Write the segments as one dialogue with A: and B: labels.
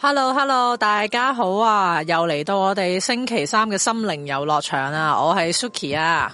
A: Hello，Hello，hello，大家好啊！又嚟到我哋星期三嘅心靈遊樂場啊！我係 Suki 啊，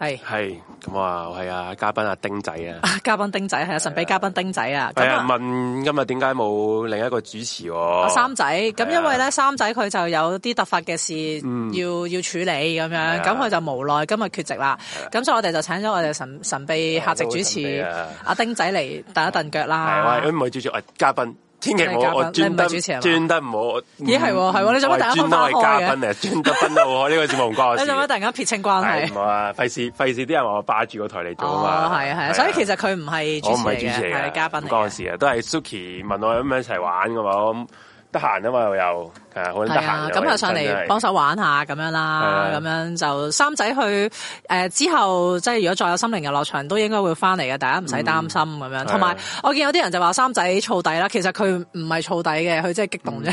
A: 係
B: 係咁啊，我係啊嘉賓阿丁仔啊，
A: 啊嘉賓丁仔係啊，神秘嘉賓丁仔啊， 咁
B: 係啊
A: 啊。
B: 問今日點解冇另一個主持喎、
A: 阿三仔，咁
B: 係啊嗯
A: 因為咧三仔佢就有啲突發嘅事要要處理咁樣，
B: 啊
A: 咁佢就無奈今日缺席啦。咁所以我哋就請咗我哋神神秘客席主持
B: 係啊
A: 阿丁仔嚟蹬一蹬腳
B: 係啊我
A: 啦
B: 係。唔係主持，我係嘉賓。千祈唔
A: 啊你係嘉賓
B: 好，我專登
A: 你唔係主持係嘛
B: 專登唔好。我
A: 咦係喎係喎你做乜突
B: 我係
A: 然間
B: 專登
A: 分
B: 係
A: 開
B: 嘉
A: 嘅
B: 賓嚟？專登分 得好開，呢個節目唔關我
A: 你
B: 事。
A: 做乜突然間撇清關
B: 係
A: 係
B: 唔？好啊？費事費事啲人話我霸住個台嚟做啊
A: 哦，
B: 嘛。
A: 係啊係啊，所以其實佢唔係主
B: 我唔
A: 持
B: 係
A: 嚟
B: 主持
A: 嘅，
B: 嚟嘅，
A: 係嘉賓嚟
B: 唔關我
A: 嘅。
B: 事啊，都係 Suki 問我咁樣一齊玩噶嘛，我咁得閒啊嘛又有，係啊好撚得
A: 係
B: 閒
A: 啊
B: 啊，，
A: 咁就上嚟幫
B: 手。
A: 手玩下咁樣啦，
B: 係啊
A: 咁樣就三仔去誒、呃之後，即係如果再有心靈遊樂場，都應該會翻嚟嘅，大家唔使擔心咁樣。同埋我見有啲人就話三仔燥底啦，其實佢唔係燥底 嘅，佢真係激動啫。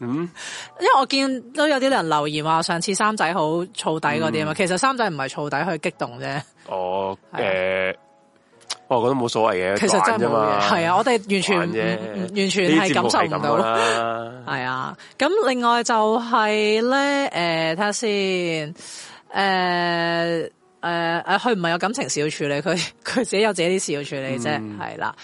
A: 嗯 因為我見都有啲人留言話上次三仔好燥底嗰啲啊嘛，其實三仔唔係燥底，佢激動啫。
B: 我
A: 係啊
B: 哦誒，哦我覺得冇所謂嘅，
A: 其實真係冇嘢，係
B: 啊，
A: 啊，我哋完全
B: 玩啫
A: 唔唔完全係感受唔到。
B: 啦。
A: 系啊，咁另外就係咧，诶、睇下先，诶、誒诶、誒佢唔係有感情事要處理，佢 佢自己有自己啲事要處理啫，
B: 嗯
A: 係啦、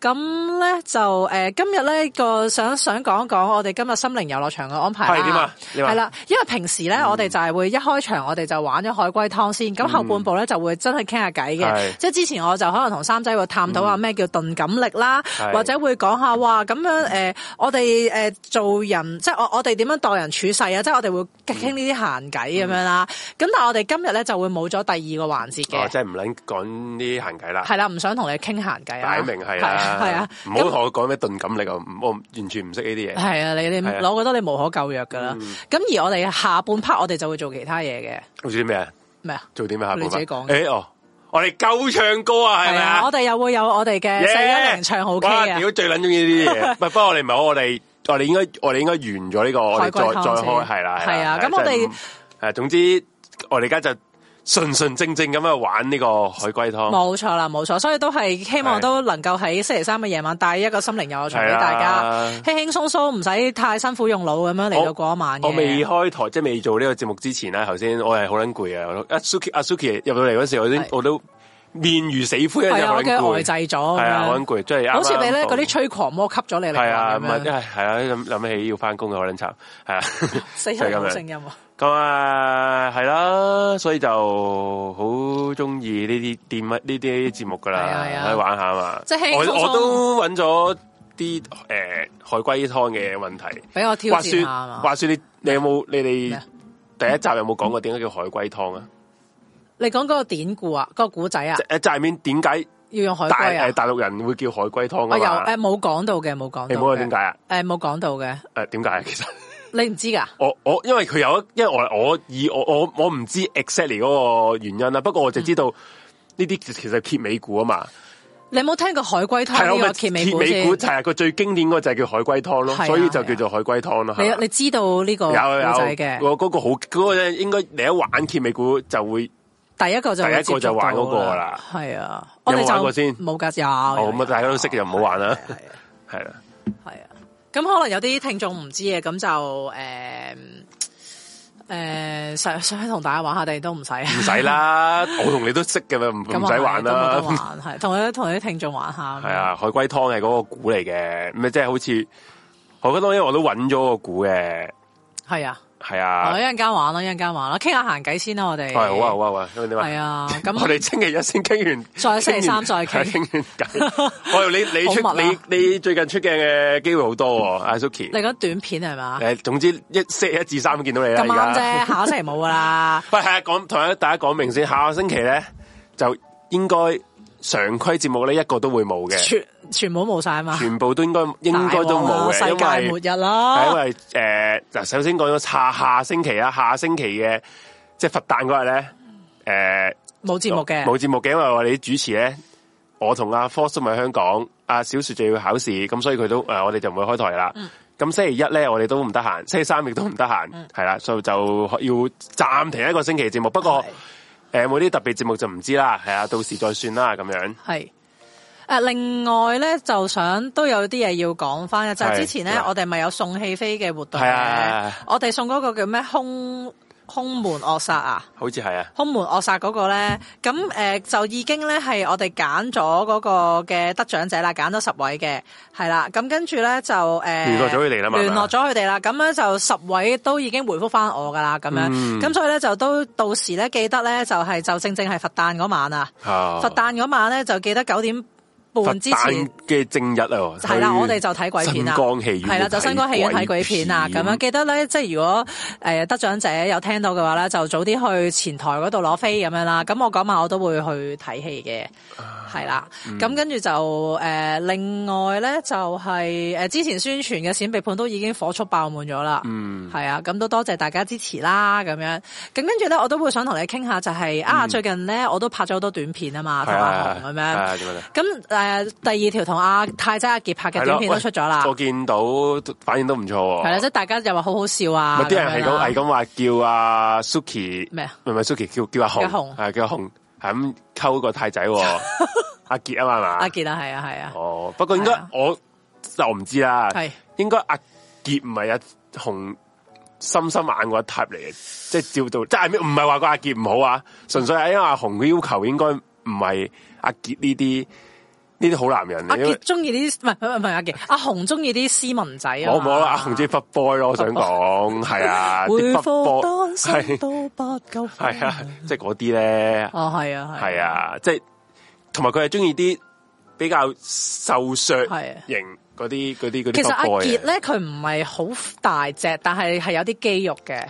A: 咁咧就诶、誒今日咧個想想講一講我哋今日心靈遊樂場嘅安排
B: 係點
A: 啦
B: 啊，你話嗯
A: 係啦，因為平時咧、我哋就係會一開場我哋就玩咗海龜湯先，咁後半部咧就會真係傾下偈嘅
B: 係，嗯
A: 即係之前我就可能同三仔會探討下咩叫鈍感力啦，
B: 係
A: 或者。會講下哇咁樣誒、呃我哋誒、呃做人，即係我我哋點樣待人處世啊，即係我哋會傾呢啲閒偈咁樣啦。咁、但係我哋今日咧就會冇咗第二個環節
B: 我
A: 嘅。
B: 哦真係唔撚講啲行偈啦，
A: 係啦，唔想同你傾閒偈啊！
B: 擺明係
A: 係
B: 啦，
A: 啊，係啊，
B: 唔好同我講咩鈍感力啊，唔我完全唔識呢啲嘢。
A: 係啊，你你，
B: 係啊嗯
A: 我覺得你無可救藥噶啦。咁而我哋下半 part 我哋就會做其他嘢嘅，
B: 好似啲咩啊？
A: 咩啊？
B: 做啲咩下
A: 你自己講
B: 誒哦，我哋夠唱歌啊，係
A: 係
B: 咪
A: 啊，
B: 啊
A: 我？哋又會有我哋嘅四一零唱好 K
B: 哇
A: 啊！
B: 屌最撚中意呢 啲嘢，唔係不過我哋唔係我哋，我哋應該我哋應該完咗呢個，我
A: 海
B: 哋
A: 龜
B: 再
A: 湯
B: 再
A: 先
B: 開係啦，
A: 係啊
B: 啦
A: 咁我哋
B: 誒總之我哋而家就純純正正咁樣玩呢個海龜湯，
A: 冇錯啦，冇錯，所以都係希望
B: 係
A: 都能夠喺星期三嘅夜晚帶一個心靈遊樂場俾
B: 係啦啊
A: 大家，輕輕鬆鬆，唔使太辛苦用腦咁樣嚟到過一晚嘅。
B: 我未開台即係啊未做呢個節目之前啦，頭先我係好撚攰啊！我一 Suki 阿 Suki 入到嚟嗰時，我已經
A: 係
B: 我都面如死灰啊！
A: 係
B: 真係
A: 啊，
B: 好
A: 我
B: 撚攰
A: 嘅呆滯咗咁
B: 係啊，
A: 樣
B: 好撚攰，即係
A: 好似你咧嗰啲
B: 系
A: 吹狂魔吸咗你力
B: 啊，
A: 量
B: 唔
A: 咁
B: 係
A: 樣，
B: 係啊，諗諗起要翻工嘅好撚慘，係啊，
A: 死
B: 就係
A: 人
B: 咁
A: 好
B: 樣
A: 聲音啊！
B: 咁啊，係啦，所以就好中意呢啲店呢啲節目噶
A: 係啊
B: 啦
A: 係，啊
B: 可以玩下嘛。
A: 即係輕輕
B: 我
A: 鬆鬆
B: 我都揾咗啲誒海龜湯嘅問題。
A: 俾我挑
B: 話
A: 戰
B: 說
A: 下啊嘛！
B: 話說你你有冇
A: 咩
B: 你哋
A: 啊
B: 第一集有冇講過點解叫海龜湯啊？
A: 你講嗰個典故啊，嗰個古仔啊
B: 即，係債面點解
A: 要用海
B: 大
A: 龜
B: 誒
A: 啊？
B: 大陸人會叫海龜湯
A: 我
B: 啊
A: 有呃誒
B: 嘛？
A: 冇講到嘅，冇講到嘅。
B: 你唔好話點解啊？
A: 誒冇講到嘅，
B: 誒點解啊？其實
A: 你唔知㗎？
B: 我我因為佢有一，因為我我以我我我唔知 exactly 嗰個原因啦，不過我就知道
A: 嗯
B: 呢啲其實揭尾故啊嘛。
A: 你有冇聽過海龜
B: 係
A: 湯
B: 啊
A: 呢
B: 我咪
A: 個揭尾故
B: 尾
A: 先？
B: 股就係佢最經典嗰個就係叫海龜湯
A: 係啊
B: 咯，所以就叫做海龜湯咯。係
A: 你
B: 嘛
A: 你知道呢個
B: 有
A: 古
B: 有有
A: 仔嘅？
B: 我嗰個好嗰個咧，應該你一玩揭尾股就會
A: 第一個就
B: 第一個就玩嗰個啦。
A: 係啊，我
B: 有冇
A: 哋就
B: 玩過先
A: 冇㗎，有。
B: 哦
A: 有
B: 咁啊，大家都識嘅就唔好玩啦，
A: 係啊
B: 係啦。
A: 係啊，咁可能有啲聽眾唔知嘅，咁就誒誒想想同大家玩下，哋都唔使，
B: 唔
A: 唔
B: 使啦，我同你都識嘅嘛，唔唔使玩 啦
A: 咁。啊冇得玩 係同啲同啲聽眾玩下。
B: 係，啊，海龜湯係嗰個股嚟嘅，咪即係好似海龜湯，因為我都揾咗個股嘅，
A: 係啊，
B: 係
A: 我
B: 啊
A: 一，陣間玩啦，一陣間玩啦，傾下閒偈先啦，我哋。
B: 喂，好啊好啊好啊，因為點啊
A: 係？啊，咁
B: 我哋星期一先傾完，
A: 再星期三
B: 傾完
A: 再傾
B: 係傾完偈。 我以為你你
A: 好密啊
B: 出你你最近出鏡嘅機會好多喎，阿 Suki。
A: 你講短片係 嘛？
B: 誒，總之一星期一至三見到你啦，
A: 咁啱
B: 而 家。
A: 啫，下個星期冇噶啦。
B: 喂，係啊，講同大家講明先，下個星期咧就應該常規節目咧一個都會冇嘅，
A: 全全部冇晒啊嘛，
B: 全部都應該應該都冇
A: 大鑊啦
B: 嘅，
A: 世界
B: 因
A: 末
B: 為
A: 日
B: 係因
A: 啦，
B: 為誒嗱，首先講咗下下星期啦，下星期嘅即係佛誕嗰日咧，誒。
A: 冇節目嘅，
B: 冇節目嘅，因為我哋啲主持咧，我同阿 Force 都唔喺香港，阿小雪就要考試，咁所以佢都誒、呃我哋就唔會開台啦。
A: 嗯
B: 咁、星期一咧，我哋都唔得閒，星期三亦都唔得閒，係啦、所以就要暫停一個星期節目。不過
A: 係
B: 誒有冇啲特別節目就唔知啦，係啊，到時再算啦咁樣。
A: 係。誒，另外咧就想都有啲嘢要講翻嘅，就係
B: 係
A: 之前咧
B: 係
A: 我哋咪有送戲飛嘅活動
B: 係啊係
A: 嘅
B: 啊係啊，
A: 我哋送嗰個叫咩空空門惡殺啊！
B: 好似係啊，
A: 空門惡殺嗰個咧，咁誒、呃就已經咧係我哋揀咗嗰個嘅得獎者啦，揀咗十位嘅，係啦，咁跟住咧就誒、呃、
B: 聯絡咗佢哋啦嘛啊
A: 聯絡咗佢哋啦，咁咧就十位都已經回覆翻我噶啦，咁樣，
B: 嗯
A: 咁所以咧就都到時咧記得咧就係、就正正係佛誕嗰晚啊，
B: 啊
A: 佛誕嗰晚咧就記得九點
B: 佛
A: 半之前
B: 誕。嘅正日啊，
A: 係啦，
B: 去
A: 我哋就睇鬼片啦，
B: 新光戲院
A: 係啦，就新光戲院睇鬼片啊，咁樣記得咧，即係如果誒得獎者有聽到嘅話咧，就早啲去前台嗰度攞飛咁樣啦。咁我嗰晚我都會去睇戲嘅，
B: 啊
A: 係啦。
B: 嗯
A: 咁跟住就誒，另外咧就係呃誒之前宣傳嘅閃避盤都已經火速爆滿咗啦，
B: 嗯
A: 係啊，咁都多謝大家支持啦，咁樣。咁跟住咧，我都會想同你傾下就係啊，最近咧我都拍咗好多短片啊嘛，同
B: 嗯係
A: 阿
B: 啊
A: 紅咁
B: 係
A: 樣。
B: 啊點樣呢
A: 咁誒、呃第二條同阿泰仔阿傑拍嘅短片都出咗啦
B: 係咯喂，我見到反應都唔錯喎。
A: 係啦，即係大家又話好好笑啊！
B: 咪啲人係
A: 樣
B: 咁
A: 啦
B: 係咁話叫阿 Suki
A: 咩啊？
B: 唔係唔係 Suki 叫叫阿
A: 叫阿紅
B: 紅，係啊叫阿紅，係咁溝個 太仔喎，阿杰啊嘛係嘛，
A: 阿傑啊，係啊，係啊，
B: 哦，不過應該
A: 係啊
B: 我就唔知啦，
A: 係
B: 應該阿杰唔係阿紅心心眼嗰一 type 嚟嘅，即係照到，即係唔係話個阿杰唔好啊，純粹係因為阿紅嘅要求應該唔係阿杰呢啲呢啲好男人
A: 阿
B: 嚟，因
A: 傑啊
B: 為
A: 中意啲唔係唔係阿傑，阿紅中意啲斯文仔啊！
B: 我冇啦，阿紅即係 fuck boy 咯，我想講係啊，
A: 回
B: 啲 fuck
A: 復
B: boy
A: 單身
B: 係
A: 都不夠分
B: 係啊，即係嗰啲咧。
A: 嗯哦，係啊，
B: 系，啊，即系同埋佢系中意啲比較瘦削
A: 係啊
B: 型嗰啲嗰啲嗰啲。啊
A: 其實阿
B: 杰
A: 傑，咧，佢唔係好大隻，但係係有啲肌肉嘅。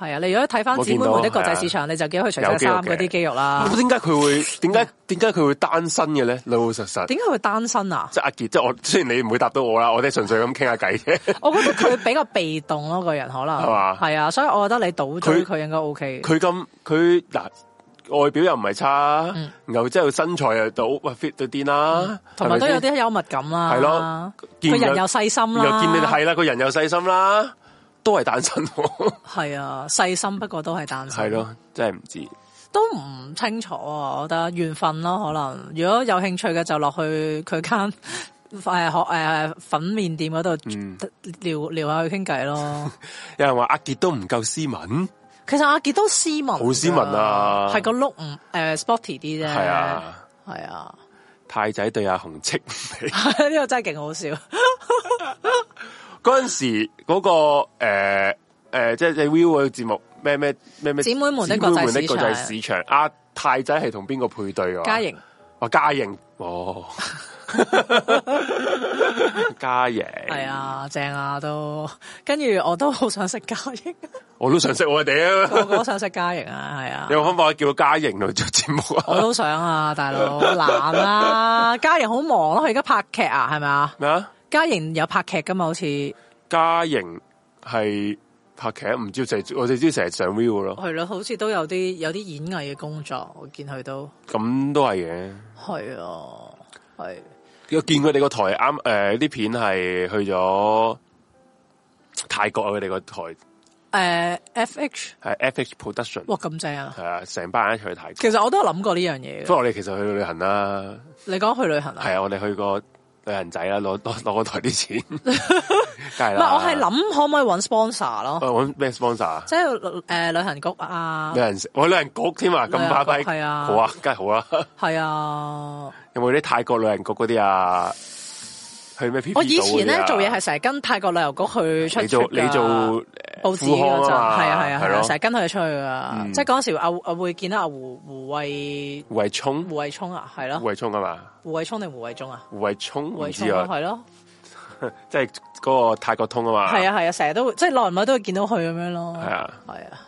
A: 係啊，你如果睇翻
B: 我
A: 姊妹
B: 見到
A: 們的國際
B: 係啊
A: 市場，你就見到佢除晒
B: 有肌肉
A: 衫
B: 嘅
A: 嗰啲肌肉啦。
B: 咁點解 佢會點解點解佢會單身嘅咧？老老實實，
A: 點解會單身啊？
B: 即系阿杰，即系我 雖然你唔會答到我啦，我哋純粹咁傾下偈啫。
A: 我覺得佢比較被動咯，個人可能
B: 係嘛
A: 係啊，所以我覺得你倒追
B: 佢
A: 佢應該 O K 嘅。
B: 佢咁佢嗱外表又唔係差
A: 嗯，
B: 然後之後身材又到喂 fit 到癲啦，
A: 同埋都有
B: 係咪
A: 啲幽默感啦，
B: 係咯
A: 佢
B: 見
A: 人
B: 佢
A: 又細心
B: 先，然
A: 啦，
B: 後見你係啦，個人又細心啦，都係單身喎，
A: 係啊，細心不過都係單身，
B: 係，咯，真係唔知。
A: 都唔清楚啊，我覺得緣分咯，可能如果有興趣嘅就落去佢間 誒學誒粉麵店嗰度
B: 嗯
A: 聊聊下佢傾偈咯，
B: 有人話阿杰都唔夠斯文，
A: 其實阿傑都斯文，
B: 好斯文啊
A: 係個 look 唔誒 sporty 啲啫，
B: 係啊，
A: 係啊，
B: 太仔對阿紅戚唔起
A: 呢個真係勁好笑，
B: 嗰阵时嗰、個个诶诶，即係你 Will 嘅節目咩咩咩咩
A: 姊妹們的
B: 姊妹們
A: 國際市
B: 的國際市場啊，太仔係同邊個配對啊？
A: 嘉瑩
B: 哦，嘉瑩 哦，嘉瑩
A: 係
B: 嗯
A: 啊，正啊都，跟住我都好想食嘉瑩，
B: 我都想識我屌，
A: 個個都想食嘉瑩啊，係啊
B: 你。有冇方法叫嘉瑩嚟做節目
A: 我
B: 啊？
A: 都想啊，大佬難啊，嘉瑩好忙咯、佢而家拍劇啊，係咪啊？
B: 咩啊？
A: 嘉瑩有拍劇噶嘛？好似係
B: 嘉瑩係拍劇，唔知就係我哋知成日上 view 咯，
A: 咯，好似都有啲有啲演藝嘅工作，我見佢都
B: 咁都係嘅。
A: 係啊，係
B: 我見佢哋個台啱诶啲片係去咗泰國啊！佢哋個台
A: 诶、F H，
B: 係 FX Production
A: 哇咁正啊！
B: 係啊，成班人一齊去泰國。
A: 其實我都有諗過呢樣嘢
B: 不過
A: 嘅。
B: 我哋其實去旅行啦，
A: 你講去旅行啊？
B: 係啊，我哋去過旅行仔啦，攞 攞攞個台 啲錢，梗係
A: 唔係
B: 啦。
A: 我係諗可唔可以揾 sponsor 咯？
B: 我揾咩 sponsor 啊？
A: 即係诶、旅行局啊
B: 旅，行社我旅行局添啊，咁巴
A: 旅行
B: 閉
A: 局係啊
B: 好啊，梗係好啦。
A: 係啊。
B: 有冇啲泰國旅行局嗰啲啊？去咩 P？
A: 我以前咧做嘢係成日跟泰國旅遊局去出
B: 啊你做
A: trip 㗎
B: 你做
A: 報紙嗰陣，係啊係啊
B: 係
A: 係啊，
B: 咯嗯
A: 成日跟佢出去噶，即係嗰陣時阿阿會見到阿胡胡慧
B: 胡慧聰，
A: 胡慧聰啊，係咯，
B: 胡慧聰啊嘛，
A: 胡慧聰定胡慧中啊？
B: 胡慧聰
A: 胡
B: 唔
A: 慧
B: 知
A: 聰啊
B: 啊，
A: 係咯，
B: 即係嗰個泰國通啊嘛，
A: 係啊係啊，成日都會即係耐唔耐都會見到佢咁樣咯，
B: 係啊，
A: 係啊，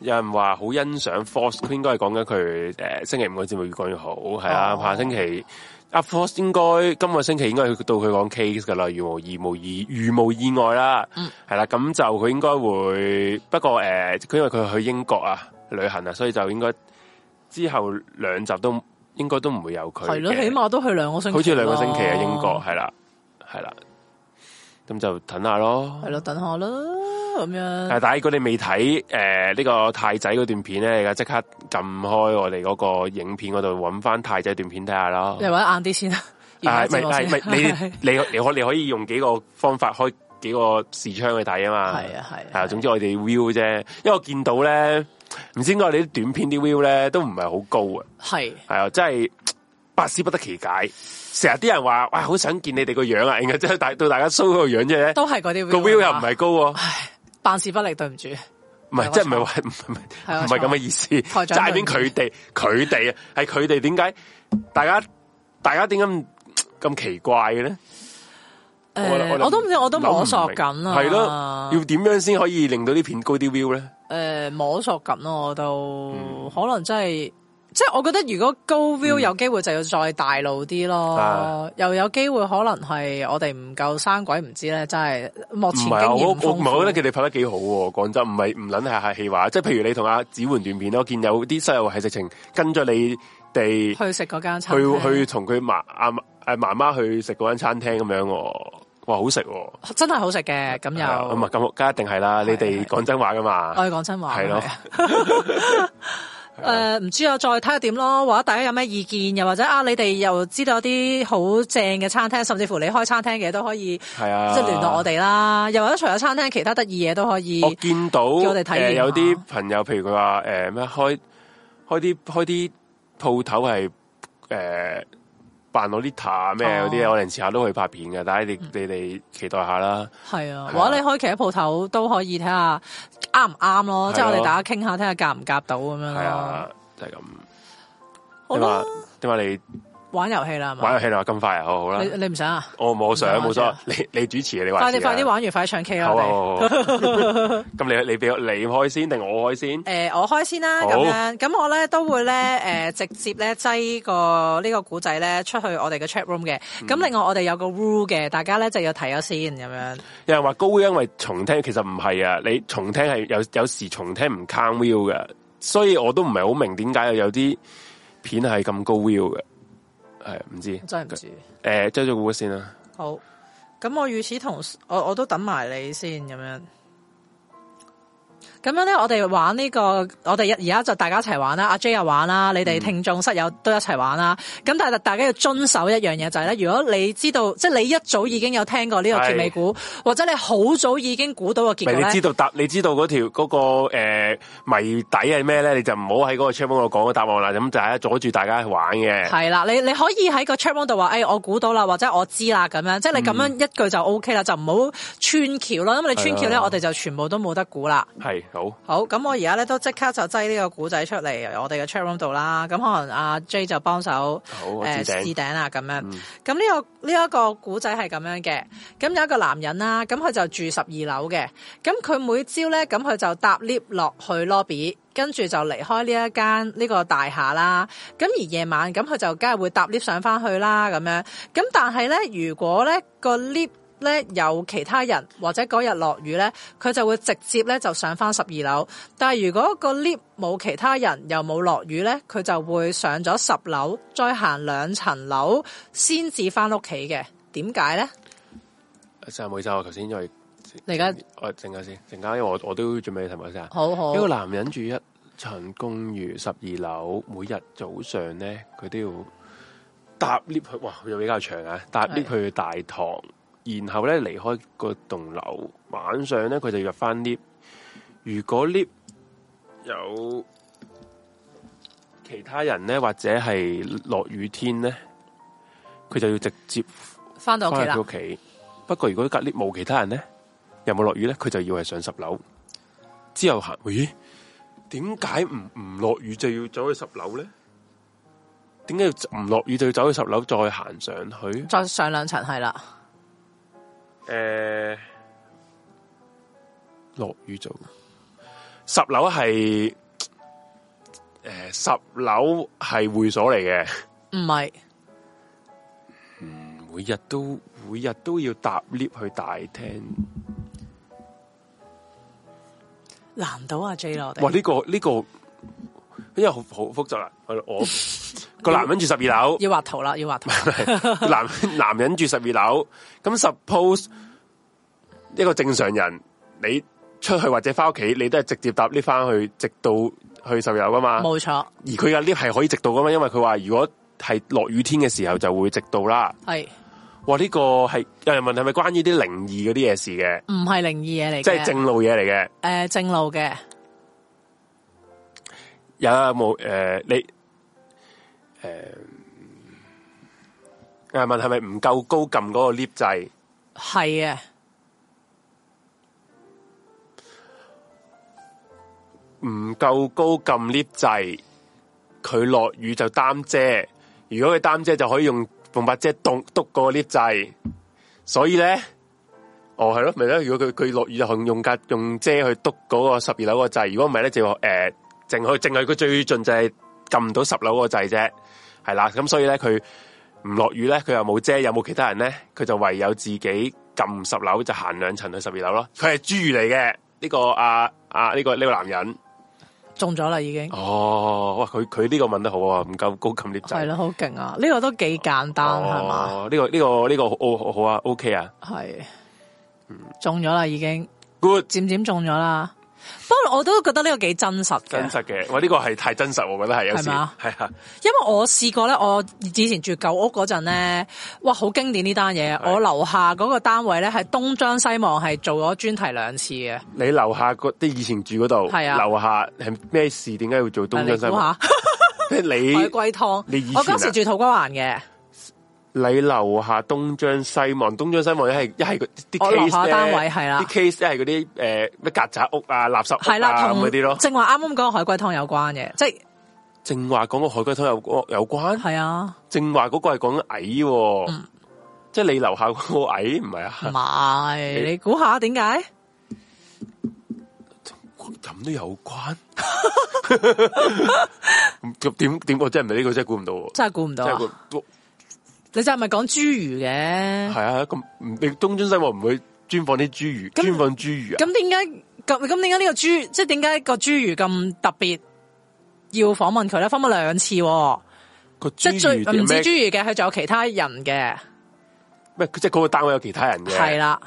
B: 有人話好欣賞 Force，佢應該係講緊佢誒星期五個節目越講越好，係啊，
A: 哦
B: 下星期阿 Force 應該今個星期應該去到佢講 case 噶啦，如無意無意如無意外啦，
A: 嗯
B: 係啦、咁就佢應該會，不過誒，呃佢、因為佢去英國啊旅行啊，所以就應該之後兩集都應該都唔會有佢嘅，
A: 係咯，起碼都去兩個星期，
B: 好似兩個星期啊，英國，係啦，係啦，咁就等下咯
A: 係。咯，等下啦，咁樣
B: 但係如果你未睇誒呢個太仔嗰段片咧，你而家即刻撳開我哋嗰個影片嗰度揾翻太仔段片睇下啦
A: 你。揾晏啲先啊，
B: 啊
A: 完
B: 唔係
A: 咗
B: 唔
A: 節
B: 係唔
A: 目先
B: 係你你你可你可以用幾個方法開幾個視窗去睇啊嘛。
A: 係啊係啊
B: 係啊，總之我哋 view 啫，因為我見到咧，唔知點解我哋啲短片啲 view 咧都唔係好高啊。
A: 係
B: 係啊，真係百思不得其解。成日啲人話哇，好想見你哋個樣啊，然後即係大到大家 show 個樣啫咧，
A: 都係嗰啲啊
B: 個 view 又唔係高喎。
A: 辦事不力，對唔住，
B: 唔係，
A: 係
B: 即係
A: 我
B: 唔係話唔係
A: 係啊我
B: 唔係咁嘅意思，
A: 台
B: 就
A: 長
B: 係邊佢哋佢哋啊，係佢哋點解大家大家點解咁咁奇怪嘅咧？
A: 誒呃我都唔知，我都摸索緊啊，
B: 係咯，要點樣先可以令到啲片高啲 view 咧？
A: 诶、呃摸索緊咯，我都、
B: 嗯
A: 可能真係，即係我覺得如果高 view 有機會就要再大路啲咯，
B: 啊
A: 又有機會可能係我哋唔夠生鬼唔知咧，真係幕
B: 唔
A: 前經
B: 係啊，我
A: 驗
B: 我
A: 唔豐
B: 唔係我
A: 富。
B: 覺得佢哋拍得幾好喎。講真，唔係唔撚係客氣話，即係譬如你同阿子媛段片咯，我見有啲細路係直情跟咗你哋
A: 去食嗰間餐廳
B: 去去同佢媽阿阿媽媽去食嗰間餐廳咁樣喎，哇，好食喎！
A: 真係好食嘅，咁
B: 係啊
A: 又
B: 咁啊，咁梗一定係啦，你哋講真話噶嘛，
A: 啊我哋講真話
B: 係咯
A: 係啊 誒唔知啊，再睇下點咯，或者大家有咩意見，又或者啊，你哋又知道啲好正嘅餐廳，甚至乎你開餐廳嘅都可以，
B: 係啊，
A: 即係聯絡我。哋啦。又或者除咗餐廳，其他得意嘢都可以。
B: 我見到呃
A: 叫我哋啊體驗下
B: 誒有啲朋友，譬如佢話誒咩開開啲開啲鋪頭係誒扮我啲塔咩嗰啲，啊
A: 哦嗯
B: 我哋遲下都去拍片嘅，但係你你哋期待下啦。
A: 係啊，
B: 係啊
A: 或者你開其他鋪頭都可以睇下啱唔啱咯，即係我
B: 係
A: 哋
B: 咯
A: 大家傾下睇下夾唔夾到咁樣
B: 係
A: 咯。
B: 啊，就係咁。
A: 哦好
B: 你話
A: 啦，
B: 點話你
A: 玩遊戲啦，係嘛？
B: 玩遊戲啦，咁快啊？好好啦
A: 你，你唔想啊？
B: 我冇想
A: 唔玩
B: 冇
A: 住
B: 所
A: 啊
B: 謂，你你主持啊你話
A: 快
B: 事
A: 啲
B: 啊
A: 快啲，玩完，快啲唱 K 啦！
B: 好
A: 我
B: 啊
A: 哋
B: 好啊好啊。 咁你你俾我你開先定我開先？
A: 誒、我開先啦，
B: 好
A: 咁樣咁我咧都會咧誒、直接咧擠個呢個古仔咧出去我哋嘅 chat room 嘅。咁、
B: 嗯
A: 另外我哋有個 rule 嘅，大家咧就要睇咗先咁樣。
B: 有人話高 view 因為重聽，其實唔係啊，你重聽係有有時重聽唔 count view 嘅，所以我都唔係好明點解有啲片係咁高 view 嘅，係唔知
A: 我真係唔知。
B: 誒，周咗估先啊啦，
A: 好，咁我與此同我我都等埋你先咁樣。咁樣咧，我哋玩呢、個，我哋而家就大家一齊玩啦，阿 J 又玩啦，
B: 嗯
A: 你哋聽眾室友都一齊玩啦。咁但係大家要遵守一樣嘢就係、咧，如果你知道，即係你一早已經有聽過呢個結尾股，或者你好早已經估到個結
B: 咪
A: 果
B: 你知
A: 咧，
B: 道答，你知道嗰條嗰個诶谜底係咩咧？你就唔好喺嗰個 chat room 度講個答案啦。咁就係阻住大家去玩嘅。
A: 係啦，你你可以喺個 chat room 度話，誒、哎我估到啦，或者我知啦咁樣，即係你咁
B: 嗯
A: 樣一句就 O K 啦，就唔好穿橋啦，因為你穿橋
B: 係
A: 咧，
B: 啊
A: 我哋就全部都冇得估啦。
B: 係好，
A: 好，咁我而家咧都即刻就擠呢個古仔出嚟我哋嘅 chat room 度啦。咁可能阿 J 就幫手
B: 好
A: 誒
B: 我置頂
A: 呃置頂啦咁樣。咁呢、個呢一、個古仔係咁樣嘅。咁有一個男人啦，咁佢就住十二樓嘅。咁佢每朝咧，咁佢就搭 lift 落去 lobby。跟住就離開呢一間呢、個大廈啦，咁而夜晚咁佢就梗係會搭 lift 上翻去啦咁樣，咁但係咧，如果咧個 lift 咧有其他人或者嗰日落雨咧，佢就會直接咧就上翻十二樓。但係如果個 lift 冇其他人又冇落雨咧，佢就會上咗十樓，再行兩層樓先至翻屋企嘅。點解咧？
B: 真係唔好意思啊，我頭先因為
A: 你而家
B: 我陣間先，陣間因為我我都準備題目先啊。
A: 好好
B: 一個男人住一層公寓十二樓，每日早上咧佢都要搭 lift 去，哇又比較長啊！搭
A: 係
B: lift 去大堂，然後咧離開嗰棟樓，晚上咧佢就要入翻 lift。如果 lift 有其他人咧，或者係落雨天咧，佢就要直接
A: 翻到屋企
B: 翻
A: 啦
B: 入屋。企。不過如果隔 lift 冇其他人咧，又冇落雨咧，佢就要係上十樓。之後行，咦？點解唔唔落雨就要走去十樓咧？點解要唔落雨就要走去十樓再行上去？
A: 再上兩層係啦，
B: 诶、落雨做十樓係诶十樓係會所嚟嘅，
A: 唔係
B: 每日都每日都要搭 lift 去大廳。
A: 難到阿啊 J 咯，我
B: 哇！
A: 哋
B: 呢、個呢、個因為好好複雜啦。我我個男人住十二樓，
A: 要畫圖啦，要畫 圖。
B: 男男人住十二樓。咁 suppose 一個正常人，你出去或者翻屋企，你都係直接搭 lift 翻去，直到去十二樓噶嘛。
A: 冇錯，
B: 而佢嘅 lift 係可以直到噶嘛，因為佢話如果係落雨天嘅時候就會直到啦。
A: 係
B: 哇！呢、個係有人問係咪關於啲靈異嗰啲嘢事嘅，
A: 唔係靈異嘢嚟嘅？
B: 即係正路嘢嚟嘅。
A: 誒正路嘅，
B: 有冇诶、呃你呃诶诶、呃、问系咪唔夠高撳嗰個 lift 掣？
A: 係嘅，
B: 唔夠高撳 lift 掣，佢落雨就擔遮。如果佢擔遮就可以用用把遮篤篤個 lift 掣。所以咧，哦係咯，咪咧？如果佢佢落雨就用用架用遮去篤嗰個十二樓個掣。如果唔係咧，就诶淨係淨係佢最盡就係撳唔到十樓個掣啫。係啦，咁所以咧佢唔落雨咧，佢又冇遮，有冇其他人咧？佢就唯有自己撳十樓就行兩層去十二樓咯。佢係豬嚟嘅呢個啊啊呢個呢個男人。
A: 中咗啦已經。
B: 哦，哇！佢佢呢個問得好啊，唔夠高級 lift
A: 係
B: 掣。
A: 咯，好勁啊！呢個都幾簡單係嘛？
B: 哦，呢、個呢、個呢、個好、好好啊，OK 啊
A: 係中咗啦已經。
B: ，good
A: 漸漸中咗啦。不過我都覺得呢個幾真實嘅
B: 真，實嘅。哇，呢、個係太真實，我覺得係有時
A: 係嘛
B: 係啊，
A: 因為我試過咧，我以前住舊屋嗰陣咧，哇，好經典呢單嘢。我樓下嗰個單位咧，係東張西望，係做咗專題兩次嘅。
B: 你樓下嗰啲以前住嗰度，
A: 係啊
B: 樓下係咩事？點解會做東
A: 你
B: 張
A: 估
B: 西望？
A: 下
B: 即係
A: 海
B: 你
A: 龜湯？
B: 你以前
A: 我
B: 啊
A: 嗰時住土瓜灣嘅，
B: 你樓下東張西望，東張西望一係一係嗰啲
A: 我
B: case
A: 樓下
B: 咧
A: 單位係啦
B: 啲 case 一係嗰啲誒咩曱甴屋啊、垃圾
A: 係
B: 屋
A: 啦，
B: 啊
A: 同
B: 咁嗰啲咯。
A: 正話啱啱講個海龜湯有關嘅，即係
B: 正話講個海龜湯有有關。
A: 係啊，
B: 正話嗰個係講矮、喎，
A: 嗯
B: 即係你樓下嗰個矮唔係
A: 唔
B: 啊？
A: 係你估下點解？
B: 咁都有關？ 咁點點？我真係唔係呢個真係估唔到喎，
A: 真係估唔到
B: 真
A: 啊！
B: 係估
A: 你就係咪講侏儒嘅？
B: 係啊！咁唔你東張西望唔會專訪啲侏儒，
A: 咁
B: 專訪侏儒啊？
A: 咁點解咁咁點解呢個豬即係點解個侏儒咁特別要訪問佢咧？訪問兩次、喎，
B: 個
A: 即
B: 侏
A: 係最
B: 儒
A: 唔
B: 點
A: 止
B: 咩？
A: 侏儒嘅，佢仲有其他人嘅，
B: 咩？即係嗰個單位有其他人嘅，
A: 係啦，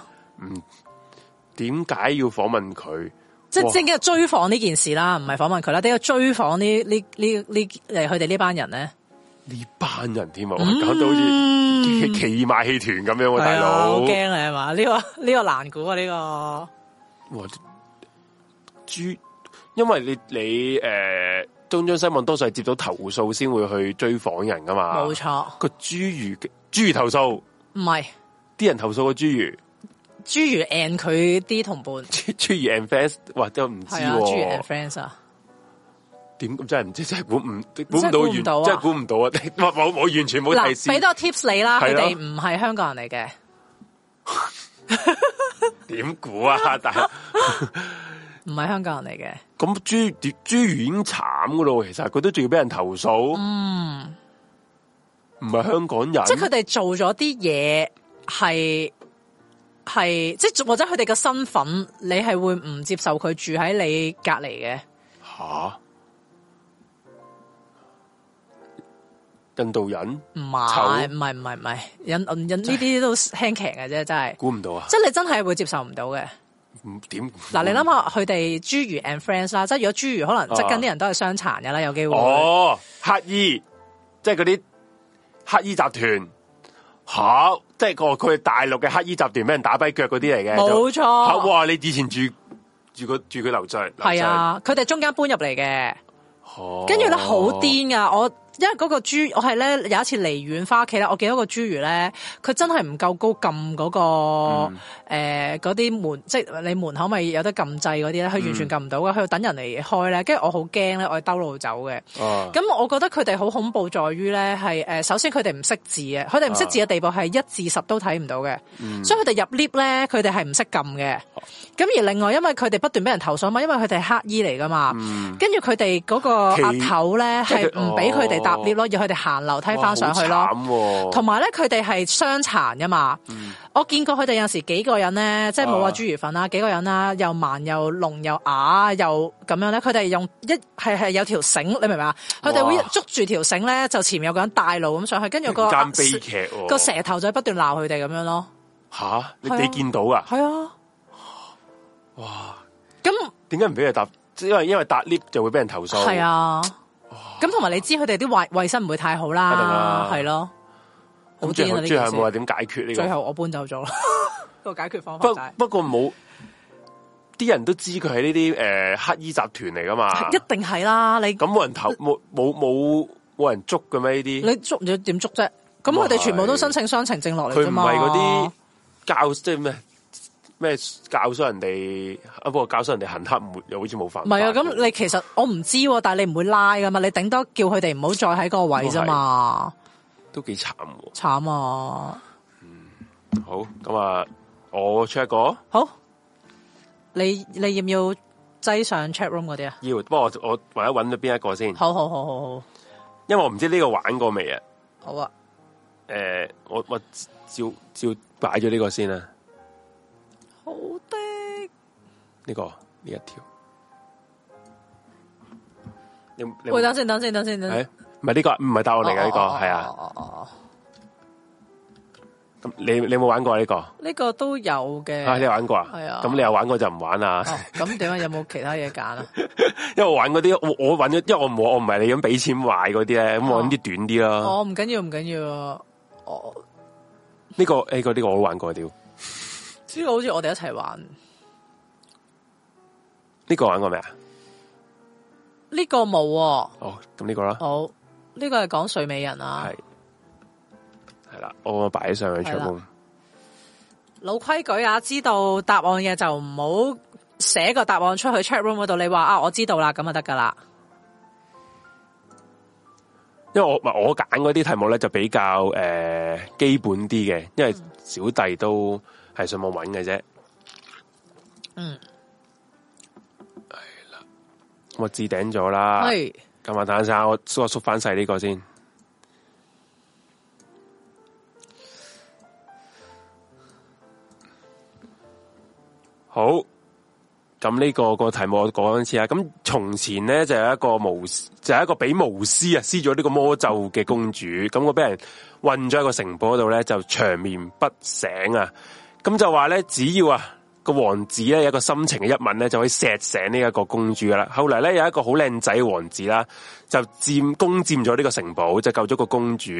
B: 點解要訪問佢？
A: 即係正嘅追訪呢件事啦，唔係訪問佢啦，點解追訪呢呢呢呢誒佢哋呢班人咧？
B: 呢班人添
A: 嗯
B: 啊，搞到好似奇異馬戲團咁樣喎，大
A: 係啊，好
B: 佬。
A: 驚啊，係嘛？呢個呢個難估啊，呢個
B: 哇！豬，因為你你呃诶，中央新聞多數係接到投訴先會去追訪人噶嘛。
A: 冇錯，
B: 個豬魚豬魚投訴，
A: 唔係
B: 啲人投訴個 豬魚，
A: 侏儒 and 佢啲同伴
B: 豬豬魚 and fans，哇！真係唔知
A: 係啊，侏儒 and
B: 喎，
A: friends 啊，
B: 點真係唔知，真係估唔估
A: 真係估唔
B: 唔
A: 到
B: 到
A: 啊
B: 完，真係估唔到啊！ 我我我完全冇提
A: 嗱，俾
B: 示，
A: 多 tips 你啦，
B: 係
A: 佢
B: 咯
A: 哋唔係香港人嚟嘅，
B: 點估 啊？但係
A: 唔係香港人嚟嘅，
B: 咁豬豬魚已經慘噶咯，其實佢都仲要俾人投訴，嗯，唔係香港人，
A: 即係佢哋做咗啲嘢係。係即係或者佢哋嘅身份，你係會唔接受佢住喺你隔離嘅？
B: 吓，印度人
A: 唔
B: 醜
A: 係唔係唔係唔係，引引呢啲都輕騎嘅啫，真係，
B: 估唔到啊！
A: 即係你真係會接受唔到嘅。
B: 唔點
A: 嗱，你諗下佢哋侏儒 and friends 啦，即係如果侏儒可能即係跟啲人都係傷殘嘅啦，有機會。
B: 哦，乞衣，即係嗰啲乞衣集團吓，即係個佢係大陸嘅乞衣集團俾人打跛腳嗰啲嚟嘅，
A: 冇
B: 就吓
A: 錯，
B: 哇！你以前住住個住佢樓上，樓
A: 係啊，佢哋中間搬入嚟嘅，
B: 上，哦
A: 跟住咧好，癲噶，我。因為嗰個侏，我係咧有一次離遠翻屋企咧，我見到個侏儒咧，佢真係唔夠高撳嗰、個誒嗰啲門，即係你門口咪有得撳掣嗰啲咧，佢完全撳唔到嘅，佢要等人嚟開咧，跟住我好驚咧，我係兜路走嘅。
B: 啊
A: 咁我覺得佢哋好恐怖，在於咧係誒，首先佢哋唔識字嘅，佢哋唔識
B: 啊
A: 字嘅地步係一至十都睇唔到嘅，
B: 嗯
A: 所以佢哋入 lift 咧，佢哋係唔識撳嘅。咁而另外，因為佢哋不斷俾人投訴嘛，因為佢哋係乞衣嚟噶嘛，跟住佢哋嗰個
B: 嗯其
A: 額頭咧
B: 即
A: 係
B: 係佢
A: 唔俾佢哋搭
B: 哦
A: lift 咯，要佢哋行樓梯翻上去咯。
B: 哇好慘喎
A: 同埋咧，佢哋係傷殘噶嘛。我見過佢哋有時幾個人咧，即係冇話
B: 嗯啊
A: 豬魚粉啦，幾個人啦，又盲又聾又啞又咁樣咧，佢哋用一係係有條繩，你明唔明啊？佢哋會
B: 哇
A: 捉住條繩咧，就前面有個人帶路咁上去，跟住個
B: 間悲劇喎
A: 個蛇頭仔不斷鬧佢哋咁樣咯。
B: 吓，你
A: 係啊
B: 你見到啊？
A: 係啊，哇！咁
B: 點解唔俾佢搭？因為因為搭 lift 就會俾人投訴，
A: 係啊，咁同埋你知佢哋啲衞衞生唔會太好
B: 一定
A: 啦
B: 啦，
A: 係咯，好
B: 咁最
A: 癲啊！
B: 後
A: 呢
B: 最後
A: 件
B: 有冇話
A: 事。
B: 點解決呢、
A: 最
B: 個？
A: 後我搬走咗 個解決方法就
B: 不
A: 係。
B: 不過冇啲人都知佢係呢啲诶乞衣集團嚟噶嘛，
A: 一定係啦，你
B: 咁冇人投冇冇冇冇人捉嘅咩？呢啲
A: 你捉你點捉啫？咁佢哋全部都申請雙程證落嚟
B: 佢
A: 啫
B: 唔
A: 嘛。
B: 係嗰啲教即係咩咩教唆人哋啊？不過教唆人哋行黑唔會又好似冇犯
A: 唔
B: 法
A: 係
B: 嘅。
A: 啊？咁你其實我唔知喎，但係你唔會拉噶嘛，你頂多叫佢哋唔好再喺嗰個位啫嘛。
B: 都幾慘喎。
A: 慘啊！
B: 好咁啊，我 check 過
A: 好，你你要唔要擠上 chat room 嗰啲啊？
B: 要，不過我我或者揾咗邊一個先，
A: 好好好好好，
B: 因為我唔知呢個玩過未啊。
A: 好啊！
B: 诶、我我照照擺咗呢個先啦。
A: 好的，
B: 呢、個呢一條，你你
A: 喂，等先，等先，等先，等先
B: 係唔係呢個？唔係答案嚟嘅呢個，係啊。
A: 哦哦哦哦
B: 咁你你有冇玩過呢個？啊，
A: 呢個都有嘅。
B: 你有玩過啊？
A: 係啊
B: 咁你有玩過就唔玩啦，
A: 哦咁點啊？有冇其他嘢揀啊？
B: 因為我玩嗰啲，我我玩咗，因為我冇，我唔係你咁俾錢買嗰啲咧，咁我
A: 哦
B: 玩啲短啲啦。
A: 哦，唔緊要，唔緊要。我
B: 呢個誒個呢個我都玩過屌，
A: 呢個好似我哋一齊玩，呢、
B: 呢個玩過未啊？
A: 個冇喎。
B: 哦，咁呢個啦，
A: 好，呢、個係講睡美人啊
B: 係，係啦，我擺上去
A: 係
B: 桌
A: 啦
B: 公。
A: 老規矩啊，知道答案嘅就唔好寫個答案出去 chat room 嗰度。你話啊，我知道啦，咁就得噶啦。
B: 因為我唔係我揀嗰啲題目咧就比較诶、呃基本啲嘅，因為小弟都係上網揾嘅啫。
A: 嗯，
B: 咁我置頂咗啦。
A: 係
B: 咁啊，等陣先，我我縮翻細呢個先。好，咁呢個個題目我講一次啊。咁從前咧就有一個巫，就有一個俾巫師啊施咗呢個魔咒嘅公主，咁我俾人困咗喺個城堡度咧，就長眠不醒啊。咁就話咧，只要啊個王子咧有一個深情嘅一吻咧，就可以錫醒呢一個公主噶啦。後嚟咧有一個好靚仔王子啦，就佔攻佔咗呢個城堡，就救咗個公主。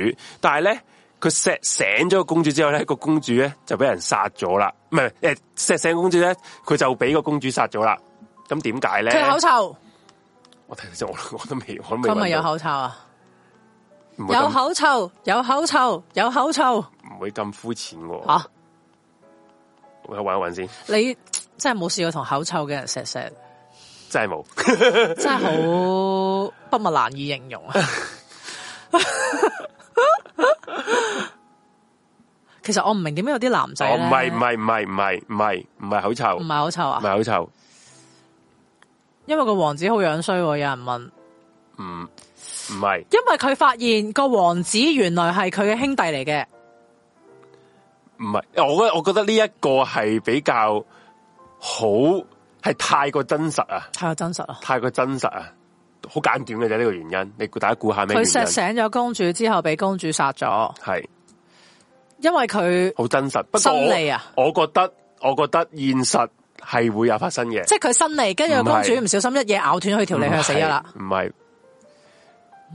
B: 但係咧佢錫醒咗個公主之後咧，個公主咧就俾人殺咗啦。唔係誒錫醒個公主咧，佢就俾個公主殺咗啦。咁點解咧？
A: 佢口臭，
B: 我睇先，我我都未，我都未。
A: 佢咪有，口臭啊？
B: 唔會
A: 有
B: 咁
A: 口臭，有口臭，有口臭
B: 唔會咁膚淺喎。
A: 吓！
B: 我去揾一揾先，
A: 你真係冇試過同口臭嘅人錫錫，
B: 真係冇。
A: 真係好 不物難以形容啊！其實我唔明點解有啲男仔
B: 哦，唔係
A: 咧
B: 唔係唔係唔係唔係唔係口臭，
A: 唔
B: 唔
A: 係口臭啊？
B: 係口臭，
A: 因為個王子好樣衰喎，有人問。
B: 唔唔係
A: 因為佢發現個王子原來係佢嘅兄弟嚟嘅，
B: 唔係，我覺得我覺得呢一個係比較好，係太過真實啊，
A: 太過真實啦。
B: 太過真實啊，好簡短嘅啫呢個原因，你估大家估下咩
A: 佢
B: 原因？
A: 錫醒咗公主之後，俾公主殺咗，
B: 係
A: 因為佢
B: 好真實，不過我
A: 心理啊
B: 我覺得我覺得現實係會有發生嘅，
A: 即係佢新嚟，跟住個公主
B: 唔係
A: 唔小心一嘢咬斷咗佢條脷，佢就死咗啦。
B: 唔係，唔係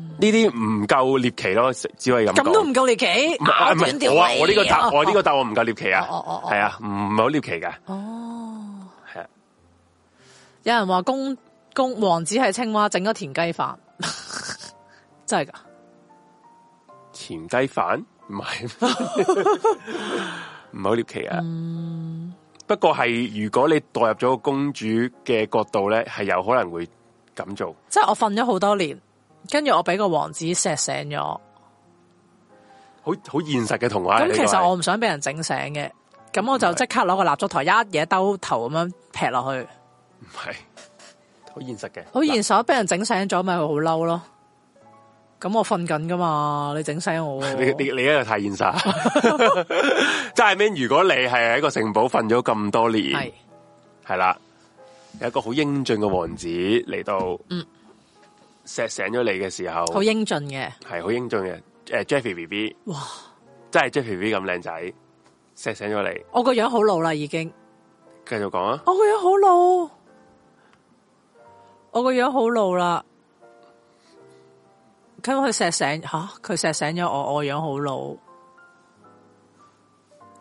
B: 呢啲唔夠獵奇咯，只可以咁
A: 咁都
B: 講
A: 唔夠你奇，
B: 唔係
A: 咬
B: 唔
A: 斷
B: 係
A: 條
B: 我啊，我呢個答
A: 脷
B: 我呢個答案唔夠獵奇啊，
A: 哦哦哦
B: 係啊，唔唔係好獵奇噶，
A: 哦，
B: 係啊，
A: 有人話公公王子係青蛙，整咗田雞飯， 真係噶。
B: 田雞飯唔係 唔係好獵奇啊，
A: 嗯
B: 不過係如果你代入咗個公主嘅角度咧，係有可能會咁做，
A: 即係我瞓咗好多年，跟住我俾個王子錫醒咗。
B: 好好現實嘅童話嚟。
A: 咁
B: 呢
A: 其
B: 個
A: 實
B: 係嗯
A: 我唔想俾人整醒嘅，咁我就即刻攞個蠟燭台一嘢兜頭咁樣劈落去。
B: 唔係好現實嘅，
A: 好現實，俾人整醒咗咪好嬲咯。咁我瞓緊噶嘛，你整醒 我喎，
B: 你你你一個太現實， 真係咩？如果你係喺個城堡瞓咗咁多
A: 係
B: 年，係啦，有一個好英俊嘅王子嚟到，嗯，錫醒咗你嘅時候，
A: 好英俊嘅，
B: 係好英俊嘅，诶、j e f f y B B，
A: 哇！
B: 真係 Jeffy B 咁靚仔，錫醒咗你，
A: 我個樣好老啦已經，
B: 繼續講啊，
A: 我個樣好老，我個樣好老啦。咁佢錫醒吓，佢錫醒咗我，我個樣好老。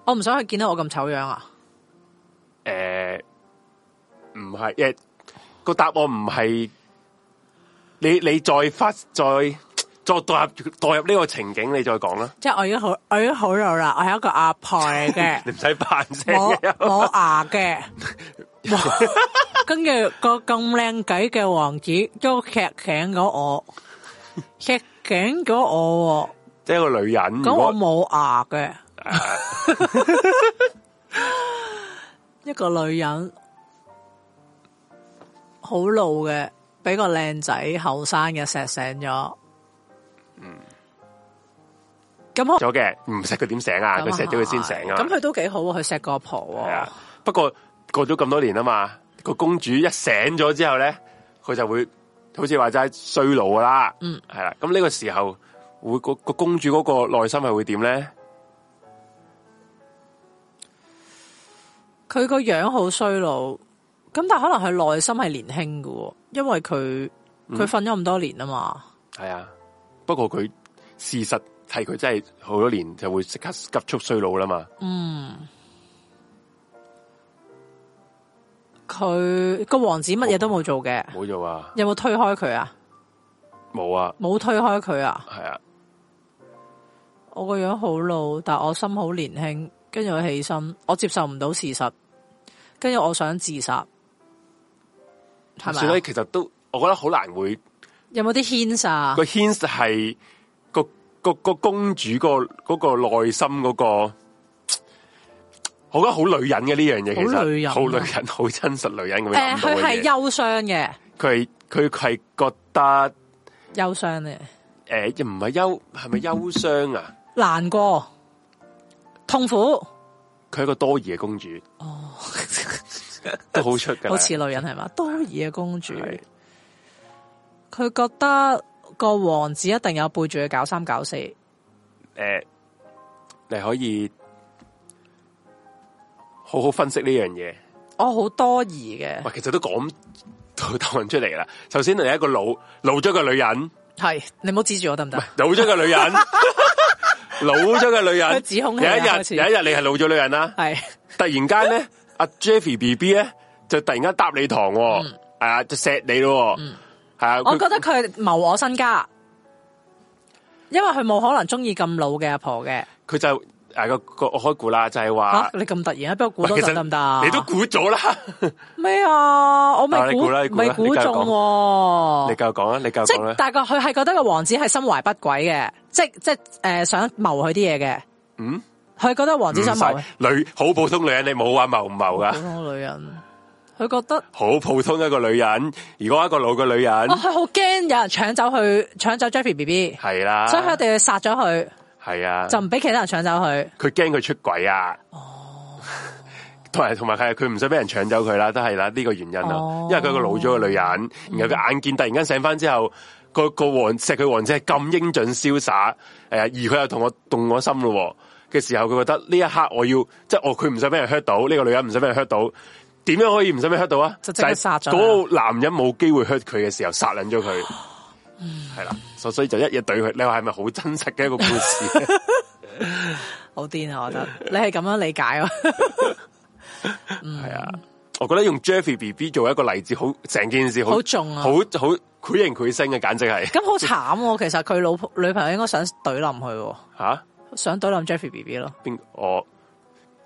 A: 我唔想佢見到我咁醜樣啊！
B: 诶、呃唔係诶，個答案唔係你你再發再再代入代入呢個情景，你再講啦，
A: 即係我已經好，我已經好老啦，我係一個阿婆嚟 嘅。
B: 你唔使扮聲
A: 冇
B: 嘅。
A: 冇牙 嘅，哇跟住個咁靚仔嘅王子都劇醒咗我，劇醒咗我
B: 即係一個女人，
A: 喎，咁
B: 如
A: 我
B: 果
A: 冇牙 嘅，一個女人好老嘅，俾個靚仔後生嘅錫醒咗，嗯，咁我
B: 咗嘅，唔錫佢點醒啊？佢錫咗佢先醒啊！
A: 咁佢都幾好喎，佢錫個阿婆
B: 係
A: 喎
B: 啊。，不過過咗咁多年啊嘛，個公主一醒咗之後咧，佢就會好似話齋衰老㗎啦。嗯，係啦。咁呢個時候會個個公主嗰個內心係會點咧？
A: 佢個樣好衰老，咁但係可能佢內心係年輕嘅喎，因為佢
B: 嗯
A: 佢瞓咗咁多年啊嘛，
B: 係啊，不過佢事實係佢真係好多年就會即刻急速衰老啦嘛。
A: 佢個王子乜嘢都冇做嘅，
B: 冇做啊，
A: 有冇推開佢啊？
B: 冇啊，
A: 冇推開佢啊！
B: 係啊，
A: 我個樣好老，但我心好年輕，跟住佢起身，我接受唔到事實，跟住我想自殺，係
B: 所
A: 咪
B: 以
A: 啊？
B: 其實都我覺得好難會。
A: 有冇啲 hint 啊
B: 個？hint 係個個個公主個嗰個內心嗰個，我覺得好女人嘅呢樣嘢，其
A: 好女人
B: 實
A: 啊
B: 好女人，好真實女人咁
A: 誒，
B: 樣諗到
A: 佢
B: 嘅
A: 係
B: 嘢。
A: 憂傷嘅，
B: 佢係佢係覺得
A: 憂傷嘅，
B: 诶，誒唔係憂係咪憂傷啊？
A: 難過，痛苦，
B: 佢係一個多疑嘅公主，
A: 哦。
B: 都好出㗎。
A: 好似女人係嘛，多疑嘅公主，
B: 嗯係
A: 佢覺得個王子一定有背住佢搞三搞四，
B: 诶， 誒你可以好好分析呢樣嘢。
A: 我好多疑嘅，
B: 喂，其實都講 到答案出嚟啦。首先你係一個老老咗嘅女人，
A: 係你唔好指住我得唔得？
B: 老咗嘅女 人，老咗嘅女人，
A: 佢指控你
B: 有
A: 啊
B: 一
A: 開始
B: 日有一日你係老咗女人啦，
A: 係
B: 突然 間咧，阿 Jeffy B B 咧就突然間搭你堂喎，係啊，就錫你咯喎，係啊，
A: 嗯我
B: 佢
A: 覺得佢係謀我身家，因為佢冇可能中意咁老嘅阿婆嘅。
B: 佢就诶个个我開估啦，就係
A: 吓、
B: 話，
A: 你咁突然啊，俾我估
B: 喂
A: 多
B: 其
A: 陣
B: 實
A: 得唔得啊？
B: 你都估咗啦，
A: 咩啊？我
B: 啊
A: 未
B: 你
A: 估
B: 估啦你，估啦
A: 未估
B: 你繼續
A: 中喎哦
B: 你。繼續講啦，啊你繼續
A: 即
B: 講
A: 係
B: 啦，
A: 大概佢係覺得個王子係心懷不軌嘅，即係即係诶想謀佢啲嘢嘅。
B: 嗯，
A: 佢覺得王子
B: 唔
A: 想啊嗯謀佢
B: 使啊女好普通女人，你冇話謀唔謀噶
A: 普。通女人，佢覺得
B: 好普通一個女人，如果一個老嘅女人
A: 哦，佢好驚有人搶走佢，搶走 Jeffrey B B，
B: 係啦，
A: 所以佢哋要殺咗佢，
B: 係啊，
A: 就唔俾其他人搶走佢。
B: 佢驚佢出軌啊。
A: 哦
B: 同埋同 埋佢佢唔想俾人搶走佢啦，都係啦呢個原因啦，
A: 哦嗯
B: 因為佢係一個老咗嘅女人，然後佢眼見突然間醒翻之後，個個王石佢王子係咁英俊瀟灑，誒、而佢又同我動我心咯喎嘅時候，佢覺得呢一刻我要即係我哦佢唔想俾人 hurt 到，呢、個女人唔想俾人 hurt 到，點樣可以唔想俾人 hurt 到啊？
A: 就即刻殺咗佢
B: 嗰個男人冇機會 hurt 佢嘅時候，殺撚咗佢，係
A: 哦
B: 啦，所所以就一嘢對佢，你話係咪好真實嘅一個故事？
A: 好癲啊！我覺得你係咁樣理解啊。
B: 系啊，我覺得用 Jeffy B B 做一個例子，好成件事好
A: 好重啊
B: 好好繪形繪聲嘅，簡直係
A: 咁好慘喎，其實佢老婆女朋友應該想懟冧佢喎，
B: 吓
A: 想懟冧 Jeffrey B B 咯
B: 邊我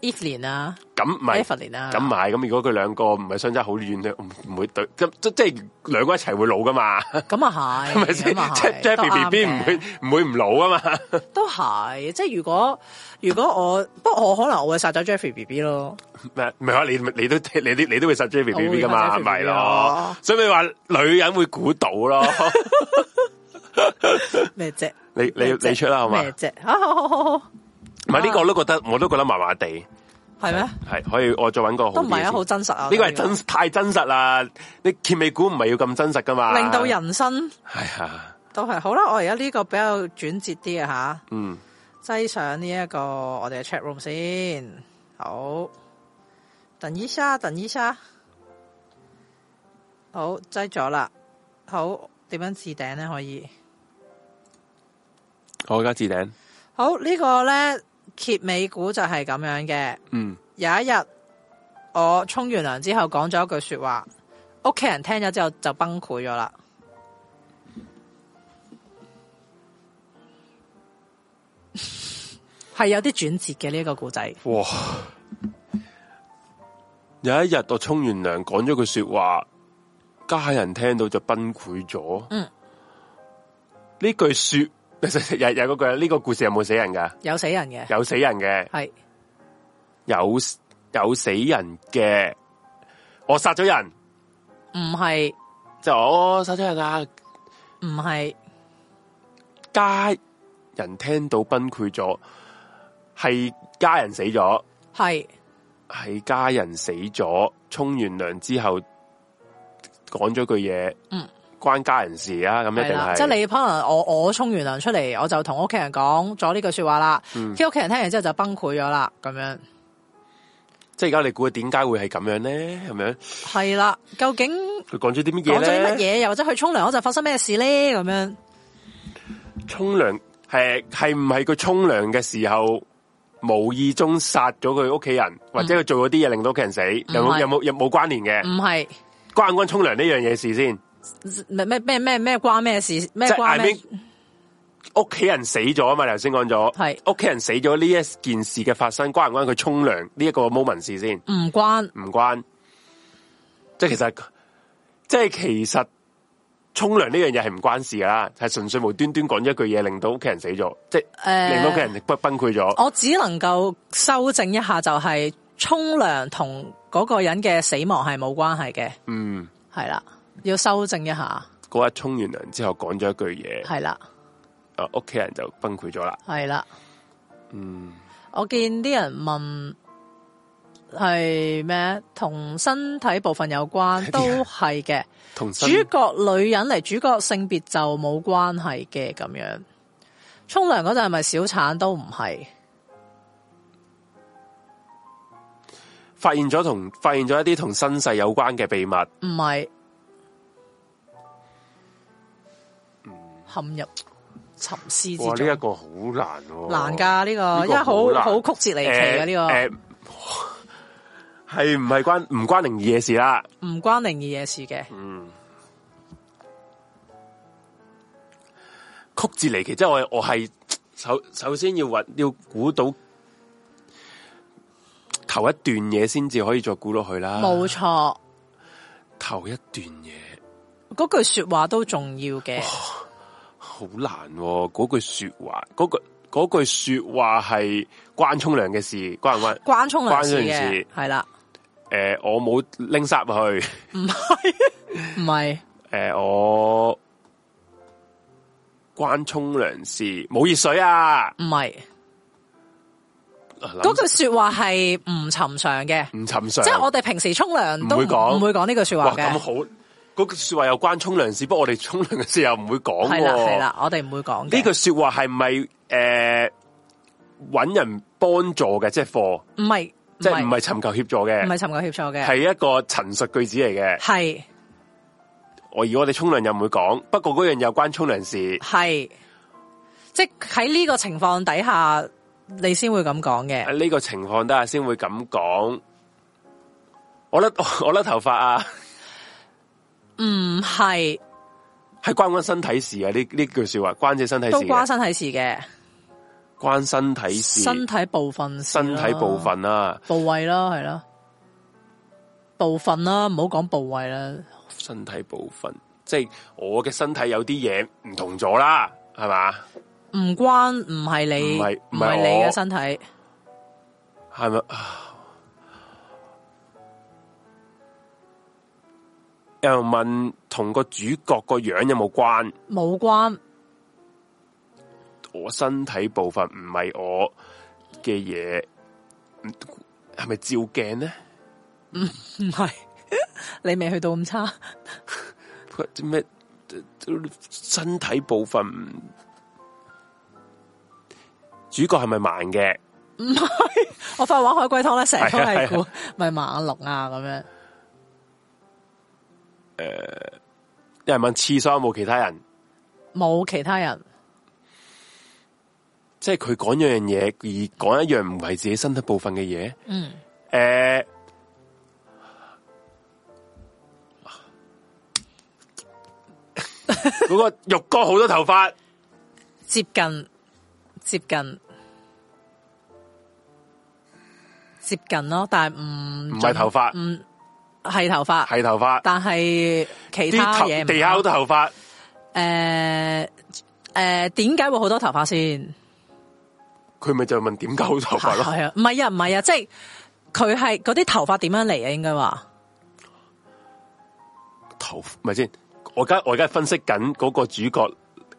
A: ，Evelyn 啊
B: 咁唔係
A: ，Evelyn 啊，
B: 咁唔係咁，如果佢兩個唔係相差好遠咧，唔唔會對即即即係兩個一齊會老噶嘛，係
A: 咁啊係，
B: 咪先？
A: 咁啊
B: 即
A: 係
B: 即
A: 都
B: Jeffy
A: 啱
B: B B
A: 嘅
B: 唔會唔會唔老啊嘛，
A: 都係，即係如果如果我不過我可能我會殺咗 Jeffrey B B 咯，
B: 咪咪話你你都你你你都會殺 Jeffy
A: 我會
B: B B 噶
A: 殺
B: 嘛，
A: Jeffrey
B: 咪
A: BB
B: 咯
A: 咯？
B: 所以咪話女人會估 到咯，
A: 咩啫？
B: 你你
A: 咩啫
B: 你出啦好嘛
A: 咩啫？ 啊好好好好，
B: 唔係呢個我都覺得我都覺得麻麻地，
A: 係咩？
B: 係可以我再揾個好
A: 都
B: 啲
A: 唔係啊，
B: 先
A: 好真實啊！
B: 呢個係
A: 我覺得
B: 真太真實啦！你揭尾股唔係要咁真實噶嘛？
A: 令到人生
B: 係啊，
A: 都係好啦。我而家呢個比較轉折啲嘅吓，
B: 嗯，
A: 擠上呢一個我哋嘅 chat room 先。好，等一下，等一下。好，擠咗啦。好，點樣置頂咧？可以？
B: 我而家置頂，
A: 好，呢個咧揭尾股就係咁樣嘅。
B: 嗯，
A: 有一日我沖完涼之後講咗一句说話，屋企人聽咗之後就崩潰咗啦。 係有啲轉折嘅呢一個故仔，
B: 哇！有一日我沖完涼講咗句說話，家人聽到就崩潰咗。
A: 嗯，
B: 呢句说 有有嗰句啊呢個故事有冇死人噶？
A: 有死人嘅，
B: 有死人嘅，
A: 係
B: 有有死人嘅，我殺咗人，
A: 唔係
B: 就我哦殺咗人啊啦。
A: 唔係
B: 家人聽到崩潰咗，係家人死咗，
A: 係
B: 係家人死咗，沖完涼之後講咗句嘢，
A: 嗯，
B: 關家人事啊，咁一
A: 係
B: 定
A: 啦，
B: 係，
A: 即係你可能我我沖完涼出嚟，我就同屋企人講咗呢句说話啦，
B: 嗯
A: 跟住屋企人聽完之後就崩潰咗啦，咁樣。
B: 即係而家你估佢點解會係咁樣咧？咁樣
A: 係啦，究竟
B: 佢講咗啲乜嘢
A: 講咗啲乜
B: 咧？
A: 嘢，又或者去沖涼嗰陣發生咩事咧？咁樣。
B: 沖涼係係唔係佢沖涼嘅時候？無意中殺咗佢屋企人，或者佢做咗啲嘢令到屋企人死，有冇
A: 嗯係嗯
B: 有冇有冇關聯嘅？
A: 唔係
B: 關唔關沖涼呢樣嘢事先？
A: 咩咩咩咩咩關咩事咩
B: 即係
A: 關
B: I
A: 咩
B: mean，屋企人死咗啊嘛，你頭先講咗，
A: 係
B: 屋企人死咗呢一件事嘅發生，關唔關佢沖涼呢一個 moment 事先？
A: 唔關
B: 唔關，即係其實，即係其實沖涼呢樣嘢係唔關事噶啦，係純粹無端端講咗一句嘢，令到屋企人死咗，即係
A: 誒哦
B: 令到屋企人崩崩潰咗。
A: 我只能夠修正一下，就係沖涼同嗰個人嘅死亡係冇關係嘅，
B: 嗯，
A: 係啦，要修正一下，
B: 嗰日沖完涼之後講咗一句嘢，
A: 係啦，
B: 啊屋企人就崩潰咗啦。
A: 係啦。
B: 嗯，
A: 我見啲人問係咩，同身體部分有 關，都係嘅。
B: 同身
A: 主角女人嚟，主角性別就冇關係嘅咁樣。沖涼嗰陣係咪小產都唔係？
B: 發現咗同發現咗一啲同身世有關嘅秘密，
A: 唔係陷入沉思之
B: 嗯哇！呢、
A: 中，
B: 一個好難喎、
A: 難㗎呢個，
B: 呢個
A: 因為好
B: 好難
A: 好曲折離奇嘅呢
B: 誒誒係呃唔係關唔關靈異嘅事啦？
A: 個，唔關靈異嘢事嘅，
B: 嗯曲折離奇，即係我我係首首先要揾要估到頭一段嘢先至可以再估落去啦。
A: 冇錯。
B: 頭一段嘢
A: 嗰句说話都重要嘅，
B: 好難喎、嗰句说話，嗰句嗰句说話係關沖涼嘅事，關唔關？
A: 關沖涼事
B: 關沖涼
A: 嘅
B: 事，
A: 係啦，
B: 诶、我冇拎衫入去，
A: 唔係
B: 诶、我關沖涼事冇熱水啊，
A: 唔係
B: 嗰嗯
A: 嗰句说話係唔尋常嘅，
B: 唔尋常，
A: 即係我哋平時沖涼都
B: 嗯唔會講
A: 唔會講呢句说
B: 哇
A: 話
B: 咁
A: 嘅，
B: 好，嗰句说話又關沖涼事，不過我哋沖涼嘅事又唔會講喎。
A: 係啦係啦，我哋唔會講嘅
B: 呢句说話係咪诶搵人幫助嘅，即係課，
A: 唔係
B: 即係唔
A: 係
B: 係尋求協助
A: 唔
B: 嘅，
A: 係尋求協助嘅，
B: 係一個陳述句子嚟嘅。
A: 係
B: 我而我哋沖涼又唔會講，不過嗰樣又關沖涼事。
A: 係即係喺呢個情況底下，你先會咁講嘅，
B: 喺呢個情況底下先會咁講。我甩 我甩頭髮啊，
A: 唔係
B: 係關唔關身體事啊？呢呢句说話關只身體事
A: 都
B: 嘅，
A: 關身體事嘅，
B: 關身體事，
A: 身體啊部分事
B: 身
A: 啦
B: 體部分啊，
A: 部位啦，係啦，部分啦，唔好講部位啦。
B: 身體部分，即係我嘅身體有啲嘢唔同咗啦，係嘛？
A: 唔關唔係你，
B: 唔係
A: 唔
B: 唔係
A: 係你嘅
B: 我
A: 身體，
B: 係咪啊？有人問同個主角個樣有冇關？
A: 冇關，
B: 我身體部分唔係我嘅嘢，唔係咪照鏡呢？
A: 唔係 你未去到咁差，
B: 佢咩身體部分唔？主角係咪盲嘅？
A: 我發玩海龜湯咧，成日都
B: 係啊
A: 係
B: 係啊
A: 估咪盲龍啊咁樣，
B: 有人問廁所有冇其他人？
A: 冇其他人，
B: 即係佢講一樣嘢，而講一樣唔係自己身體部分嘅嘢。
A: 嗯，
B: 诶、嗰個浴缸好多頭髮，
A: 接近接近接近咯，但係唔
B: 唔係頭髮
A: 唔係頭髮，
B: 係頭髮，
A: 但係其
B: 啲
A: 他
B: 頭
A: 嘢唔
B: 地下好多頭髮，
A: 誒誒點解會好多頭髮先？
B: 佢咪就問點解好多頭髮咯？
A: 係啊，唔係啊，唔係啊，即係佢係嗰啲頭髮點樣嚟啊？應該話
B: 頭咪先，我而家我而家分析緊嗰個主角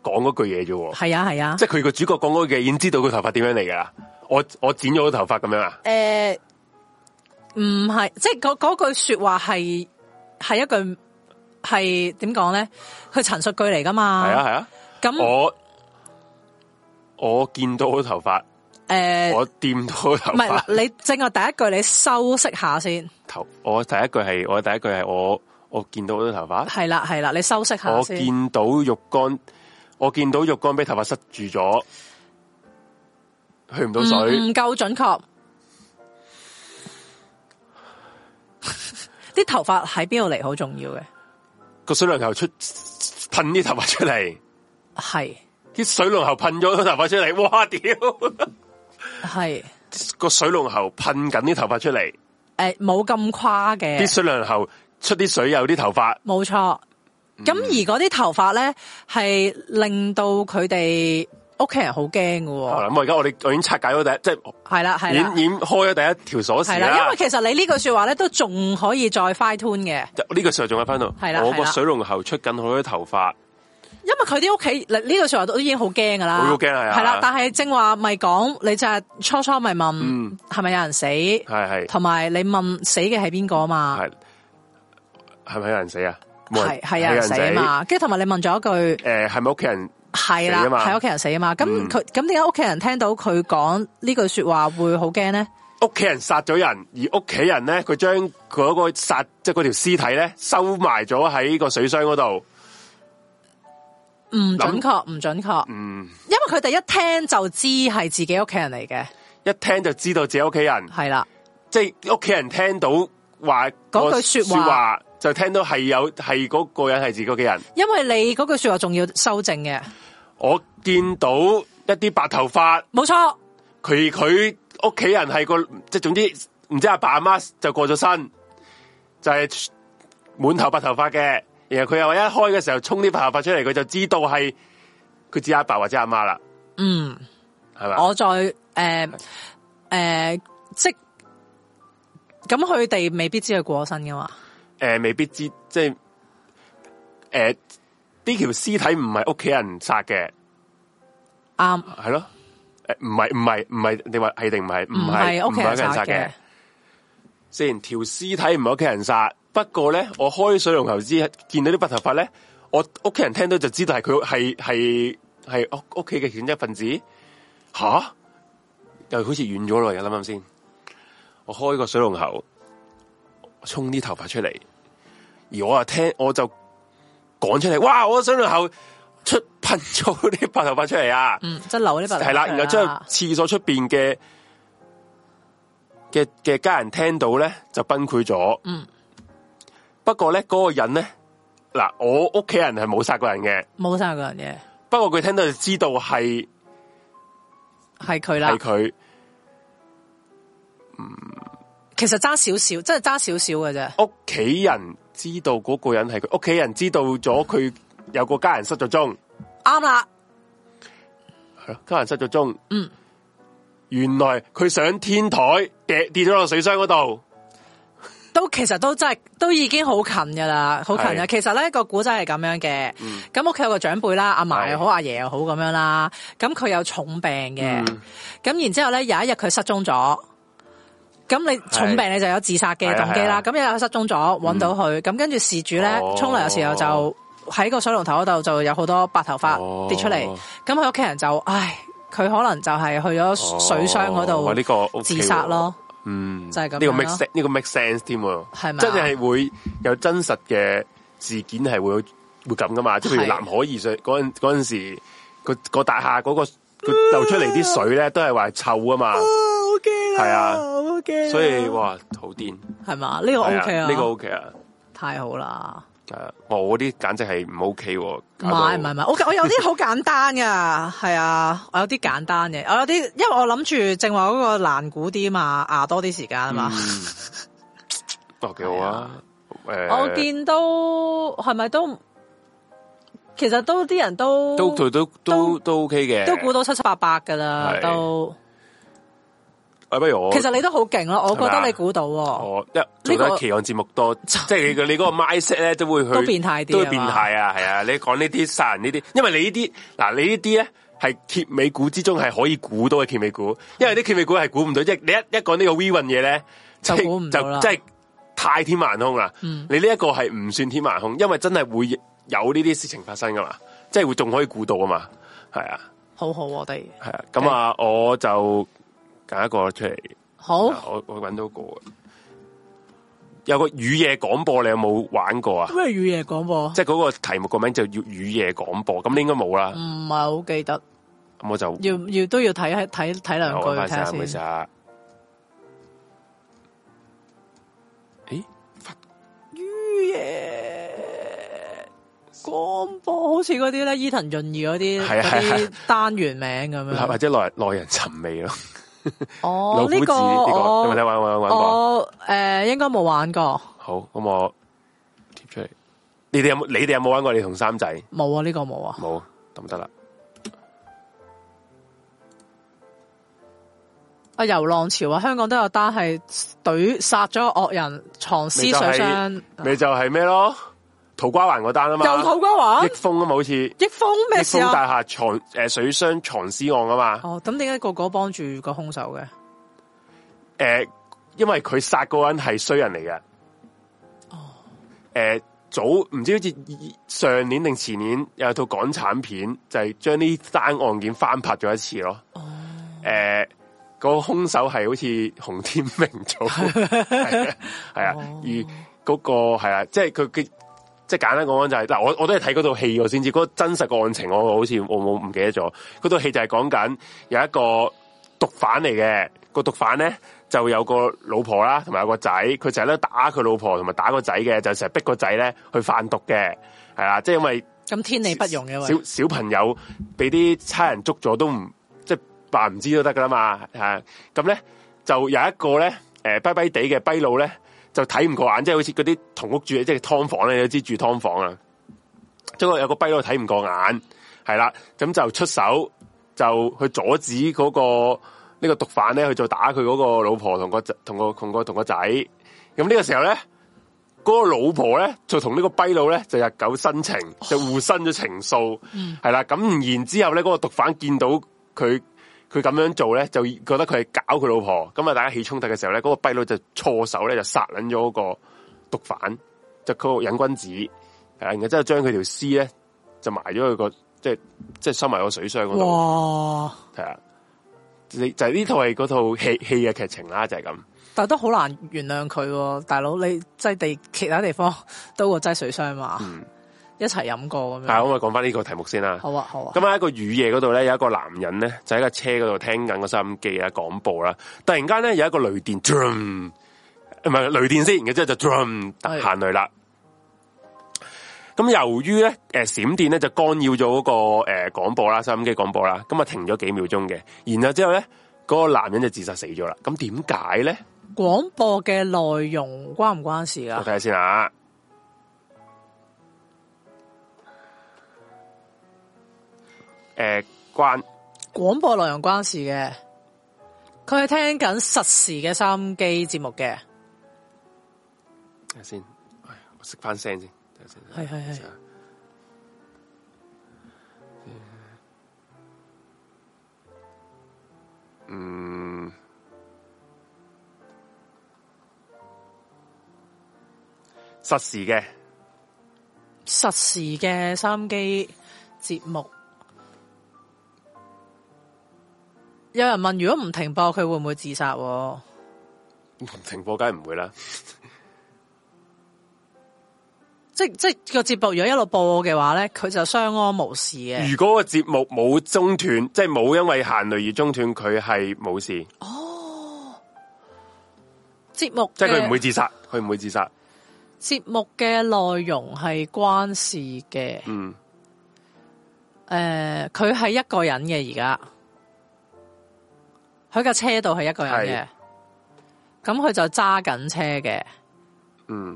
B: 講嗰句嘢啫喎，
A: 係啊，係啊，
B: 即係佢個主角講嗰句嘢已經知道佢頭髮點樣嚟噶啦。我我剪咗個頭髮咁樣啊，
A: 诶，唔係，即係嗰嗰句说話係係一句係點講咧？佢陳述句嚟噶嘛？
B: 係啊係啊，
A: 咁
B: 我我見到好多頭髮，
A: 诶，
B: 我掂到好多頭
A: 呃唔係
B: 髮。
A: 你正話第一句，你休息下先，
B: 头，我第一句系我第一句系我我见到好多头发，
A: 係啦係啦，你休息下
B: 我
A: 啊先，
B: 见到浴缸，我见到浴缸俾头发塞住咗，去唔到
A: 唔
B: 水，
A: 唔夠準確。 啲頭髮喺邊度嚟好重要嘅，
B: 个、水龙头出喷啲头发出嚟，
A: 係
B: 啲水龙头喷咗啲头发出嚟，哇屌！
A: 係。
B: 个水龙头喷紧啲头发出嚟，
A: 诶，冇咁誇
B: 啲
A: 嘅，
B: 水龙头出啲水有啲头发，
A: 冇錯。
B: 嗯
A: 咁而嗰啲頭髮咧，係令到佢哋屋企人好驚嘅
B: 好
A: 喎。
B: 哦啦咁我而家我哋我已经拆解咗第一，即
A: 係啦，係
B: 系已經
A: 啦
B: 已，經開咗第一條鎖
A: 係
B: 匙
A: 啦。因
B: 啦
A: 為。其實你呢句说話咧，都仲可以再 fine tune 嘅，
B: 呢個時候仲喺翻度，
A: 係啦
B: 我
A: 係
B: 個
A: 啦
B: 水龍頭出緊好多頭髮，
A: 因為佢啲屋企嗱呢句说話都已經好驚噶啦，
B: 好驚係啊
A: 係啦，但係正話咪講，你就係初初咪問
B: 嗯
A: 係咪有人死，
B: 係係。
A: 同埋你問死嘅係邊個嘛？
B: 系系咪有人死啊？冇
A: 係係有人死啊嘛？跟住同埋你問咗一句。
B: 诶，系咪屋企人？
A: 系啦，
B: 死啊嘛嗯
A: 係屋企人死啊嘛。咁佢咁點解屋企人聽到佢講呢句说話會好驚咧？
B: 屋企人殺咗人，而屋企人咧佢將佢嗰個殺即係嗰條屍體咧收埋咗喺個水箱嗰度。
A: 唔準確，唔準確。嗯，因為佢哋一聽就知係自己屋企人嚟嘅，
B: 一聽就知道自己屋企人，
A: 係啦，
B: 即係屋企人聽到話
A: 嗰
B: 個
A: 句說
B: 說
A: 話
B: 話，就聽到係有係嗰個人係自己屋企人。
A: 因為你嗰句说話仲要修正嘅，
B: 我見到一啲白頭髮，
A: 冇錯，
B: 佢佢屋企人係個即係總之唔知阿爸阿媽就過咗身，就係滿頭白頭髮嘅。然後佢又一開嘅時候沖啲白頭髮出嚟，佢就知道係佢知阿爸或者阿媽啦，
A: 嗯，
B: 係咪？
A: 我再诶诶，即咁佢哋未必知佢過身噶嘛，
B: 诶、未必知，即系诶呢條屍體唔係屋企人殺嘅，
A: 啱，
B: 係咯？诶、唔係唔係唔係，你話係定唔係？唔
A: 唔
B: 係
A: 係
B: 唔
A: 屋企
B: 係
A: 人
B: 屋企人
A: 殺
B: 殺
A: 嘅
B: 嘅。。雖然條屍體唔係屋企人殺，不過咧，我開水龍頭之見到啲白頭髮咧，我屋企人聽到就知道係佢係係係屋屋企嘅其中一份子。吓，又好似遠咗咯，而家諗諗先。我開個水龍頭，我沖啲頭髮出嚟，而我又聽我就講出嚟，哇！我個水龍頭出 噴咗啲白頭髮出嚟啊！
A: 嗯，即係留呢筆
B: 系啦，然後將廁所出边嘅嘅嘅家人聽到咧就崩潰咗。
A: 嗯，
B: 不過咧嗰、個人咧，嗱我屋企人係冇殺過人嘅，
A: 冇晒嗰樣嘢，
B: 不過佢聽到就知道係
A: 係佢啦
B: 係。佢，
A: 其實爭少少，真係爭少少嘅啫。
B: 屋企人知道嗰個人係佢，屋企人知道咗佢有個家人失咗蹤，
A: 啱啦，
B: 係咯，家人失咗蹤。
A: 嗯，
B: 原來佢上天台跌跌咗落水箱嗰度。
A: 都其實都真係都已經好近噶啦，好近啊！
B: 係嗯
A: 其實咧個古仔係咁樣嘅，咁屋企有個長輩啦，阿嫲又好，阿爺又好咁樣啦，咁佢有重病嘅，
B: 嗯
A: 咁、然之後咧有一日佢失蹤咗。咁你重病你就有自殺嘅
B: 係啊
A: 動機啦，
B: 係
A: 咁有一日失蹤咗，揾到佢，咁跟住事主咧
B: 哦
A: 沖涼嘅時候就喺個水龍頭嗰度就有好多白頭髮
B: 哦
A: 跌出嚟，咁佢屋企人就唉，佢可能就係去咗水箱嗰
B: 哦哇呢個 OK
A: 度
B: 喎
A: 自殺咯。
B: 嗯，
A: 就係咁
B: 呢
A: 樣
B: 個 make
A: 咯
B: sense，呢個 make sense 添喎，
A: 係咪啊
B: 真係會有真實嘅事件係會會咁噶嘛？即係
A: 係
B: 譬如南海二水嗰陣嗰陣時，個個大廈嗰、個佢流出嚟啲水咧，都係話臭啊 嘛，
A: O K
B: 係啊
A: ，O K
B: 所以哇，好癲，
A: 系嘛？呢個
B: 係
A: O
B: 啊
A: K 啊，
B: 呢個 OK 啊，
A: 太好啦！
B: 係啊，我啲簡直係唔 OK 喎，
A: 唔
B: 搞到
A: 係唔係唔係，我我有啲好簡單噶，係啊，我有啲簡單嘅，我有啲，因為我諗住正話嗰個難估啲嘛，捱多啲時間啊嘛。
B: 嗯哦，幾好啊，誒，
A: 我見都係咪都，其實都啲人都
B: 都都都都都 OK 嘅，
A: 都估到七七八八噶啦，
B: 係
A: 都。
B: 啊，不如我
A: 其實你都好勁咯，我覺
B: 係
A: 得
B: 咪啊
A: 你估到喎。
B: 我一
A: 哦
B: 做
A: 呢
B: 得
A: 個嗯
B: 奇案節目多，即係你個你嗰個 mindset 咧都會去
A: 都變態啲
B: 都
A: 係
B: 會
A: 嘛
B: 變態啊，係啊！你講呢啲殺人呢啲，因為你呢啲嗱你呢啲咧係揭尾股之中係可以估到嘅揭尾股，因為啲揭尾股係估唔到，即你一一講呢個 V 運嘢咧，
A: 就
B: 即係
A: 估唔到啦嗯
B: 就真係太天馬行空啦！你呢一個係唔算天馬行空，因為真係會有呢啲事情發生噶嘛，即係會仲可以估到啊嘛，係啊
A: 好好，我哋
B: 係啊，咁啊我就揀一個出嚟。
A: 好
B: 嗱我我揾到個啊，有個雨夜廣播，你有冇玩過啊？
A: 咩語嘢廣播？
B: 即係嗰個題目個名就叫雨夜廣播，咁你應該冇啦。
A: 唔係好記得。
B: 咁我就
A: 嗯要要都要睇睇睇睇兩句
B: 我
A: 睇
B: 翻
A: 下
B: 下佢
A: 先。
B: 下。誒，
A: 嗯廣播好似嗰啲咧，伊藤潤二嗰啲
B: 係啊
A: 嗰
B: 係
A: 啲
B: 啊
A: 單元名咁
B: 或
A: 樣。
B: 者耐耐人尋味咯。老
A: 哦，
B: 夫
A: 呢
B: 子呢
A: 個哦
B: 個有冇睇
A: 我
B: 玩玩玩過？
A: 我誒應該冇玩過，
B: 好，咁我貼出嚟。你哋有冇？你哋有冇玩過？你同三仔
A: 冇啊，呢個冇啊。
B: 冇得唔得啦？
A: 啊，遊浪潮啊，香港都有單係懟殺咗個惡人藏屍水
B: 咪就係
A: 箱，
B: 咪就係咩咯？土瓜灣嗰單啊嘛，
A: 又土瓜
B: 益
A: 灣
B: 豐啊嘛，好似。
A: 益豐
B: 益
A: 咩事
B: 豐
A: 啊？
B: 大廈藏诶水箱藏屍案啊嘛，
A: 哦，咁點解個個幫住個兇手嘅？
B: 诶、呃因為佢殺嗰個人係衰人嚟嘅。哦。诶、早唔知好似上年定前年有套港產片，就係將呢單案件翻拍咗一次咯。哦。诶、個兇手係好似洪天明做，係啊，係啊，而嗰個係啊，即係佢佢即係簡單講講就係嗱，我我都係睇嗰套戲我先知，嗰個真實個案情我好似我冇唔記得咗，嗰套戲就係講緊有一個毒販嚟嘅，個毒販咧就有個老婆啦，同埋有個仔，佢成日都打佢老婆同埋打個仔嘅，就成日逼個仔咧去販毒嘅，係啦，即係因為。
A: 咁天理不容嘅
B: 小
A: 喂，
B: 小朋友俾啲差人捉咗都唔即係扮唔知都得噶啦嘛，吓咁咧就有一個咧誒跛跛地嘅跛佬咧就睇唔過眼，即係好似嗰啲同屋住即係劏房咧，你都知住劏房啊，中國有個跛佬睇唔過眼，係啦，咁就出手就去阻止嗰、個呢、個毒販咧去做打佢嗰個老婆同個仔同個同個同個仔，咁呢個時候咧。嗰個老婆咧就同呢個跛佬咧就日久生情，就互生咗情愫，係啦、咁然之後咧，嗰、個毒販見到佢佢咁樣做咧，就覺得佢係搞佢老婆。咁啊，大家起衝突嘅時候咧，嗰、個跛佬就錯手咧就殺撚咗嗰個毒販，就嗰個癮君子，係啦啊然後之後將佢條屍咧就埋咗佢個即係即係收埋個水箱嗰度，
A: 哇！
B: 係啊。你就係呢套係嗰套戲戲嘅劇情啦，就係、咁。
A: 但都好難原諒佢喎，大佬你即係地其他地方都個擠水箱嘛，一齊飲過咁
B: 啊，
A: 樣。
B: 咁啊，講翻呢個題目先啦。
A: 好啊，好啊。
B: 咁喺一個雨夜嗰度咧，有一個男人咧就喺架車嗰度聽緊個收音機啊廣播啦。突然間咧有一個雷電 drum，唔係雷電先，然之後就 drum
A: 係
B: 行雷啦。咁由於咧誒閃電咧就干擾咗嗰個誒廣播啦，收音機廣播啦，咁啊停咗幾秒鐘嘅。然後之後咧嗰、個男人就自殺死咗啦。咁點解咧？
A: 廣播嘅內容關唔關事
B: 我
A: 噶？
B: 睇下先啊。誒、關
A: 廣播內容關事嘅，佢係聽緊實時嘅收音機節目嘅，
B: 睇下先，唉哎我熄翻聲先，睇下先。
A: 係係係。
B: 嗯，實時嘅，
A: 實時嘅收音機節目。有人問，如果唔停播，佢會唔會自殺喎？
B: 停播梗係唔會啦。
A: 即即個節目如果一路播嘅話咧，佢就相安無事嘅。
B: 如果個節目冇中斷，即係冇因為行雷而中斷，佢係冇事，
A: 節目
B: 即係佢
A: 嘅
B: 唔會自殺，佢唔會自殺。
A: 節目嘅內容係關事嘅。
B: 嗯，
A: 诶、佢係一個人嘅而家，佢架車度係一個人嘅
B: 係，
A: 咁佢就揸緊車嘅，
B: 嗯，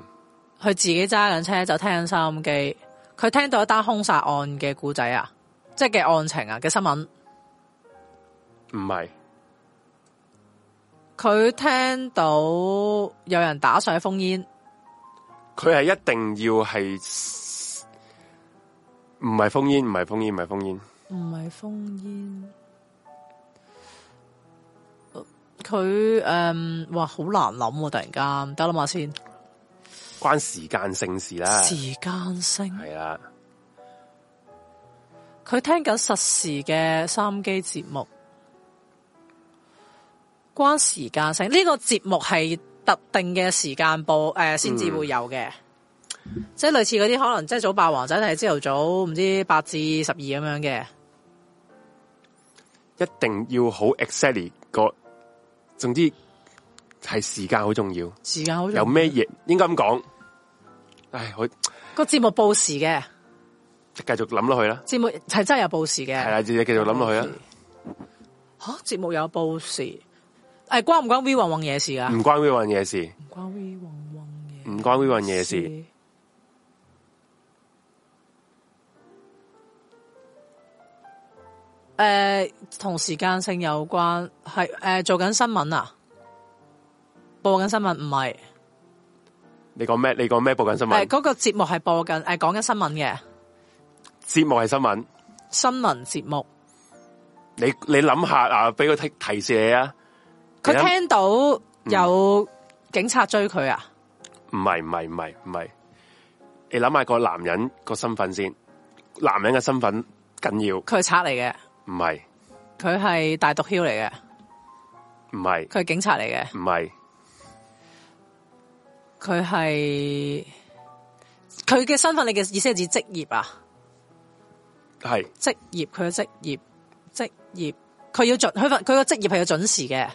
A: 佢自己揸緊車就聽收音機，佢聽到一單兇殺案嘅故仔啊，即係嘅案情啊嘅新聞，
B: 唔係，
A: 佢聽到有人打上一封煙，
B: 佢係一定要係唔係封煙，唔係封煙，唔係封煙。
A: 唔係封煙。佢诶、誒哇，好難諗喎、突然間，等我諗下先。
B: 關時間性事啦，
A: 時間性
B: 係啦，
A: 佢聽緊實時嘅收音機節目，關時間性。呢、個節目係特定嘅時間播誒先至
B: 嗯
A: 會有嘅，即係類似嗰啲可能即係早霸王仔係朝頭早唔知八至十二咁樣嘅。
B: 一定要好 exactly 個，總之係時間好重要。
A: 時間好重要
B: 有咩嘢應該咁講？唉，我繼
A: 個節目報時嘅
B: 續諗落去啦，
A: 節目係真係有報時嘅，
B: 係啦，啊自己繼續諗落去啊啦。
A: 嚇節目有報時，誒、關唔關 V 運運嘢事啊？
B: 唔關 We 運嘢事，
A: 唔關 V 運運嘢。
B: 唔關 We 運嘢事。
A: 诶、同時間性有關，係诶、誒做緊新聞啊，播緊新聞唔係
B: 你講咩？你講咩？報緊新
A: 诶
B: 聞？
A: 嗰個節目係播緊诶講緊新聞嘅
B: 節目係新聞。
A: 新聞節目，
B: 你你諗下啊，俾個提提示你啊。
A: 佢
B: 你諗
A: 聽到有警察追佢啊，
B: 唔係唔係唔係唔係，你諗下個男人個身份先，男人嘅身份緊要，
A: 佢係賊嚟嘅，
B: 唔係
A: 佢係大毒枭嚟嘅，
B: 唔係
A: 佢係警察嚟嘅，
B: 唔係
A: 佢係佢嘅身份，你嘅意思係指職業啊？
B: 係
A: 職業，佢嘅職業，職業，佢要準，佢份佢個職業係要準時嘅，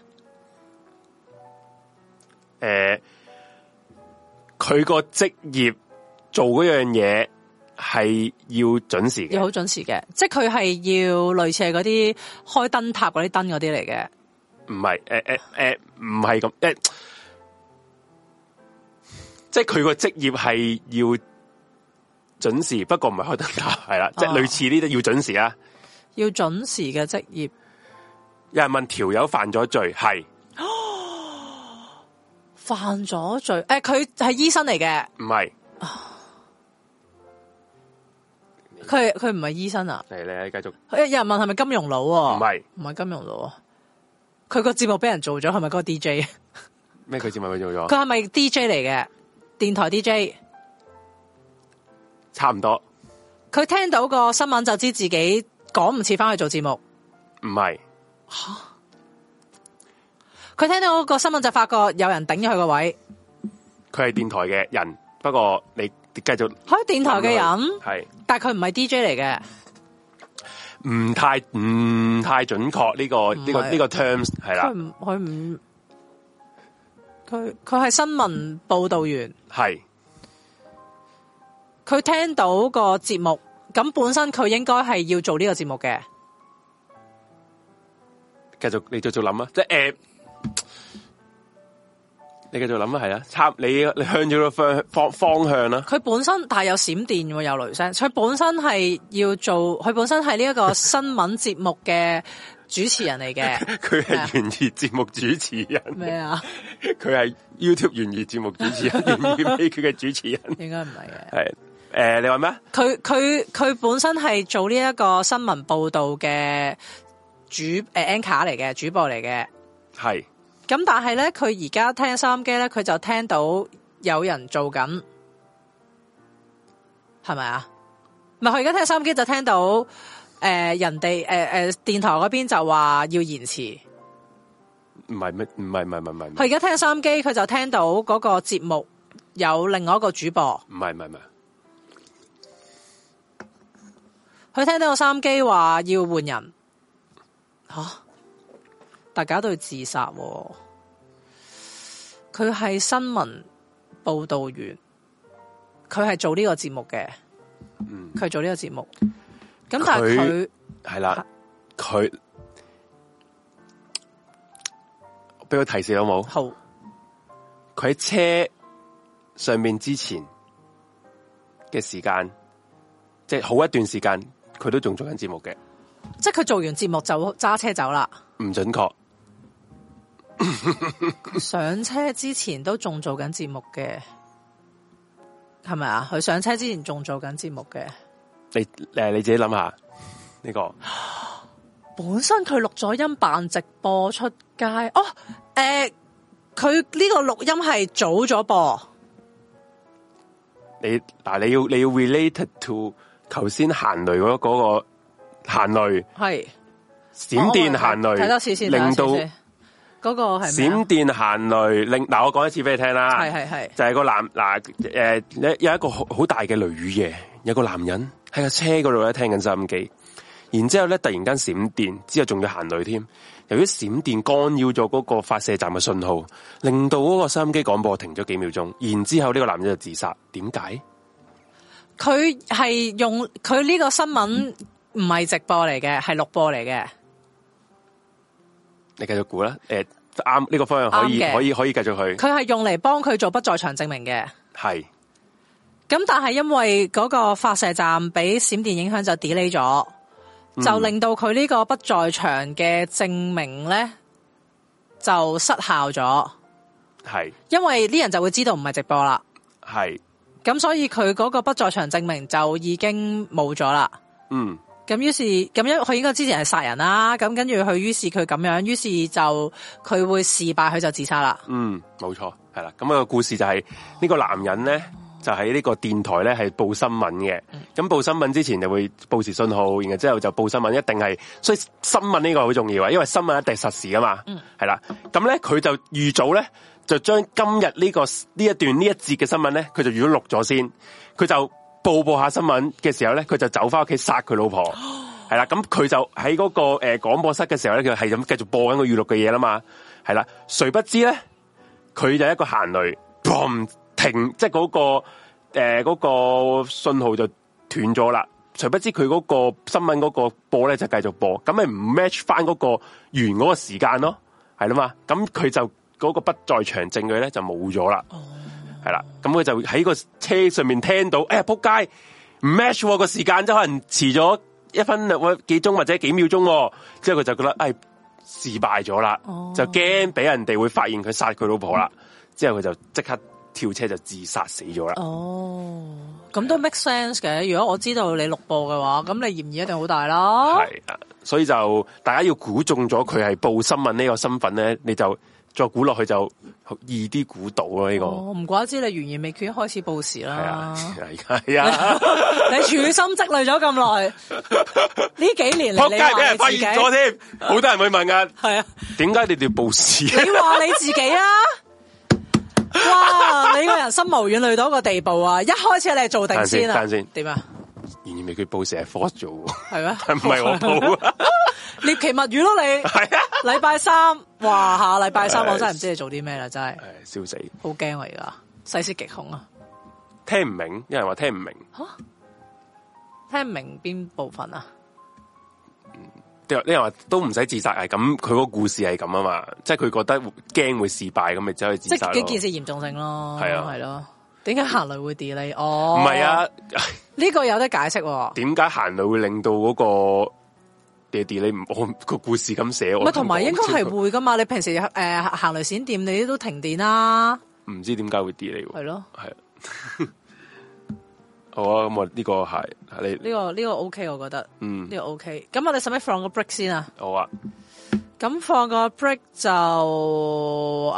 B: 诶，佢、個職業做嗰樣嘢係要準時
A: 要
B: 嘅，
A: 好準時嘅，即係佢係要類似係嗰啲開燈塔嗰啲燈嗰啲嚟嘅，
B: 唔係诶诶诶，唔係咁诶，即係佢個職業係要準時，不過唔係開燈塔，係啦，即係
A: 哦
B: 類似呢啲要準時啊。
A: 要準時嘅職業，
B: 有人問條友犯咗罪，係
A: 犯咗罪，誒、佢係醫生嚟嘅，
B: 唔係？
A: 佢佢唔係醫生啊，
B: 嚟嚟，繼續唔
A: 有人問係咪金融佬、喎？
B: 係
A: 唔係金融佬、喎。佢個節目俾人做咗，係咪嗰個 DJ？
B: 咩？佢節目佢做咗
A: 佢，係咪 DJ 嚟嘅？電台 DJ？
B: 差唔多，
A: 佢聽到個新聞就知自己趕唔切翻去做節目。
B: 唔係
A: 佢聽到個新聞就發覺有人頂咗佢個位，
B: 佢係電台嘅人，不過你繼續
A: 開電台嘅人，
B: 係。
A: 但係佢唔係 DJ 嚟嘅，
B: 唔太唔太準確呢、個呢、個
A: 唔係
B: 呢、個 terms 係
A: 佢
B: 啦，
A: 唔佢唔佢佢係新聞報導員，
B: 係
A: 佢聽到個節目，咁本身佢應該係要做呢個節目嘅，
B: 繼續你繼續諗啊，即係诶、誒你繼續諗啊，係啦，差你你向咗個方方方向啊 啦，
A: 佢本身但係有閃電喎，有雷聲，佢本身係要做，佢本身係呢一個新聞節目嘅主持人嚟 嘅
B: 佢係
A: 係啊
B: 懸疑節目主持人，
A: 咩啊？
B: 佢係 YouTube 懸疑節目主持人，懸疑秘訣嘅主持人，
A: 應該唔係嘅。
B: 係诶、呃誒你話咩？啊
A: 佢佢佢本身係做呢一個新聞報導嘅主誒 anchor 嚟嘅主播嚟嘅，
B: 係
A: 咁但係咧佢而家聽收音機咧，佢就聽到有人做緊，係咪啊？唔係佢而家聽收音機就聽到誒、呃人哋誒誒電台嗰邊就話要延遲，
B: 唔係咩？唔係唔係唔係唔係唔
A: 佢
B: 係
A: 而家聽收音機佢就聽到嗰個節目有另外一個主播。
B: 唔係唔係唔係
A: 佢聽到個收音機話要換人，吓、大家都要自殺、喎。佢係新聞報導員，佢係做呢個節目嘅，
B: 嗯
A: 佢係做呢個節目。咁但係佢
B: 係啦，佢俾個提示好冇？
A: 好
B: 佢喺車上面之前嘅時間，即係好一段時間，佢都仲做緊節目嘅，
A: 即係佢做完節目就揸車走啦。
B: 唔準確，
A: 上車之前都仲做緊節目嘅，係咪啊？佢上車之前仲做緊節目嘅，
B: 你诶你自己諗下呢、個
A: 本身佢錄咗音扮直播出街，哦，诶、佢呢個錄音係早咗播，
B: 你嗱你要你要 related to 頭先行雷嗰、嗰個行
A: 哦
B: 雷
A: 係哦
B: 閃電行
A: 我我睇多次
B: 雷，
A: 先，
B: 令到
A: 睇多次先嗰個係咩啊
B: 閃電行雷令嗱我講一次俾你聽啦，
A: 係係係
B: 就係個男嗱诶、呃有有一個好好大嘅雷雨夜，有個男人喺架車嗰度咧聽緊收音機，然之后咧突然間閃電，之後仲要行雷添。由於閃電干擾咗嗰個發射站嘅信號，令到嗰個收音機廣播停咗幾秒鐘。然之后呢個男人就自殺，點解？
A: 佢係用佢呢個新聞唔係直播嚟嘅，係錄播嚟嘅，
B: 你繼續估啦。诶、啱呢個方向可以
A: 啱嘅
B: 可以可以繼續去，
A: 佢係用嚟幫佢做不在場證明嘅。
B: 係
A: 咁但係因為嗰個發射站俾閃電影響就 delay 咗，
B: 嗯
A: 就令到佢呢個不在場嘅證明呢就失效咗，
B: 係
A: 因為啲人就會知道唔係直播啦。
B: 係，
A: 咁所以佢嗰個不在場證明就已經冇咗啦。
B: 嗯，
A: 咁於是咁因佢應該之前係殺人啦，咁跟住佢於是佢咁樣，於是就佢會事敗，佢就自殺啦。
B: 啊嗯，冇錯，係啦。咁、個故事就係呢個男人咧，就喺呢個電台咧係報新聞嘅。咁報新聞之前就會報時信號，然後之後就報新聞，一定係所以新聞呢個好重要啊，因為新聞一定實時噶嘛。係啦，咁咧佢就預早咧就將今日呢、個呢一段呢一節嘅新聞咧，佢就預咗錄咗先，佢就報報下新聞嘅時候咧，佢就走翻屋企殺佢老婆。係啦，咁佢就喺嗰、個誒廣、播室嘅時候咧，佢係咁繼續播緊個預錄嘅嘢啦嘛。係啦，誰不知咧？佢就一個行雷 boom 停，即係嗰、個呃诶嗰、個信號就斷咗啦。誰不知佢嗰個新聞嗰個播咧就繼續播，咁咪唔 match 翻嗰個完嗰個時間咯，係啦嘛。咁佢就嗰、個不在場證據咧就冇咗啦，係啦。咁佢就喺個車上面聽到，哎呀仆街唔 match 喎個時間，即係可能遲咗一分兩或幾鐘或者幾秒鐘、喎。之後佢就覺得哎事敗咗啦，
A: 哦
B: 就驚俾人哋會發現佢殺佢老婆啦。之後佢就即刻跳車就自殺死咗啦。
A: 哦，咁都 make sense 嘅。如果我知道你錄播嘅話，咁你嫌疑一定好大啦。
B: 係啊，所以就大家要估中咗佢係報新聞呢個身份咧，你就再估落去就易啲估到咯。呢、個係
A: 哦，唔怪之你懸而未決開始報時啦
B: 啊。，係啊，
A: 你處心積慮咗咁耐，呢幾年
B: 仆
A: 嚟你
B: 街俾
A: 話
B: 人
A: 你
B: 發
A: 自己
B: 現咗添，好多人會問啊，
A: 係啊，
B: 點解你哋報 時
A: 你話你自己啊？哇！你個人心無遠慮到一個地步啊！一開始你係做定先啊
B: 等陣先等陣先，
A: 點啊？
B: 原來佢報時係 force 做喎，
A: 係咩？
B: 係唔係我報 啊？
A: 獵奇物語咯，你
B: 係啊，
A: 禮拜三，哇下禮拜三
B: 係
A: 我真係唔知你做啲咩啦，真係
B: 唉，笑死！
A: 好驚啊我而家，細思極恐啊！
B: 聽唔明，有人話聽唔明。
A: 聽唔明邊部分啊？
B: 啲人啲人話都唔使自殺係咁，佢個故事係咁啊嘛，即係佢覺得驚會事敗咁，咪走去
A: 即
B: 自殺
A: 係
B: 咯。
A: 幾件事嚴重性咯，
B: 係啊
A: 係咯。點解行雷會 delay？哦
B: 唔，係，啊？
A: 呢個有得解釋喎。
B: 點解行路會令到嗰個爹哋你唔我個故事咁寫？
A: 唔
B: 我
A: 係同埋應該係會噶嘛？你平時誒、呃行雷閃電，你都停電啦，
B: 唔知點解會跌你喎？
A: 係咯。
B: 係 啊好啊，咁我呢個係
A: 呢、
B: 你
A: 個呢、個 OK，我覺得呢、
B: 嗯，
A: 個 OK。咁我哋使唔使放個 break 先啊？
B: 好啊，
A: 咁放個 break 就誒、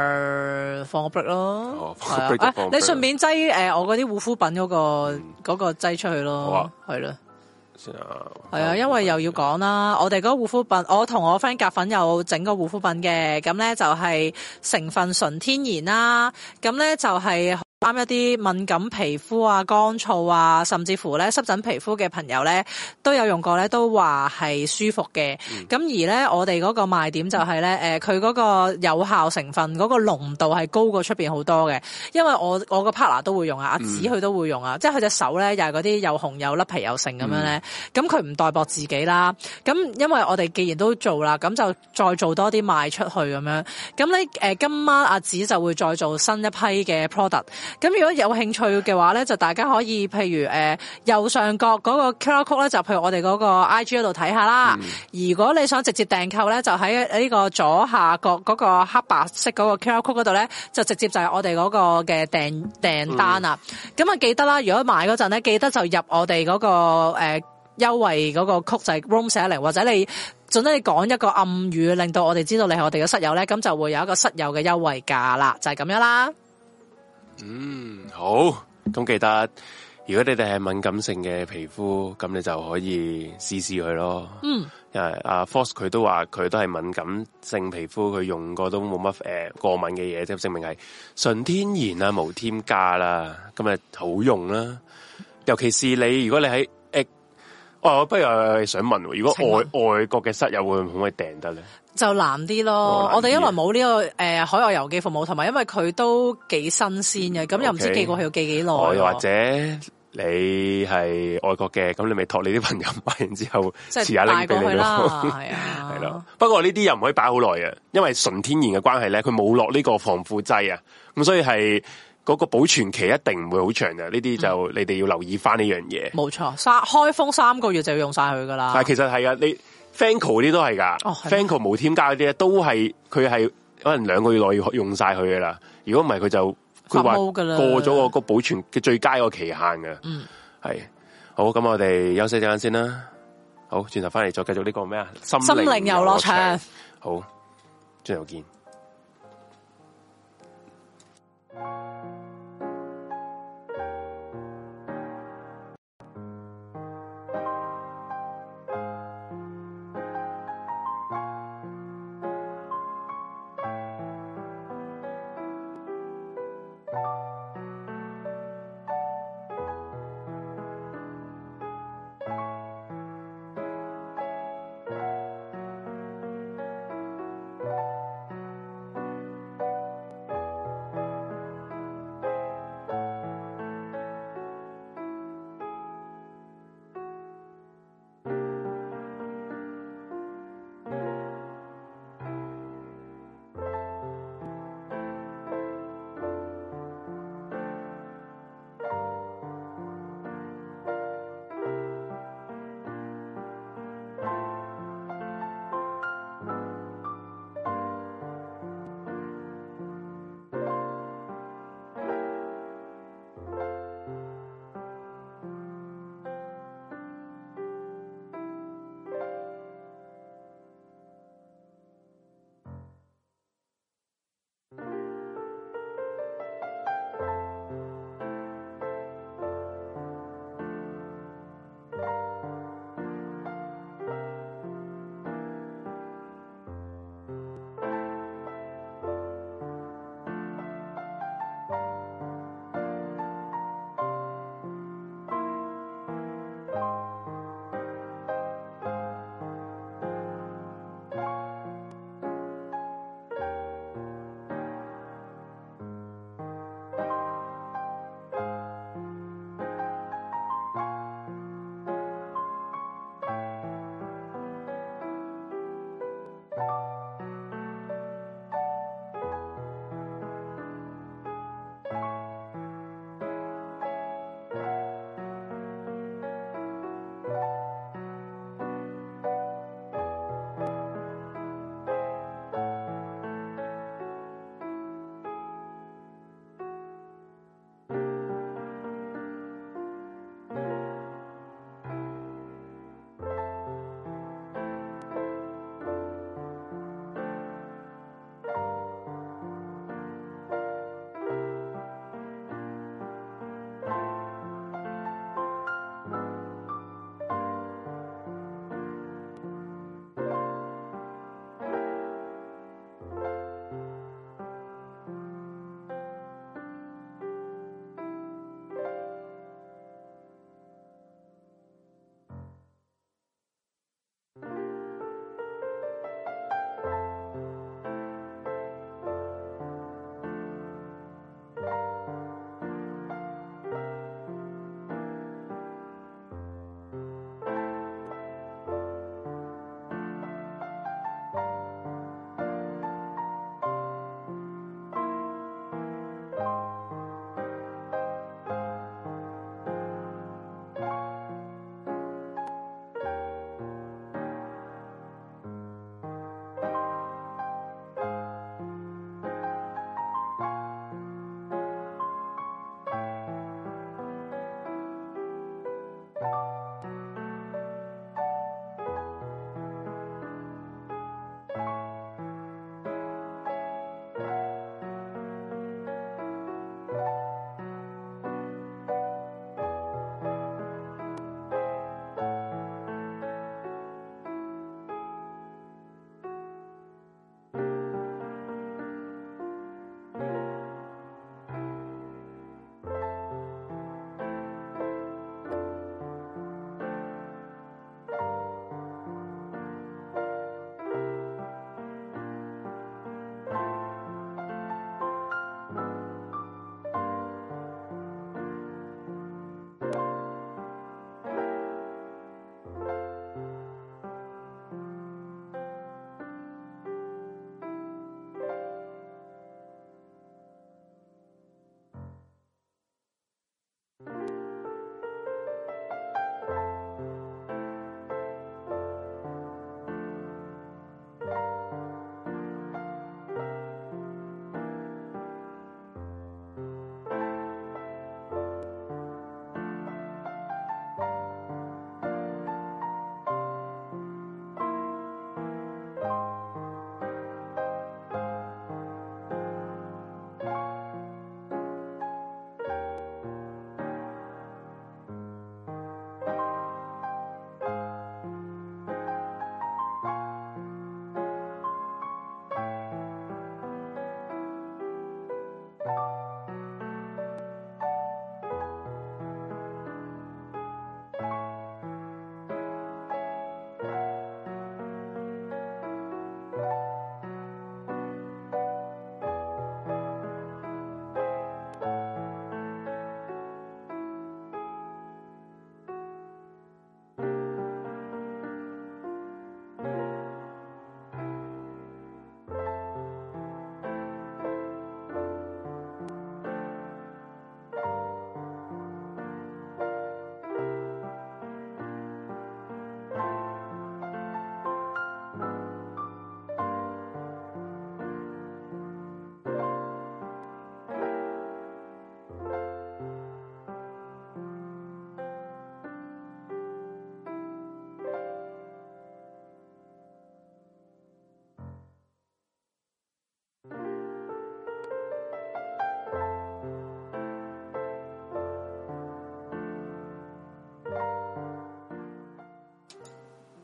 A: 呃放個 break 咯
B: 哦，放個
A: 係
B: break 就
A: 啊
B: 放
A: 啊
B: 個
A: 你
B: break
A: 順便擠誒、呃我嗰啲護膚品嗰、個嗰、個擠出去
B: 好
A: 咯
B: 啊，
A: 係咯。
B: 先啊，
A: 係啊，因為又要講啦，我哋嗰個護膚品，我同我 friend 夾粉有整個護膚品嘅，咁咧就係成分純天然啦，咁咧就係啱一啲敏感皮膚啊、乾燥啊，甚至乎咧濕疹皮膚嘅朋友咧都有用過咧，都話係舒服嘅。咁、而咧我哋嗰個賣點就係咧，誒佢嗰個有效成分嗰個濃度係高過出邊好多嘅，因為我我個 partner 都會用啊，阿子佢都會用啊，即係佢隻手咧又係嗰啲又紅又甩皮又剩咁樣咧。咁佢唔代薄自己啦。咁因為我哋既然都做啦，咁就再做多啲賣出去咁樣。咁咧誒，今晚阿紫就會再做新一批嘅 product。咁如果有興趣嘅話咧，就大家可以譬如誒、呃右上角嗰個 QR code 咧，就譬如我哋嗰個 IG 嗰度睇下啦。如果你想直接訂購咧，就喺呢個左下角嗰個黑白色嗰個 QR code 嗰度咧，就直接就係我哋嗰個嘅訂訂單啦。咁啊、記得啦，如果買嗰陣咧，記得就入我哋嗰、個、呃優惠嗰個曲就係 room 四一零，或者你總之你講一個暗語，令到我哋知道你係我哋嘅室友咧，咁就會有一個室友嘅優惠價啦，就係、咁樣啦。
B: 嗯好，咁記得。如果你哋係敏感性嘅皮膚，咁你就可以試試佢咯。
A: 嗯，
B: 因為阿 Force 佢都話佢都係敏感性皮膚，佢用過都冇乜誒過敏嘅嘢，即係證明係純天然啊，無添加啦，咁啊好用啦。尤其是你如果你喺誒，哦，我不如想問喎，如
A: 請
B: 果
A: 問
B: 外外國嘅室友會唔會訂得咧？
A: 就難啲咯
B: 哦。難啲
A: 我哋因為冇呢、個誒、呃海外郵寄服務，同埋因為佢都幾新鮮嘅，咁又唔知
B: OK
A: 寄過去要寄幾耐
B: 哦，又
A: 喎。
B: 或者你係外國嘅，咁你咪託你啲朋友買完之後，
A: 即
B: 遲
A: 係
B: 下
A: 帶
B: 拎
A: 過
B: 俾
A: 去
B: 你
A: 啦，
B: 咯。
A: 係啊，
B: 系啦，不過呢啲又唔可以擺好耐嘅，因為純天然嘅關係咧，佢冇落呢個防腐劑啊，咁所以係嗰個保存期一定唔會好長嘅。呢啲
A: 嗯
B: 就你哋要留意翻呢樣嘢。
A: 冇錯，三開封三個月就要用晒佢噶啦
B: 但係。其實係啊，你 Fanco 啲都係㗎
A: 哦係
B: f a n c o 冇添加嗰啲咧，都係佢係可能兩個月內要用晒佢㗎啦。如果唔係，佢就佢話
A: 發毛㗎啦
B: 過咗個個保存嘅最佳個期限嘅。嗯，係好，咁我哋休息陣間先啦。好，轉頭翻嚟再繼續呢個咩啊？心
A: 心靈遊樂場。
B: 好，轉頭見。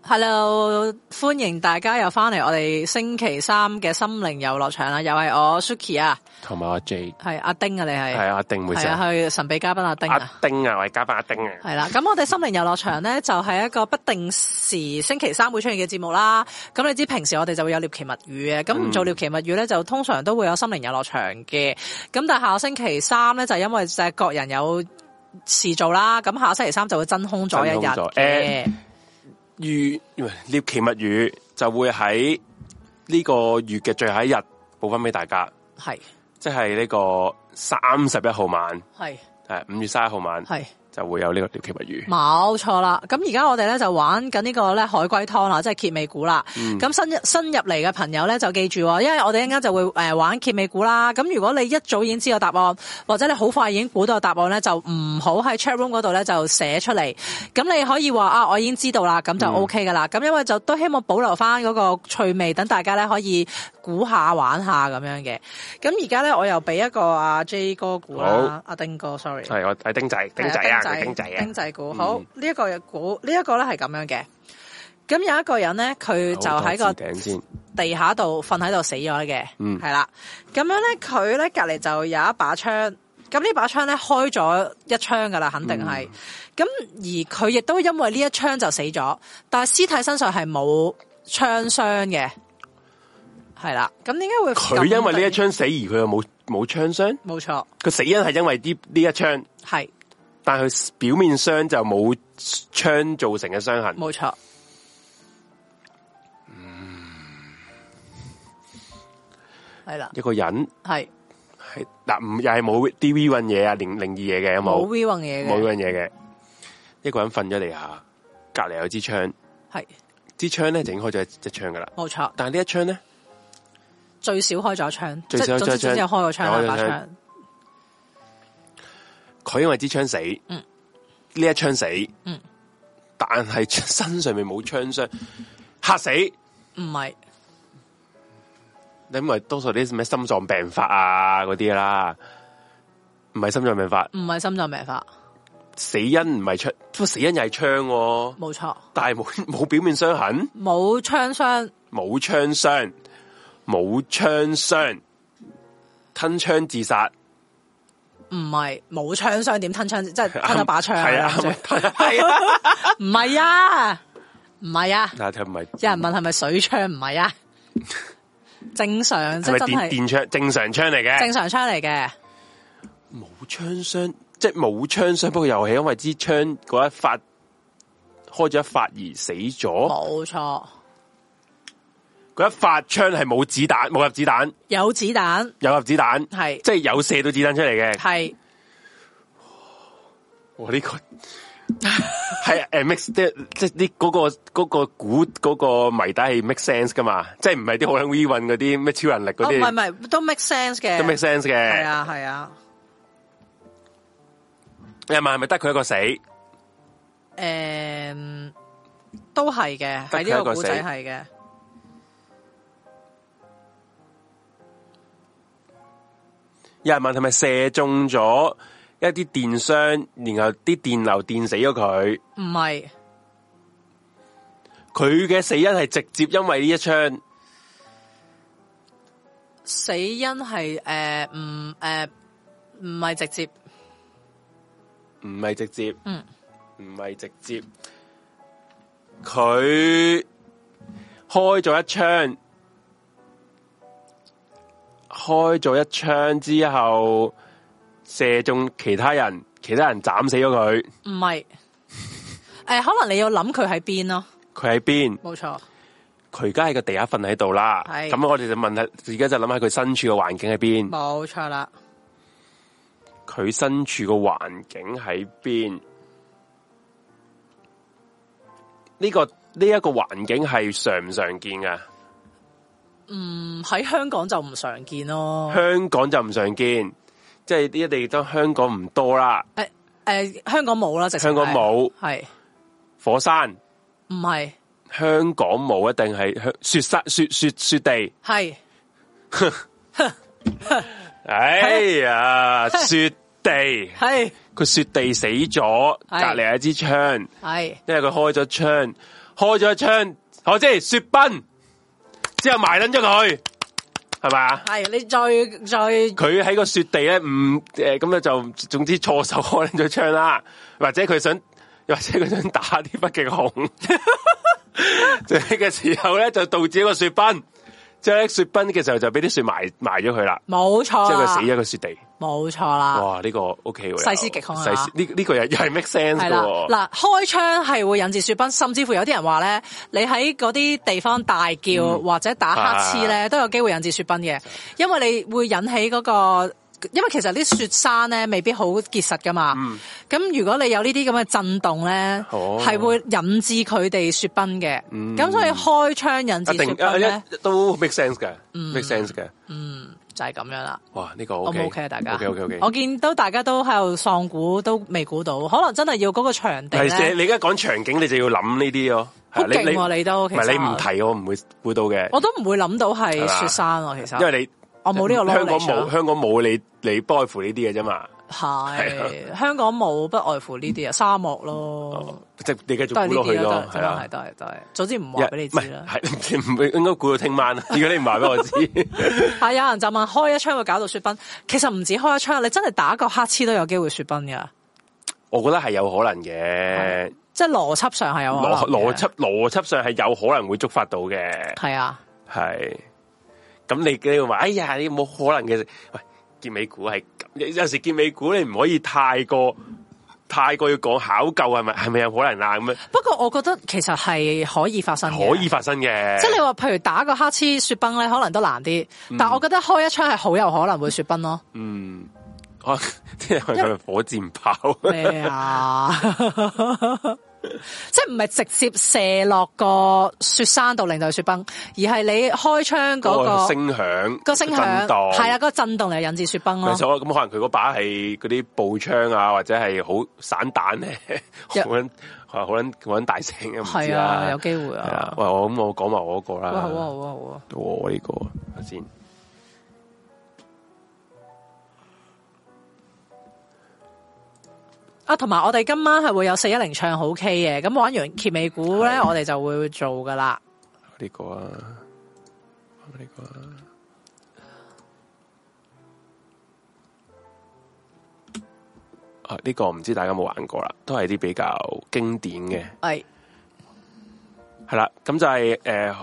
A: Hello，歡迎大家又翻嚟我哋星期三嘅心靈遊樂場啦，又係我 Suki 啊，
B: 同埋阿 J
A: 係阿丁啊，你
B: 系
A: 係
B: 阿定會
A: 係
B: 成
A: 啊，係神秘嘉賓阿丁
B: 阿
A: 啊。
B: 丁啊，我係嘉賓阿丁啊，
A: 係啦，咁我哋心靈遊樂場咧就係、一個不定時星期三會出現嘅節目啦。咁你知平時我哋就會有獵奇物語嘅，
B: 嗯
A: 咁唔做獵奇物語咧就通常都會有心靈遊樂場嘅。咁但係下個星期三咧就因為就係各人有事做啦，咁下個星期三就會真空咗一日
B: 真空咗
A: 嘅
B: 誒。預獵奇物語就會喺呢個月嘅最後一日報翻俾大家，
A: 係
B: 即係呢個三十一號晚，
A: 係
B: 诶五月三十一號晚
A: 係。
B: 就會有呢個獵奇物語。
A: 冇錯啦，咁而家我哋咧就玩緊呢個咧海龜湯啦，即係揭尾股啦。咁、新新入嚟嘅朋友咧就記住喎，因為我哋一陣間就會誒玩揭尾股啦。咁如果你一早已經知道答案，或者你好快已經估到答案咧，就唔好喺 chat room 嗰度咧就寫出嚟。咁你可以話啊，我已經知道啦，咁就 OK 噶啦。咁、因為就都希望保留翻嗰個趣味，等大家咧可以估下玩下咁樣嘅。咁而家咧我又俾一個阿 J 哥估啦
B: 好，
A: 阿丁哥，sorry。
B: 係我係丁仔，丁仔啊，佢係丁仔啊
A: 丁，仔股好呢一個嘅股，呢一個咧係咁樣嘅。咁有一個人咧，佢就喺
B: 好
A: 個
B: 多字頂先，
A: 地下度瞓喺度死咗嘅，
B: 嗯
A: 係啦。咁樣咧，佢咧隔離就有一把槍。咁呢把槍咧開咗一槍噶啦，肯定係。
B: 嗯
A: 咁、而佢亦都因為呢一槍就死咗，但係屍體身上係冇槍傷嘅，係啦。咁點解會
B: 佢因為呢一
A: 咁定
B: 槍死而佢又冇冇槍傷，
A: 冇錯
B: 佢死因係因為呢呢一槍，
A: 係
B: 但佢表面傷就冇槍造成嘅傷痕。
A: 冇錯。嗯係啦，
B: 一個人
A: 係
B: 係嗱唔又係冇 D V 運嘢啊，零零二嘢嘅有
A: 冇
B: 冇
A: V 運嘢
B: 冇
A: 嘅，
B: 樣嘢嘅，一個人瞓咗地下，隔離有支槍，
A: 係
B: 支槍咧就已經開咗一槍噶啦，
A: 冇錯，
B: 但係呢一槍咧
A: 最少開咗槍，即係
B: 最少
A: 總
B: 開咗
A: 之
B: 槍
A: 總之有開過槍
B: 有
A: 啦
B: 開咗
A: 把
B: 槍
A: 槍，
B: 佢因為支槍死，呢、
A: 嗯
B: 一槍死，
A: 嗯
B: 但係身上面冇槍傷，嚇死！
A: 唔係
B: 你因為多數啲咩心臟病發啊嗰啲啦，唔係心臟病發，
A: 唔係心臟病發，
B: 死因唔係槍，不過死因又係槍喎，
A: 冇錯，
B: 但係冇 冇表面傷痕，
A: 冇槍傷，
B: 冇槍傷，冇槍傷，吞槍自殺，
A: 唔係冇槍傷點吞槍，即係 吞咗把槍
B: 係啊，
A: 諗住
B: 係啊，
A: 唔係啊，唔係啊，
B: 但係佢唔係
A: 有人問係咪水槍，唔係啊，正常即
B: 係
A: 係
B: 咪
A: 真
B: 電
A: 係
B: 電槍正常槍嚟嘅
A: 正，常槍嚟嘅，
B: 冇槍傷，即係冇槍傷，不過又係因為支槍嗰一發開咗一發而死咗，
A: 冇錯，
B: 嗰一發槍係冇子彈，冇入子彈。
A: 有子彈
B: 有入子彈，
A: 係
B: 即係有射到子彈出嚟嘅。
A: 係
B: 我呢、個係誒 mix 即係即係啲嗰個嗰、個估嗰、個謎底係 make sense 噶嘛，即係唔係啲好撚 we 運嗰啲咩超人力
A: 哦
B: 嗰
A: 唔係唔
B: 啲
A: 係都 make sense 嘅，
B: 都 make sense
A: 係
B: 嘅。
A: 啊係啊。
B: 你係咪係咪得佢一個死？
A: 诶、都係嘅，喺呢個古仔係嘅。
B: 有人問係咪射中咗一啲電箱，然後啲電流電死咗佢？
A: 唔係
B: 佢嘅死因係直接因為呢一槍，
A: 死因係诶唔诶唔係直接
B: 唔係直接，
A: 嗯，
B: 唔係直接。佢開咗一槍，開咗一槍之後射中其他人，其他人斬死咗佢。
A: 唔 係诶，誒可能你要諗佢喺邊咯，
B: 佢喺邊？
A: 冇錯，
B: 佢而家喺個地下瞓喺度啦。
A: 係
B: 咁我哋就問下，而家就諗下佢身處嘅環境喺邊？
A: 冇錯啦，
B: 佢身處嘅環境喺邊？呢、個呢一、個環境係常唔常見㗎？
A: 唔喺香港就唔常見咯。
B: 香港就唔常見，即係呢一地都香港唔多啦。
A: 诶诶、誒香港冇啦，直情係
B: 香港冇，
A: 係
B: 火山
A: 唔係
B: 香港冇，一定係香雪山雪雪雪地。
A: 係
B: 哎 呀，雪地，
A: 係
B: 佢雪地死咗，隔
A: 係
B: 離有一支槍，
A: 係
B: 因為佢開咗槍，開咗槍，我知雪崩之後埋撚咗佢，係咪啊？
A: 係你再再
B: 佢喺個雪地咧，唔誒咁咧就總之錯手開撚咗槍啦，或者佢想，或者佢想打啲北極熊， 就呢個時候咧就導致一個雪崩，之後咧雪崩嘅時候就俾啲雪埋埋咗佢啦，
A: 冇錯
B: 之後佢
A: 啦
B: 死，咗個雪地。
A: 冇錯啦。
B: 哇！呢、個 O K 喎，
A: 細思極恐啊
B: 細思呢呢個又又係 make sense
A: 係
B: 嘅
A: 啦，
B: 喎。
A: 嗱，開槍係會引致雪崩，甚至乎有啲人話咧，你喺嗰啲地方大叫、
B: 嗯
A: 或者打乞嗤咧，都有機會引致雪崩嘅，因為你會引起嗰、個。因為其實啲雪山咧未必好結實噶嘛，咁、如果你有呢啲咁嘅震動咧，
B: 嗯哦嗯
A: 係、會引致佢哋雪崩嘅，咁、所以開槍引
B: 一
A: 致雪
B: 定啊
A: 崩咧
B: 一都 make sense 嘅，make sense 嘅。
A: 就係咁樣啦。
B: 哇！呢個
A: 我
B: O
A: 冇
B: K，
A: OK 啊，大家。
B: OK OK OK。
A: 我見到大家都喺度喪估，都未估到，可能真係要嗰個場地
B: 係
A: 咧。
B: 你而家講場景，你就要諗呢啲咯。
A: 好
B: 係
A: 勁喎你都
B: 唔
A: 其實
B: 係你唔提我唔會估到嘅，
A: 我都唔會諗到係
B: 係嘛
A: 雪山喎，其實
B: 因為你
A: 我冇呢個 knowledge
B: 香港
A: 啊
B: 冇香港冇你你不外乎呢啲嘅啫嘛。啊
A: 係香港冇不外乎呢啲啊，沙漠咯，
B: 即係你繼
A: 都係
B: 續哦
A: 呢
B: 估落去
A: 啲
B: 咯
A: 咯，，
B: 係
A: 真
B: 啦
A: 係。都係都係。總之唔
B: 一
A: 話俾你知啦
B: 唔。係係你唔會應該估到聽晚啦。 如果你唔話俾我 知，
A: 係有人就問開一槍會搞到雪崩，其實唔止開一槍，你真係打個黑黐都有機會雪崩㗎，
B: 我覺得係有可能嘅。
A: 即係邏輯上係有可能
B: 邏
A: 嘅
B: 邏輯邏輯上係有可能會觸發到嘅，
A: 係啊，
B: 係。咁你你會話，哎呀，你冇可能嘅。喂，結尾股係咁有有時結尾股你唔可以太過太過要講考究係咪係咪有可能啊？咁樣
A: 不過我覺得其實係可以發生嘅，
B: 可以發生嘅。
A: 即係你話，譬如打個黑黐雪崩咧，可能都難啲。但我覺得開一槍係好有可能會雪崩咯。
B: 嗯，可 即係佢火箭炮，
A: 咩啊？即係唔係直接射落個雪山度令到佢雪崩，而係你開槍嗰
B: 嗰個
A: 個
B: 聲響
A: 個聲響
B: 哦震盪
A: 係啊，嗰個震動嚟引致雪崩咯
B: 咪。所以咁可能佢嗰把係嗰啲步槍啊，或者係好散彈咧， 好
A: 一
B: 撚好撚好撚大聲嘅，唔知
A: 係
B: 啦
A: 啊，有機會
B: 係啊
A: 啊，。
B: 喂，我咁我講埋我嗰個啦。
A: 哇，好啊，好啊，好啊。
B: 到我呢、個睇先。
A: 啊，同埋我哋今晚係會有四一零唱好 K 嘅，咁玩完揭尾股咧，我哋就會做噶啦。
B: 呢個啊，呢個啊，啊呢個唔知大家有冇玩過啦，都係啲比較經典嘅，
A: 係
B: 係啦，咁就係、诶，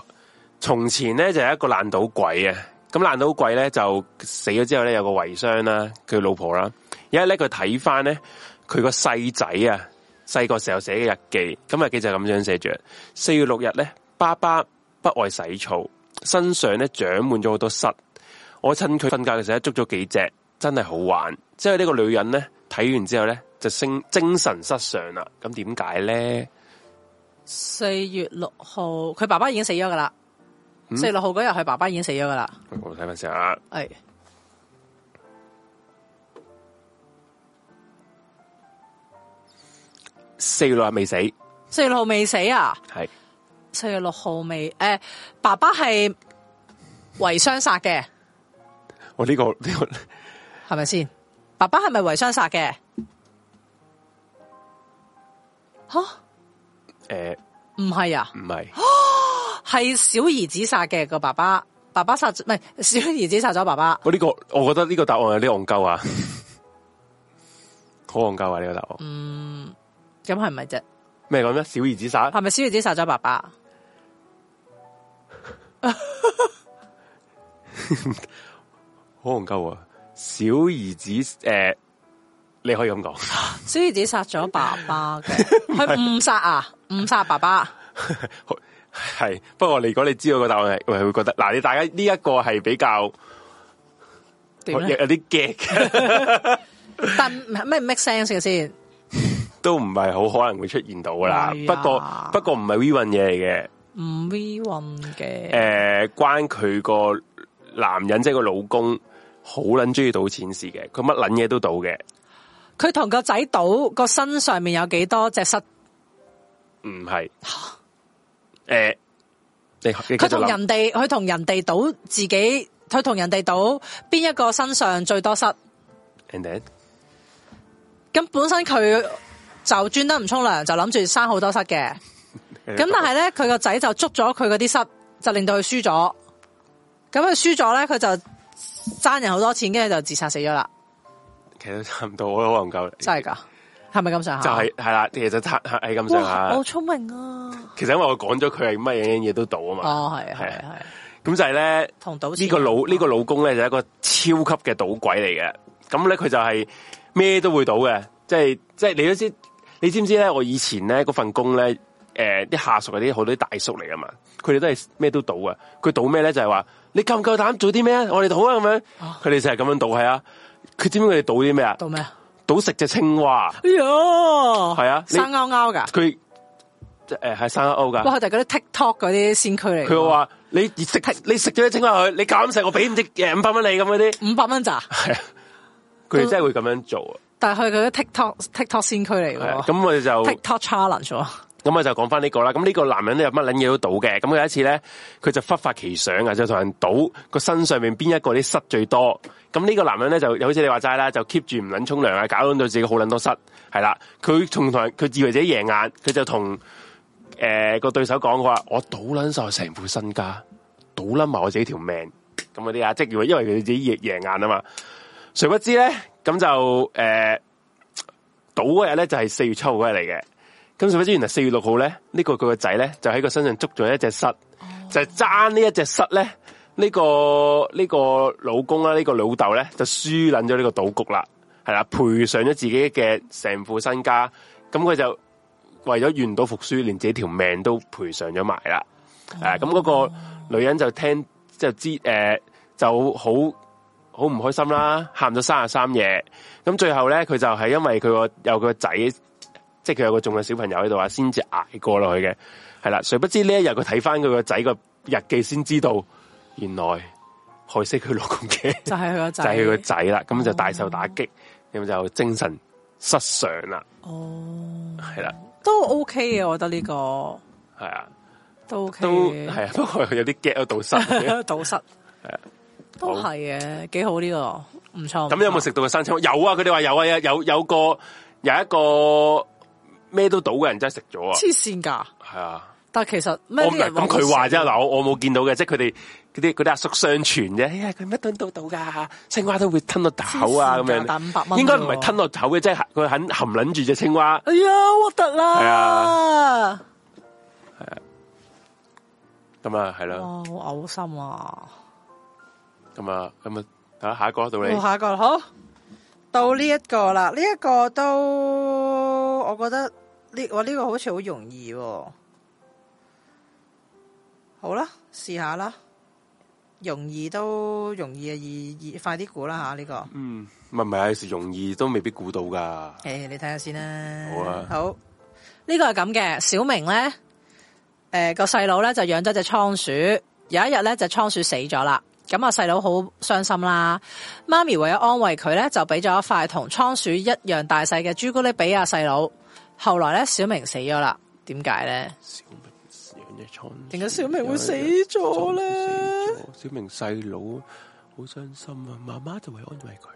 B: 從前咧就有一個爛賭鬼啊，咁爛賭鬼咧就死咗之後咧有個遺孀啦，佢老婆啦，因為咧佢睇翻咧佢個細仔啊，細個時候寫嘅日記，咁日記就咁樣寫住：四月六日咧，爸爸不愛洗澡，身上咧長滿咗好多虱。我趁佢瞓覺嘅時候咧捉咗幾隻，真係好玩。之後呢個女人咧睇完之後咧就精精神失常啦。咁點解咧？
A: 四月六號，佢爸爸已經死咗噶啦。
B: 嗯
A: 四月六號嗰日，佢爸爸已經死咗噶啦。
B: 我睇翻先啊。
A: 係
B: 四月六啊日未死，係
A: 四月六號未死啊？四月六號未？诶、爸爸係遺孀殺嘅，
B: 我呢、個呢、個
A: 係咪先？爸爸係咪遺孀殺嘅？吓，
B: 诶
A: 唔係啊，
B: 唔係
A: 係小兒子殺嘅個爸爸，爸爸殺唔係小兒子殺咗爸爸。
B: 我呢、個我覺得呢個答案有啲戇 鳩啊，好戇鳩啊呢、個答案。
A: 嗯咁係咪啫？
B: 咩講咧？小兒子殺
A: 係咪小兒子殺咗爸爸？
B: 好戇鳩啊！小兒子诶、你可以咁講，
A: 小兒子殺咗爸爸嘅，佢誤殺啊，誤殺爸爸。
B: 係不過如果你知道個答案係，喂會覺得嗱，你大家呢一個係比較
A: 點
B: 有
A: 咧？
B: 有啲 g 嘅，
A: 但唔係咩 make sense 嘅先？
B: 都唔係好可能會出現到噶啦。
A: 係
B: 不
A: 啊
B: 過不過唔係 we 運嘢嚟嘅。
A: 唔 V 運嘅。
B: 诶、呃關佢個男人即係個老公好撚中意賭錢事嘅，佢乜撚嘢都賭嘅，
A: 佢同個仔賭個身上面有幾多隻虱？
B: 唔係诶，你你
A: 佢
B: 繼續
A: 同
B: 諗，
A: 人哋佢同人哋賭自己，佢同人哋賭邊一個身上最多虱？
B: And then？啊
A: 咁本身佢就專登唔沖涼，就諗住生好多虱嘅。咁但係咧，佢個仔就捉咗佢嗰啲失，就令到佢輸咗。咁佢輸咗咧，佢就爭人好多錢，跟住就自殺死咗啦。
B: 其實差唔多，我都可能夠，
A: 真係㗎，係咪咁上下？
B: 就係係啦，其實差係咁上
A: 哇，
B: 下
A: 好。聰明啊！
B: 其實因為我講咗佢係乜嘢嘢都賭啊嘛，
A: 哦，係係
B: 係
A: 係，
B: 咁就係咧
A: 同賭錢
B: 呢個老呢、個老公咧就係一個超級嘅賭鬼嚟嘅，咁咧佢就係咩都會賭嘅，即係即係你都知，你知唔知咧？我以前咧嗰份工咧，诶、啲下屬嗰啲好多啲大叔嚟噶嘛，佢哋都係咩都賭啊，佢賭咩咧就係話你夠唔夠膽做啲咩啊？我哋賭啊咁樣，佢哋就係咁樣賭係啊，佢知唔知佢哋賭啲咩啊？
A: 到咩啊？
B: 賭食只青蛙，
A: 哎呀，
B: 係啊你
A: 生勾勾㗎。
B: 佢诶係生勾噶。
A: 哇！佢哋嗰啲 TikTok 嗰啲先驅嚟㗎，
B: 佢話：你食你食咗啲青蛙佢，你咁食我俾唔知诶五百蚊你咁嗰啲，
A: 五百蚊咋，
B: 係啊，佢哋真係會咁樣做啊！
A: 但係佢嗰啲 TikTok TikTok 先驅嚟
B: 係啊
A: 㗎喎
B: 咁我哋就
A: ，TikTok challenge 喎，
B: 咁我就講翻呢個啦。咁呢個男人咧有乜撚嘢都賭嘅。咁有一次咧，佢就忽發奇想啊，就同人賭個身上面邊一個啲虱最多。咁呢個男人咧就好似你話齋啦，就 keep 住唔撚沖涼啊，搞到自己好撚多虱。係啦。佢從同人佢以為自己贏硬，佢就同誒個對手講，佢話我賭撚晒我成副身家，賭撚埋我自己條命咁嗰啲啊，即係因為佢自己贏贏硬啊嘛。誰不知咧，咁就誒、呃、賭嗰日咧就係四月七號嗰日嚟嘅。咁誰不知原來四月六號咧，呢、個佢個仔咧就喺佢身上捉咗一隻虱，就係爭呢一隻虱咧，呢、個呢、個老公啦，呢、個老豆咧就輸撚咗呢個賭局啦，係啦，賠上咗自己嘅成副身家，咁佢就為咗願賭服輸，連自己條命都賠上咗埋啦。誒、咁嗰個女人就聽就知誒、就好好唔開心啦，喊咗三十三夜。咁最後咧，佢就係因為佢個有個仔，即係佢有個仲嘅小朋友喺度啊，先至捱過落去嘅。係啦，誰不知呢一日佢睇翻佢個仔個日記，先知道原來害死佢老公嘅
A: 就係佢個
B: 就
A: 仔，
B: 係佢個仔啦。咁就大受打擊，咁就精神失常啦。
A: 哦，
B: 係啦，
A: 都 OK 嘅，我覺得呢個
B: 係啊，
A: 都 OK，
B: 都
A: 嘅
B: 係啊，不過佢有啲 get 到到失。
A: 堵塞，都係嘅，幾好呢個，唔錯。
B: 咁有
A: 唔
B: 冇
A: 錯？
B: 食到個生青蛙？有啊，佢哋話有啊，有有有個有一個咩都賭嘅人真係食咗啊，
A: 黐線㗎！
B: 係啊，
A: 但係其實咩
B: 我唔
A: 啲人
B: 咁佢話
A: 食
B: 啫，嗱我我冇見到嘅，即係佢哋嗰啲嗰啲阿叔相傳啫，哎呀佢乜都賭到㗎，青蛙都會吞落口啊
A: 黐
B: 咁
A: 線㗎但五百
B: 樣，
A: 蚊
B: 應該唔
A: 喎
B: 係吞落口嘅，即係佢肯含撚住只青蛙，
A: 哎呀，核突
B: 係啊
A: 啦！
B: 咁啊係
A: 哇，
B: 咯，
A: 好嘔心啊！
B: 咁啊咁啊，啊下一個到你
A: 好，下一個啦好，
C: 到呢一個啦，呢、一個都我覺得呢，我呢個好似好容易、喎。好啦，試下啦，容易都容易啊，易易快啲估啦吓呢個。
B: 嗯，唔係唔係有時容易都未必估到㗎，
C: 诶、你睇下先啦。
B: 好啊
C: 好，
A: 呢個係咁嘅，小明咧，诶個細佬咧就養咗隻倉鼠，有一日咧隻倉鼠死咗啦。咁啊，細佬好傷心啦。媽咪為咗安慰佢咧，就俾咗一塊同倉鼠一樣大細嘅朱古力俾阿細佬。後來咧，小明死咗啦。點解咧？
B: 小明養只倉，
C: 點解小明會
A: 啊
C: 死咗咧？
B: 小明細佬好傷心啊，媽媽就會安慰佢。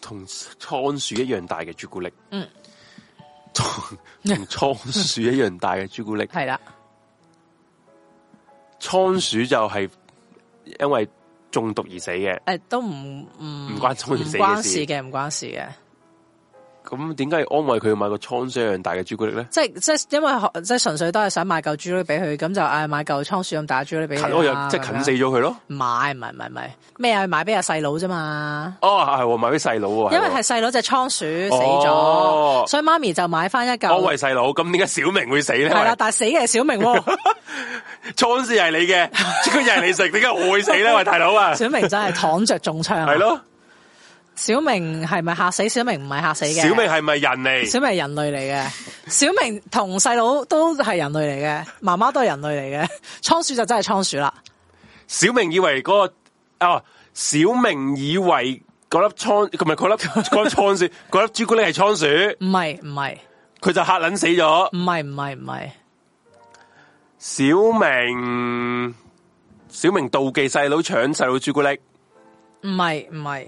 B: 同倉鼠一樣大嘅朱古力，嗯，同同倉鼠一樣大嘅朱古力，
A: 係啦，
B: 倉鼠就係因為中毒而死嘅，
A: 诶、都唔唔
B: 唔關倉鼠
A: 唔
B: 死
A: 關
B: 嘅
A: 事
B: 事。
A: 嘅，唔關事嘅。
B: 咁點解要安慰佢買個倉鼠一樣大嘅朱古力咧？
A: 即係即係因為即係純粹都係想買嚿朱古力俾佢，咁就嗌買嚿倉鼠咁大朱古力俾
B: 近
A: 佢
B: 我又
A: 啦
B: 即係
A: 咁樣
B: 近死咗佢咯。
A: 唔係唔係唔係唔係咩啊？買俾阿細佬啫嘛，
B: 哦，係喎，買俾細佬喎。
A: 因為
B: 係
A: 係
B: 喎
A: 細佬隻倉鼠死咗，
B: 哦
A: 所以媽咪就買翻一
B: 安
A: 嚿
B: 慰。細佬，咁點解小明會死咧？
A: 係啦，但係死嘅係小明 喎，
B: 喂倉鼠係你嘅， 朱古力係你食，點解我會 死咧？喂，大佬啊，
A: 小明真係躺着中槍。啊
B: 係，咯，
A: 小明係咪嚇死？小明唔係嚇死嘅。
B: 小明係咪人嚟？
A: 小明係人類嚟嘅，小明同細佬都係人類嚟嘅，媽媽都係人類嚟嘅，倉鼠就真係倉鼠啦。
B: 小明以為嗰個哦，小明以為嗰粒倉，唔係嗰粒 嗰粒倉鼠，嗰粒朱古力係倉鼠，
A: 唔係唔係
B: 佢就嚇撚死咗。
A: 唔係唔係唔係，
B: 小明小明妒忌細佬搶細佬朱古力，
A: 唔係唔係，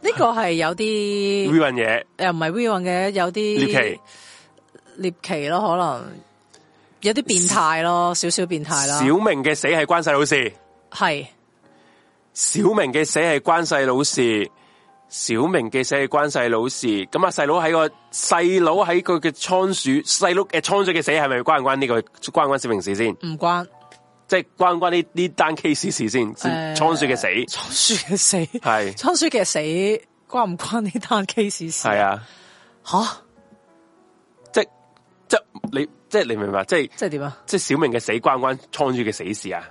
A: 呢個係有
B: 呢
A: 啲
B: 樣嘢
A: 又唔係 v o 嘅，有啲
B: 獵奇。
A: 獵奇咯，可能有啲變態咯，少少變態
B: 小
A: 啦，
B: 明嘅死係關細佬事，
A: 係
B: 小明嘅死係關細佬事，小明嘅死係關細佬事。咁啊，細佬喺個細佬喺佢嘅倉鼠，細佬嘅倉鼠嘅死係咪關唔關呢、個關唔關小明事先？
A: 唔關
B: 即係關唔關呢呢單 case 事先？
A: 誒
B: 先倉鼠嘅死
A: 倉鼠嘅死，
B: 係
A: 倉鼠嘅死關唔關呢單 case 事？
B: 係啊，
A: 吓，
B: 即即你即係你明白？即係
A: 即係點啊？
B: 即係小明嘅死關唔關倉鼠嘅死事啊？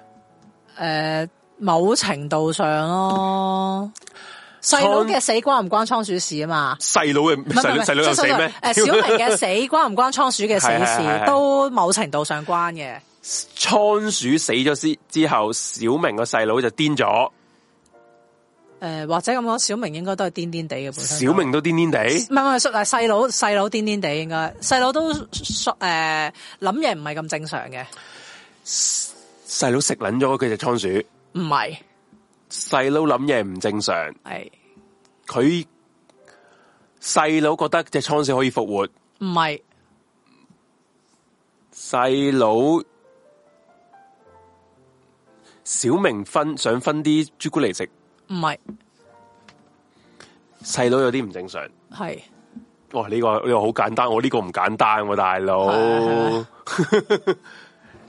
A: 诶，某程度上咯，細佬嘅死關唔關倉鼠事啊嘛？
B: 細佬嘅
A: 唔係
B: 細
A: 唔係
B: 佬細佬
A: 即
B: 有
A: 係
B: 死咩？
A: 誒小 明嘅死關唔關倉鼠嘅死
B: 係係係
A: 事
B: 係
A: 都某程度上關嘅，
B: 倉鼠死咗之之後，小明個細佬就癲咗，
A: 诶或者咁講，小明應該都係癲癲地嘅本身。
B: 小明都癲癲地。
A: 唔係唔係，叔細佬細佬癲癲地應該，細佬都诶諗嘢唔係咁正常嘅，
B: 細佬食撚咗佢隻倉鼠，
A: 唔係
B: 細佬諗嘢唔正常，
A: 係
B: 佢細佬覺得隻倉鼠可以復活，
A: 唔係
B: 細佬小明分想分啲朱古力食，
A: 唔係
B: 細佬有啲唔正常。
A: 係
B: 哇！呢、個呢、個好簡單，我呢個唔簡單喎、大佬
A: 係。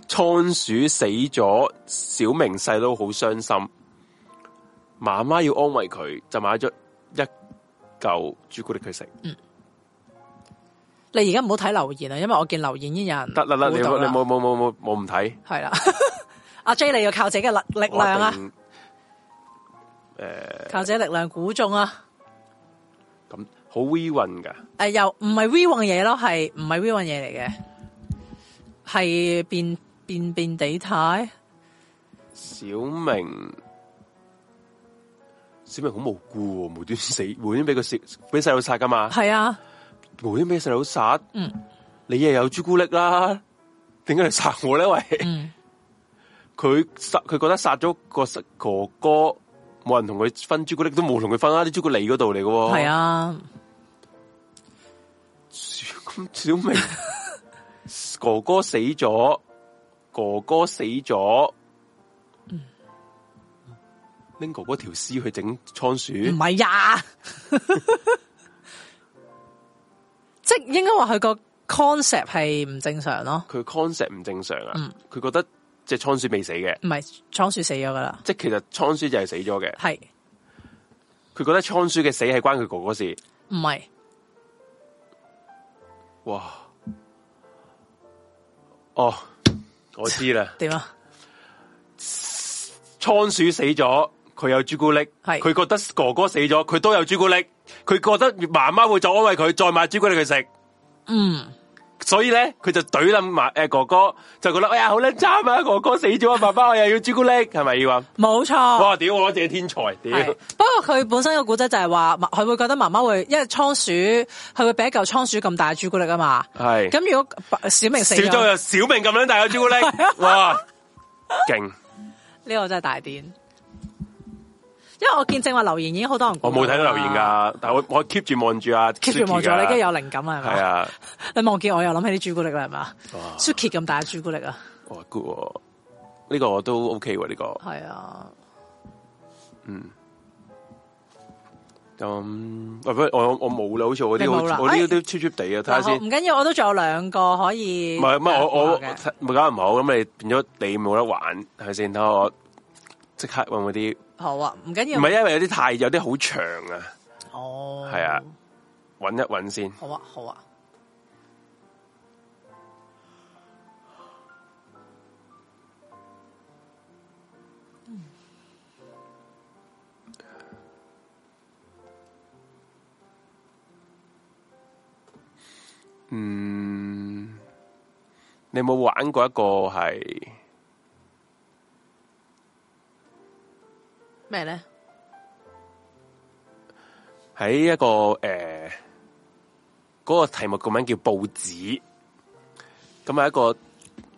B: 倉鼠死咗，小明細佬好傷心，媽媽要安慰佢，就買咗一嚿朱古力佢食。
A: 你而家唔好睇留言啊，因為我見留言已經有人
B: 得啦啦，你
A: 估到
B: 冇你冇冇冇冇冇唔睇，
A: 係啦， 阿 J 你要靠自己嘅力力
B: 我一
A: 量啊，
B: 定
A: 靠自己力量估中啊！
B: 咁好 we win 噶，
A: 誒、呃又唔係 V 運嘢咯，係唔係 V 運嘢嚟嘅？係變變變地態，
B: 小明。小明好無辜喎，無端死，無端俾個小俾細佬殺噶嘛，
A: 係啊，
B: 無端俾細佬殺，
A: 嗯
B: 你又有朱古力啦，點解你殺我咧？喂，
A: 嗯
B: 佢殺佢覺得殺咗個哥哥，冇人同佢分朱古力，都冇同佢分啦，啊啲朱古力嗰度嚟嘅喎。
A: 係，啊，
B: 咁 小明哥哥死咗，哥哥死咗，拎哥哥條屍去整倉
A: 唔
B: 鼠，
A: 係呀， 即係應該話佢個 concept 係唔正常咯，
B: 佢 concept 唔正常啊
A: 嗯！
B: 佢、覺得只倉鼠未死嘅，
A: 唔係倉鼠死咗噶啦，
B: 即係其實倉鼠就係死咗嘅。
A: 係
B: 佢覺得倉鼠嘅死係關佢哥哥事。
A: 唔係
B: 哇！哦，我知啦，
A: 點啊？
B: 倉鼠死咗，佢有朱古力，
A: 係
B: 佢覺得哥哥死咗，佢都有朱古力，佢覺得媽媽會再安慰佢，再買朱古力佢食，
A: 嗯，
B: 所以咧佢就懟冧埋诶哥哥，就覺得哎呀好撚慘啊！哥哥死咗啊，爸爸我又要朱古力，係咪要啊？
A: 冇錯。
B: 哇！屌我自己天才，
A: 哦係
B: 屌
A: 不過佢本身個古仔就係話，佢會覺得媽媽會，因為倉鼠，佢會俾一嚿倉鼠咁大嘅朱古力啊嘛。
B: 係
A: 咁如果小明死
B: 少咗
A: 咗，
B: 有小明咁樣大嘅朱 古力，哇！勁！
A: 呢個真係大癲。因為我見正話留言已經好多人估
B: 我
A: 啦，
B: 冇睇到留言㗎，但我我 keep 住望住啊
A: 啊 keep 住望咗你，跟住有靈感啦，係
B: 係
A: 咪？
B: 啊。
A: 你望見我又諗起啲朱古力啦，係嘛
B: 哇
A: ？Suki 咁大嘅朱古力啊，
B: 哇 good 喎呢、個我都 OK 喎呢、個
A: 係啊，
B: 咁喂不過我我冇啦，好似我啲
A: 你
B: 好
A: 冇啦
B: 我呢
A: 哎
B: 啲都 cheap cheap 地啊，睇下
A: 嗱好
B: 先。
A: 唔緊要，我都仲有兩個可以
B: 唔係唔係，我我
A: 啊嘅
B: 冇搞唔好，咁你變咗你冇得玩，係咪先？睇下我即刻搵嗰啲，
A: 好啊，唔緊要，
B: 唔係因為有啲太有啲好長啊，
A: 哦，
B: 係啊，搵一搵先。
A: 好啊，好啊。
B: 嗯，你有冇玩過一個係
A: 咩咧？
B: 喺一個呃诶嗰、個題目個名叫報紙，咁係一個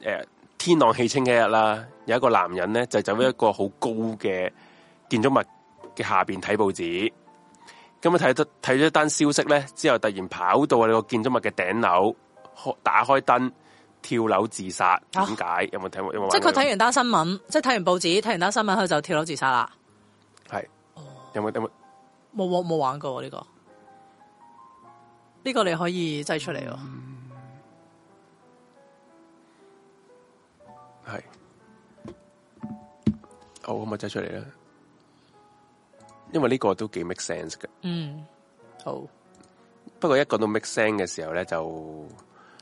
B: 诶、呃天朗氣清嘅一日啦，有一個男人咧就走咗一個好高嘅建築物嘅下邊睇報紙，咁啊睇得睇咗一單消息咧，之後突然跑到我哋個建築物嘅頂樓，開打開燈跳樓自殺，點解？有冇睇過？有冇玩過？
A: 啊即係佢睇完單新聞，即係睇完報紙，睇完單新聞，佢就跳樓自殺啦。
B: 係有冇有冇？
A: 冇冇冇玩過喎呢個，呢個你可以擠出嚟喎。
B: 系，好可唔可以擠出嚟咧？因為呢個都幾 make sense 嘅，
A: 嗯，好
B: 不過一講到 make sense 嘅時候咧，就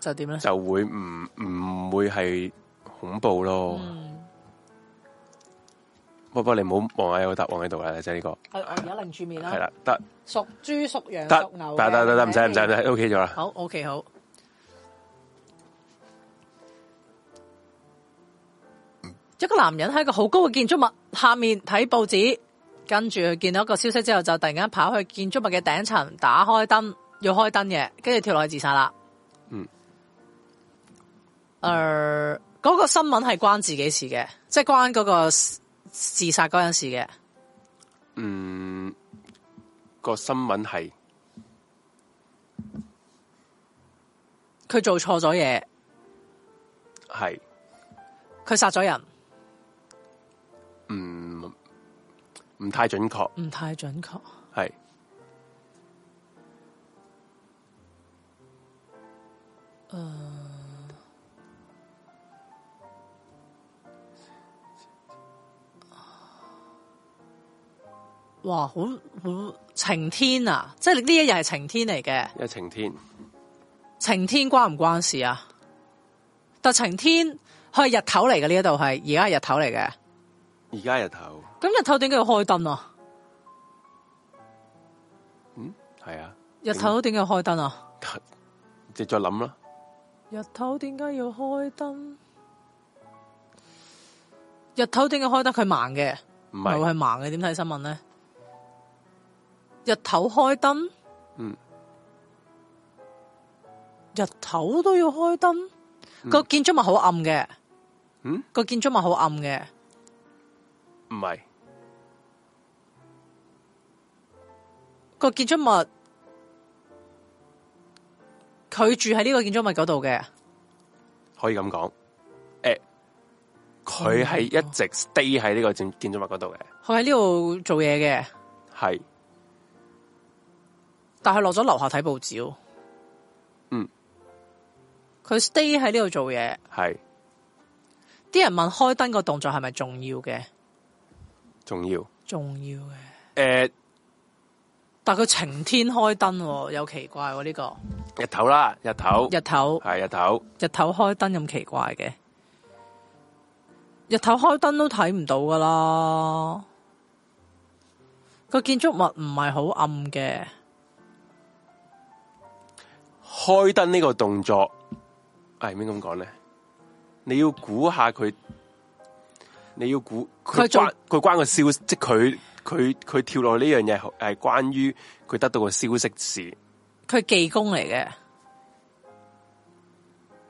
A: 就點咧？
B: 就會唔唔會係恐怖咯。不過你唔好望下有個答案喺度啦，即係呢個
A: 我而家擰哦住面
B: 係啦，得
A: 屬豬、屬羊
B: 得得得得得，唔使唔使唔使，OK 咗啦。
A: 好，OK，好。一個男人喺一個好高嘅建築物下面睇報紙，跟住見到一個消息之後，就突然間跑去建築物嘅頂層，打開燈，要開燈嘅，跟住跳落去自殺啦。
B: 嗯。
A: 誒、呃嗰、個新聞係關自己事嘅，即係關嗰個自殺嗰陣時嘅。
B: 嗯，個新聞係
A: 佢做錯咗嘢，
B: 係
A: 佢殺咗人，
B: 唔唔太準確，
A: 唔太準確。
B: 係
A: 哇，好好晴天啊！即係呢一日係晴天嚟嘅，
B: 因為晴天。
A: 晴天關唔關事啊？但晴天佢係日頭嚟嘅呢一度係，而家係日頭嚟嘅。
B: 而家日頭，
A: 咁日頭點解要開燈啊？
B: 係啊，
A: 日頭點解要開燈啊？
B: 你再諗啦。
A: 日頭點解要開燈？日頭點解開燈？佢盲嘅，
B: 唔
A: 唔係
B: 係
A: 佢盲嘅，點睇新聞咧？日頭開燈，
B: 嗯，
A: 日頭都要開燈，個建築物好暗嘅，
B: 嗯，
A: 個建築物好暗嘅。
B: 唔係
A: 個建築物，佢住喺呢個建築物嗰度嘅，
B: 可以咁講。诶、佢係一
A: 哦
B: 直 stay 喺呢個建建築物嗰度嘅，
A: 佢喺呢度做嘢嘅，
B: 係
A: 但係落咗樓下睇報紙喎。
B: 嗯，
A: 佢 stay 喺呢度做嘢，
B: 係
A: 啲人問開燈個動作係咪重要嘅？
B: 重要。
A: 重要嘅，
B: 诶、
A: 但係佢晴天開燈喎，有奇怪喎呢個
B: 日頭啦，日頭
A: 日頭
B: 係日頭，
A: 日頭開燈咁奇怪嘅，日頭開燈都睇唔到噶啦。個建築物唔係好暗嘅，
B: 開燈呢個動作，係應該咁講咧？你要估下佢，你要估佢
A: 佢做
B: 關佢關個消，即係佢佢佢跳落呢樣嘢係關於佢得到個消息事，
A: 佢技工嚟嘅，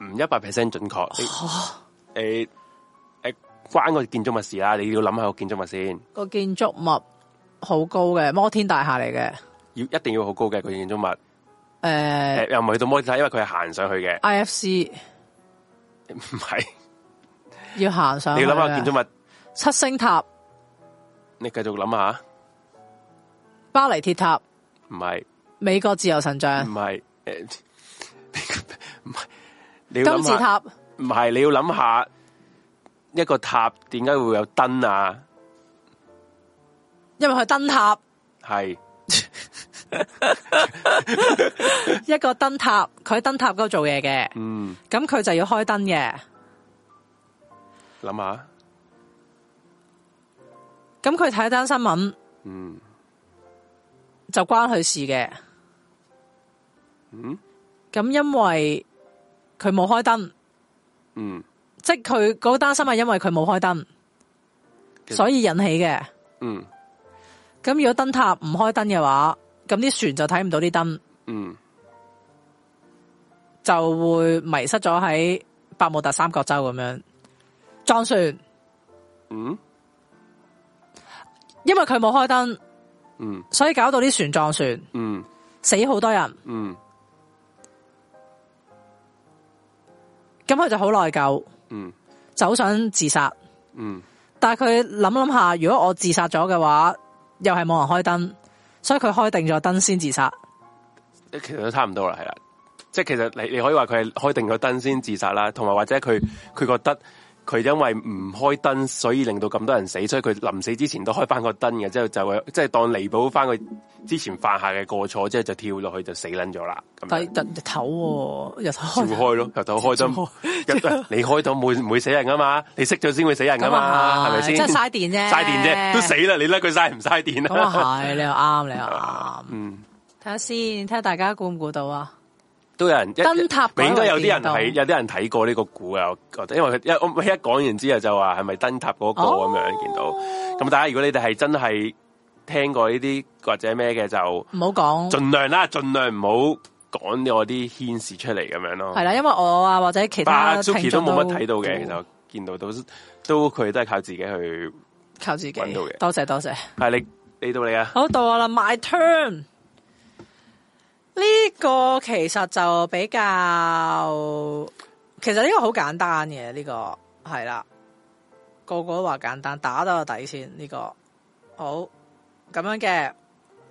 B: 唔一百 percent 準確。诶诶、誒關個建築物事啦，你要諗下個建築物先。
A: 個建築物好高嘅，摩天大廈嚟嘅。
B: 要一定要好高嘅佢建築物，
A: 诶、
B: 诶、又唔去到摩天塔，因為佢係行上去嘅，
A: i f c
B: 唔係
A: 要行上
B: 你
A: 去
B: 要諗下
A: 嘅
B: 建築物，
A: 七星塔、
B: 你繼續諗下，
A: 巴黎鐵塔、
B: 唔係
A: 美國自由神像
B: 唔、係诶，誒唔係你要
A: 金
B: 諗
A: 字
B: 下，
A: 塔、
B: 唔係你要諗下一個塔點解會有燈啊？
A: 因為佢燈塔，
B: 係
A: 一個燈塔，佢喺燈塔嗰度做嘢嘅，
B: 嗯，
A: 咁佢就要開燈嘅。
B: 諗下，
A: 咁佢睇單新聞
B: 嗯，
A: 就關佢事嘅。
B: 嗯，
A: 咁因為佢冇開燈，
B: 嗯，
A: 即係佢嗰單新聞因為佢冇開燈，
B: 其實
A: 所以引起嘅。
B: 嗯，
A: 咁如果燈塔唔開燈嘅話，咁啲船就睇唔到啲燈，
B: 嗯，
A: 就會迷失咗喺百慕特三角洲咁樣。撞船，
B: 嗯
A: 因為佢冇開燈，
B: 嗯
A: 所以搞到啲船撞船，
B: 嗯
A: 死好多人，
B: 嗯
A: 咁佢就好內疚，
B: 嗯
A: 就好想自殺。
B: 嗯
A: 但係佢諗諗下，如果我自殺咗嘅話，又係冇人開燈，所以佢開定咗燈先自殺。
B: 嗯，其實都差唔多啦，係啦。即係其實你你可以話佢係開定咗燈先自殺啦，同埋或者佢佢覺得佢因為唔開燈，所以令到咁多人死，所以佢臨死之前都開翻個燈嘅，之後就會即係當彌補翻佢之前犯下嘅過錯，之後就跳落去就死撚咗啦。咁
A: 但
B: 樣
A: 係日日頭喎，日頭
B: 照
A: 開
B: 開咯，由頭開燈。一你開燈唔會唔會死人噶嘛？你熄咗先會死人噶
A: 咁啊
B: 嘛？係咪先？
A: 真係嘥電啫，
B: 嘥電啫，都死。啦！你甩佢嘥唔嘥電
A: 咁
B: 啊？
A: 啊係，你又啱，你又 啱。
B: 嗯，
A: 睇下先，睇下大家估唔估到啊？
B: 都有人一
A: 燈塔改為
B: 應該有啲人係
A: 電動
B: 有啲人睇過呢個股啊，我覺得，因為佢一我我一講完之後就話係咪燈塔嗰個
A: 哦
B: 咁樣見到。咁大家如果你哋係真係聽過呢啲或者咩嘅，就
A: 唔好講。
B: 盡量啦，盡量唔好講我啲牽涉出嚟咁樣咯
A: 係。啦，因為我啊或者其他
B: 但 Suki
A: 聽
B: 都
A: 眾
B: 冇乜睇到嘅，其實我見到都都佢都係靠自己去。
A: 靠自己。
B: 搵到嘅
A: 多謝多謝。
B: 係你你到你啊，
A: 好到我啦，my turn。呢個其實就比較，其實呢個好簡單嘅，呢、個係啦，個個都話簡單，打到個底先。呢、個好咁樣嘅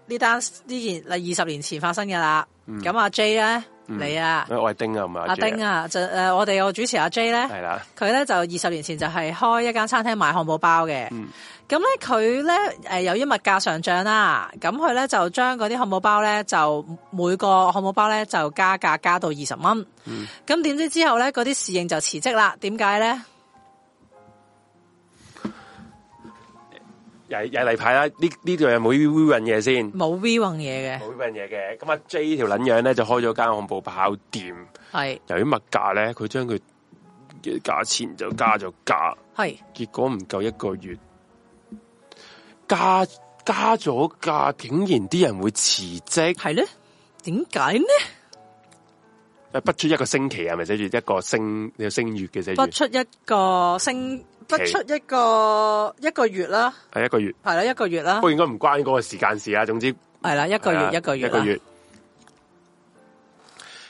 A: 呢單呢件嗱二十年前發生嘅啦。咁阿 J 咧，你啊，
B: 我係丁啊，唔係
A: 阿丁
B: 啊，
A: 啊，就誒、呃我哋個主持阿 J 咧。
B: 係啦，
A: 佢咧就二十年前就係開一間餐廳賣漢堡包嘅。
B: 嗯
A: 咁咧佢咧誒由於物價上漲啦，咁佢咧就將嗰啲漢堡包咧就每個漢堡包咧就加價加到二十蚊。
B: 嗯
A: 咁點、知之後咧嗰啲侍應就辭職啦？點解咧？
B: 又係又係例牌啦，呢呢度有冇 V 運嘢先？
A: 冇 V 運嘢嘅
B: 冇 V 運嘢嘅，咁啊 J 條撚樣咧就開咗間漢堡包店，
A: 係
B: 由於物價咧，佢將佢嘅價錢就加咗價，
A: 係
B: 結果唔夠一個月，加加咗價，竟然啲人會辭職，
A: 係咧？點解呢？
B: 誒不出一個星期係咪寫住一個星有星月嘅寫住
A: 不，出一個星，
C: 不出一個一個月啦，
B: 係一個月，
A: 係啦一個月啦
B: 不，過應該唔關嗰個時間事啊，總之。
A: 係啦一個
B: 係
A: 月
B: 啊
A: 一個月
B: 一個
A: 啦，
B: 月。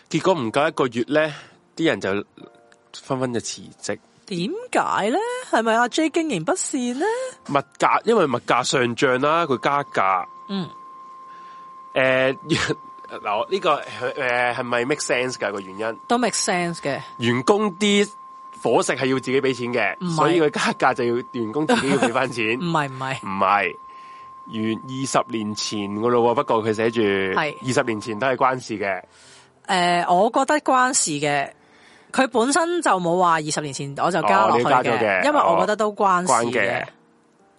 B: 結果唔夠一個月咧，啲人就紛紛就辭職。
A: 點解咧？係咪阿 J 經營不善咧？
B: 物價因為物價上漲啦，佢加價。
A: 嗯。
B: 誒、 嗱，我呢、個誒係咪 make sense 噶個原因？
A: 都 make sense 嘅。
B: 員工啲伙食係要自己俾錢嘅，
A: 係嗯
B: 所以佢加價就要員工自己要俾翻錢
A: 唔。係唔係，
B: 唔係，原二十年前噶咯喎，不過佢寫住
A: 係
B: 二十年前都係關事嘅。
A: 诶、我覺得關事嘅。佢本身就冇話二十年前我就加
B: 哦
A: 落
B: 你
A: 去
B: 加
A: 嘅，
B: 咗嘅哦
A: 因為我覺得都關
B: 關
A: 事嘅。。
B: 嘅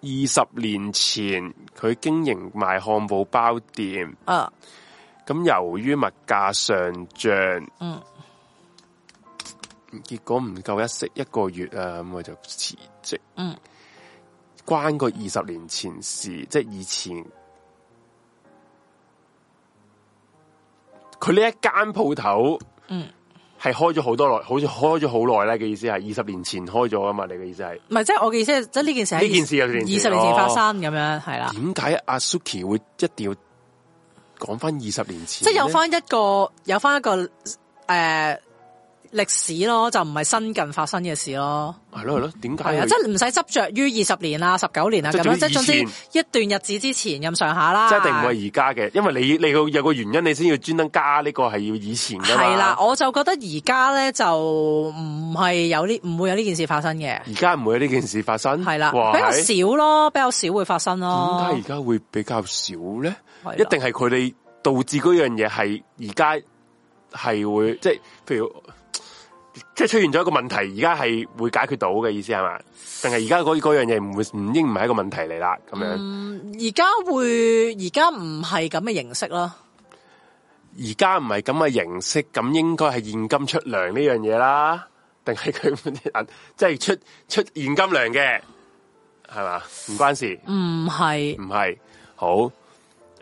B: 二十年前佢經營賣漢堡包店，
A: 啊，
B: 咁由於物價上漲，
A: 嗯，
B: 結果唔夠一息一個月啊，咁我就辭職。
A: 嗯，
B: 關個二十年前事，即係以前。佢呢一間鋪頭，
A: 嗯，
B: 係開咗好多耐，好似開咗好耐咧嘅意思係二十年前開咗啊嘛，你嘅意思係？
A: 唔係即係我嘅意思係，即係呢件事喺
B: 呢件事有件事
A: 二十年前發生咁樣，係啦，
B: 點解阿 Suki 會一定要講翻二十年前
A: 即
B: 呢？
A: 係有翻一個有翻一個诶历史咯，就唔係新近發生嘅事咯，
B: 係咯係咯，點解
A: 係啊，
B: 佢？
A: 即係唔使執着於二十年啊、十九年啊
B: 即
A: 咁
B: 係
A: 樣，即係總
B: 總之
A: 之
B: 以前
A: 一段日子之前咁上下啦，
B: 即係一定唔係而家嘅，因為你你有有個原因，你先要專登加呢個係要以前噶嘛。
A: 係啦，，我就覺得而家咧就唔係有呢，唔會有呢件事發生嘅，
B: 而家唔會有呢件事發生。
A: 係啦，
B: 嗯哇
A: 比較
B: 係
A: 少咯，比較少會發生咯。
B: 點解而家會比較少咧？
A: 係啦
B: 一定係佢哋導致嗰樣嘢係而家係會即係，譬如即係出現咗一個問題，而家係會解決到嘅意思係嘛？定係而家嗰嗰樣嘢唔會唔應唔係一個問題嚟啦？咁樣。
A: 而家會而家唔係咁嘅形式咯，
B: 而家唔係咁嘅形式，咁應該係現金出糧呢樣嘢啦，定係佢本啲銀即係出出現金糧嘅，係嘛？唔關事，
A: 唔係
B: 唔係好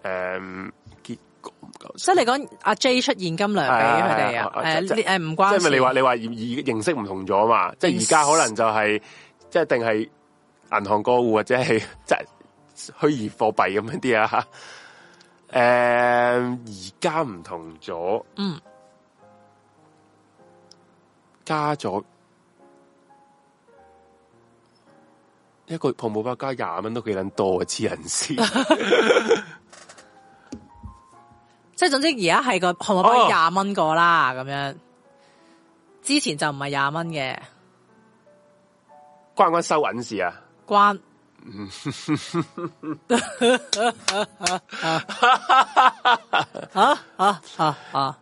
B: 诶、誒結果唔夠
A: 即係你講阿 J 出現金糧俾
B: 啊
A: 佢啊哋啊，誒呢誒唔關
B: 即係咪你話
A: 事，
B: 你話而而形式唔同咗嘛？即係而家可能就係即係一定係銀行過户或者係 即係虛擬貨幣咁樣啲啊。誒、而家唔同咗，
A: 嗯，
B: 加咗一個泡沫包加廿蚊都幾撚多啊！黐人線，
A: 即係總之而家係個項目
B: 哦
A: 包廿蚊個啦，咁樣。之前就唔係廿蚊嘅
B: 關唔關收銀事啊？
A: 關，啊啊啊啊！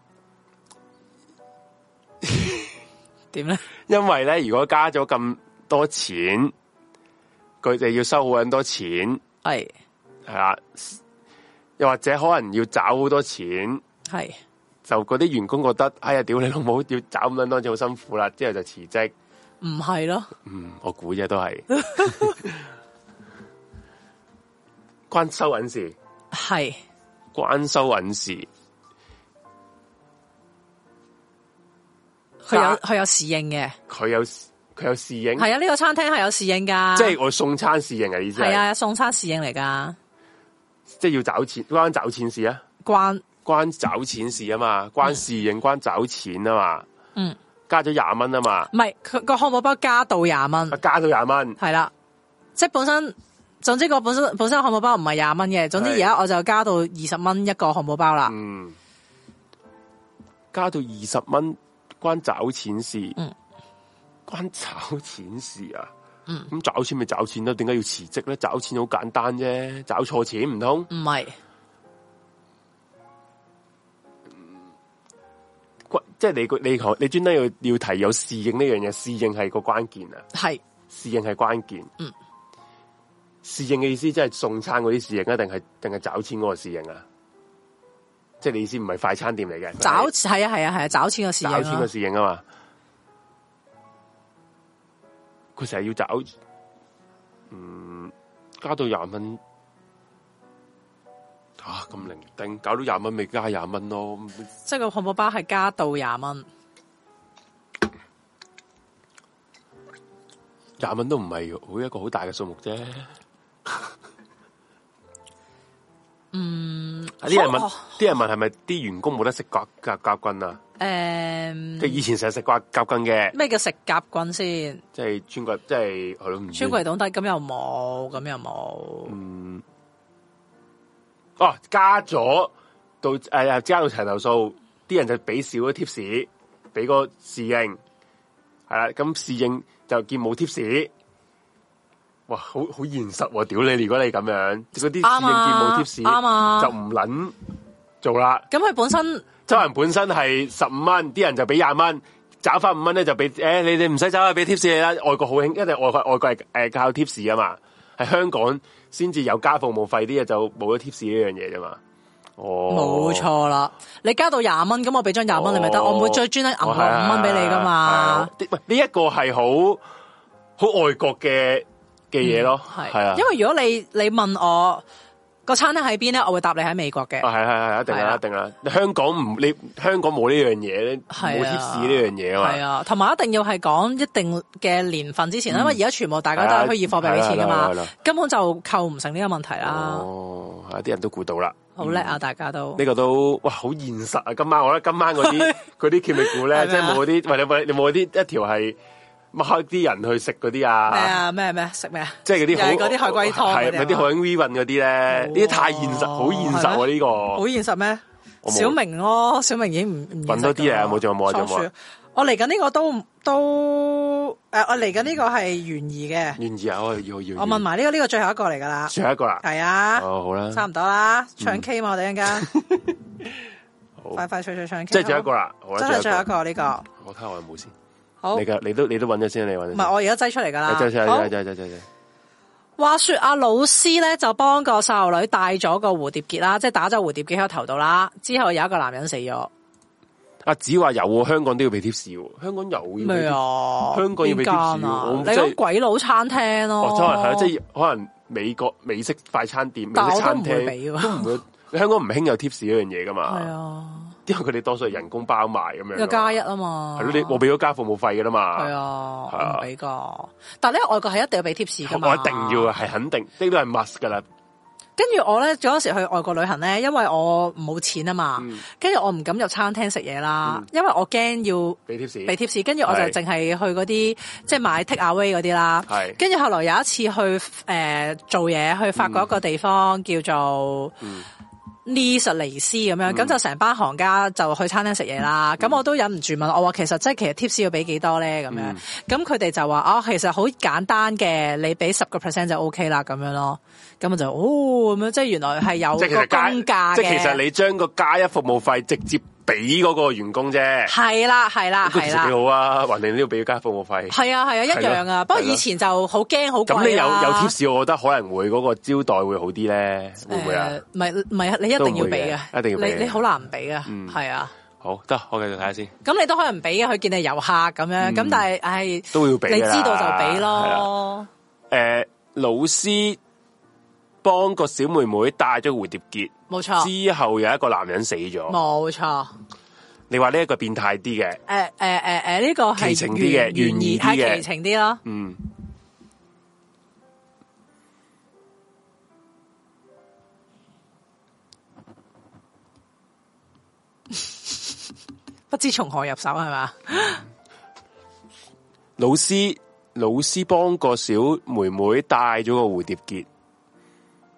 A: 點咧？
B: 因為咧，如果加咗咁多錢，佢哋要收好撚多錢，
A: 係
B: 係啦，又或者可能要找好多錢，
A: 係
B: 就嗰啲員工覺得，哎呀，屌你老母， 要找咁撚多錢好辛苦啦，之後就辭職。
A: 唔係咯？
B: 嗯，我估啫，都係關收銀事，
A: 係
B: 關收銀事，
A: 佢有
B: 但
A: 佢有侍應嘅，
B: 佢有佢有侍應，
A: 係啊！呢個餐廳係有侍應㗎，
B: 即係我送餐侍應嘅意思
A: 係
B: 係，
A: 啊，送餐侍應嚟㗎，
B: 即係要找錢，關找錢事啊！
A: 關
B: 關找錢事啊嘛，關侍應關找錢啊嘛，
A: 嗯，
B: 加咗廿蚊啊嘛，
A: 唔係佢個漢堡包加到廿蚊
B: 啊，加到廿蚊，
A: 係啦，即係本身。總之個本身本身漢堡包唔係廿蚊嘅，總之
B: 係
A: 而家我就加到二十蚊一個漢堡包啦。
B: 嗯，加到二十蚊，關找錢事，
A: 嗯，
B: 關找錢事啊，嗯，咁找錢咪找錢咯，點解要辭職咧？找錢好簡單啫，找錯錢唔通
A: 唔係
B: 關即係你個你你專登要要提有侍應呢樣嘢，侍應係個關鍵啊，
A: 係
B: 侍應係關鍵，
A: 嗯，
B: 侍應嘅意思即係送餐嗰啲侍應啊，定係定係找錢嗰個侍應啊？即係你意思唔係快餐店嚟嘅，佢係
A: 找係啊係啊係啊找錢嘅侍應
B: 找錢
A: 咯
B: 嘅，侍應啊嘛，佢成日要找，嗯，加到廿蚊，啊咁零丁，搞到廿蚊咪加廿蚊咯，
A: 即係個漢堡包係加到廿蚊，
B: 廿蚊都唔係好一個好大嘅數目啫。嗯，啲人問
A: 哦，
B: 啲人問係咪啲員工冇得食夾夾夾棍啊？
A: 誒
B: 佢以前成日食夾夾棍嘅，
A: 咩叫食夾棍先？
B: 即係穿櫃，即係係咯，唔知
A: 穿櫃桶底咁又冇，咁又冇，
B: 嗯，哦，加咗到诶、誒加到齊頭數，啲人就俾少咗 tips，俾個侍應係啦，咁侍應就見冇 tips，哇，好好現實喎、屌你！如果你咁樣，嗰啲侍應見
A: 啱
B: 冇
A: 啊
B: tips，
A: 啱啊
B: 就唔捻做啦。
A: 咁佢本身
B: 周人本身係十五蚊，啲人就俾廿蚊，找翻五蚊咧就俾，誒、你哋唔使找啊，俾 tips 你啦。外國好興，一定外國外國係誒靠 tips 啊嘛，喺香港先至有加服務費啲嘢就冇咗 tips 呢樣嘢啫嘛。哦，
A: 冇錯啦。你加到廿蚊，咁我俾張廿
B: 哦，
A: 蚊你咪得，我唔會再專登銀
B: 哦
A: 行
B: 係啊
A: 五蚊俾你噶嘛。
B: 係啊係啊喂，呢一個係好好外國嘅嘅嘢咯，
A: 嗯係
B: 係啊，
A: 因為如果你你問我個餐廳喺邊咧，我會答你喺美國嘅。
B: 啊，係係係，一定
A: 係
B: 啦，
A: 啊
B: 一定啦。香港唔你香港冇呢樣嘢，冇
A: 係啊
B: tips 呢樣嘢啊
A: 係
B: 嘛。
A: 啊，同埋一定要係講一定嘅年份之前，因為而家全部大家都係虛擬貨幣俾錢噶
B: 嗯係啦係啦
A: 嘛
B: 係啦係啦，
A: 根本就扣唔成呢個問題啦。
B: 哦，係啊啲人都估到啦。
A: 好叻啊，大家都
B: 呢個都哇好現實啊！今晚我覺得今晚嗰 啲嗰啲揭秘股咧，
A: 係
B: 即
A: 咪
B: 係
A: 啊
B: 冇嗰啲，喂你冇你冇嗰啲一條係開啲人去食嗰啲
A: 咩
B: 啊，
A: 啊咩咩食咩啊？
B: 即係嗰啲
A: 又係
B: 好
A: 嗰啲海龜湯嗰
B: 係
A: 啲啊
B: 咪啲海龜 run 嗰啲咧？呢啲太現實，好現實
A: 係
B: 啊！
A: 咩
B: 呢個
A: 好現實咩？
B: 我冇
A: 小明咯，小明已經唔唔
B: 搵多啲嘢啊冇仲有冇啊
A: 倉
B: 仲有冇啊
A: 鼠我嚟緊呢個都唔都诶、我嚟緊呢個係懸疑嘅。
B: 願意啊！我要要
A: 我問埋呢個呢個最後一個嚟㗎啦，
B: 最後一個啦，
A: 係啊，
B: 哦嗯好啦，
A: 差唔多啦，唱 K 嘛，我哋一陣 間
B: 好
A: 快快脆脆唱 K，
B: 即係最後一個啦，好
A: 好
B: 啦，
A: 冇，真係最
B: 最後
A: 後
B: 一
A: 一
B: 個，
A: 個呢個。
B: 我睇下我有冇先。
A: 好，
B: 你
A: 唔
B: 嘅你都你都揾咗先，你揾咗先。哎
A: 係我而家擠出嚟㗎啦。
B: 真真
A: 好
B: 真真真真
A: 話說阿老師咧就幫個細路女戴咗個蝴蝶結啦，即係打咗蝴蝶結喺個頭度啦。之後有一個男人死咗，
B: 阿子話有喎，香港都要俾 tips 喎，香港有要俾
A: 咩
B: tips
A: 啊？
B: 香港要俾
A: 邊間
B: tips
A: 啊
B: 喎我？
A: 你
B: 真係
A: 講鬼佬餐廳咯？
B: 哦，可能係啊即係可能美國美式快餐店、美
A: 但
B: 式
A: 我都
B: 餐
A: 唔會俾
B: 廳
A: 喎
B: 都唔會，香港唔興有 tips 呢樣嘢噶嘛。
A: 係啊，
B: 因為佢哋多數係人工包埋咁樣
A: 有
B: 咯。
A: 加一啊嘛。
B: 嗯係咯，你我俾咗加服務費噶啦嘛。
A: 係啊，
B: 係啊
A: 我唔俾噶。但系咧，外國係一定要俾 tips 噶嘛。
B: 我一定要啊，係肯定，呢個係 must 噶啦。
A: 跟住我咧，嗰時去外國旅行咧，因為我冇錢啊嘛，跟住我唔敢入餐廳食嘢啦，因為我驚要
B: 俾 tips，
A: 俾 tips，跟住我就
B: 係
A: 淨係去嗰啲即係買 take away 嗰啲啦。
B: 係
A: 跟住後來有一次去誒、呃做嘢，去法國一個地方、叫做
B: 嗯
A: Nice 尼斯咁樣，咁、就成班行家就去餐廳食嘢
B: 嗯
A: 啦。咁、我都忍唔住問我話，其實即係其實 tips 要俾幾多咧？咁
B: 嗯
A: 樣，咁佢哋就話啊，其實好簡單嘅，你俾十個 percent 就 OK 啦，咁樣咯。咁我就哦咁樣，即係原來係有
B: 即係其
A: 個
B: 實加，
A: 公價嘅。
B: 即係其實你將個加一服務費直接俾嗰個員工啫。
A: 係啦，係啦，
B: 咁
A: 啊
B: 其
A: 係
B: 實
A: 啦
B: 幾。好啊，還定都要俾加服務費。
A: 係啊，係啊，一樣啊。
B: 係咯
A: 不過
B: 係咯
A: 以前就好驚，好啊貴
B: 咁你有
A: 啦
B: 有 tips，我覺得可能會嗰個招待會好啲咧，會唔會啊
A: 誒？唔係唔係，你一
B: 都
A: 定
B: 唔
A: 要
B: 會
A: 俾啊
B: 嘅一定要俾
A: 你你
B: 嘅
A: 好難唔俾嘅，
B: 嗯
A: 係啊。
B: 好得，我繼續睇下先，
A: 咁你都可能唔俾嘅，佢見你遊客咁樣，咁但係唉，你知
B: 嗯都要俾㗎啦
A: 道就俾。
B: 係啊啦
A: 咯。
B: 誒，呃老師幫個小妹妹戴咗蝴蝶結，
A: 冇錯，
B: 之後有一個男人死咗。
A: 冇錯。
B: 你話呢一個變態啲嘅，
A: 誒誒誒誒，呃呢個係
B: 奇情啲嘅
A: 懸疑
B: 懸疑啲嘅
A: 係奇情啲咯。
B: 嗯。
A: 不知從何入手係嘛？
B: 老師老師幫個小妹妹戴咗個蝴蝶結，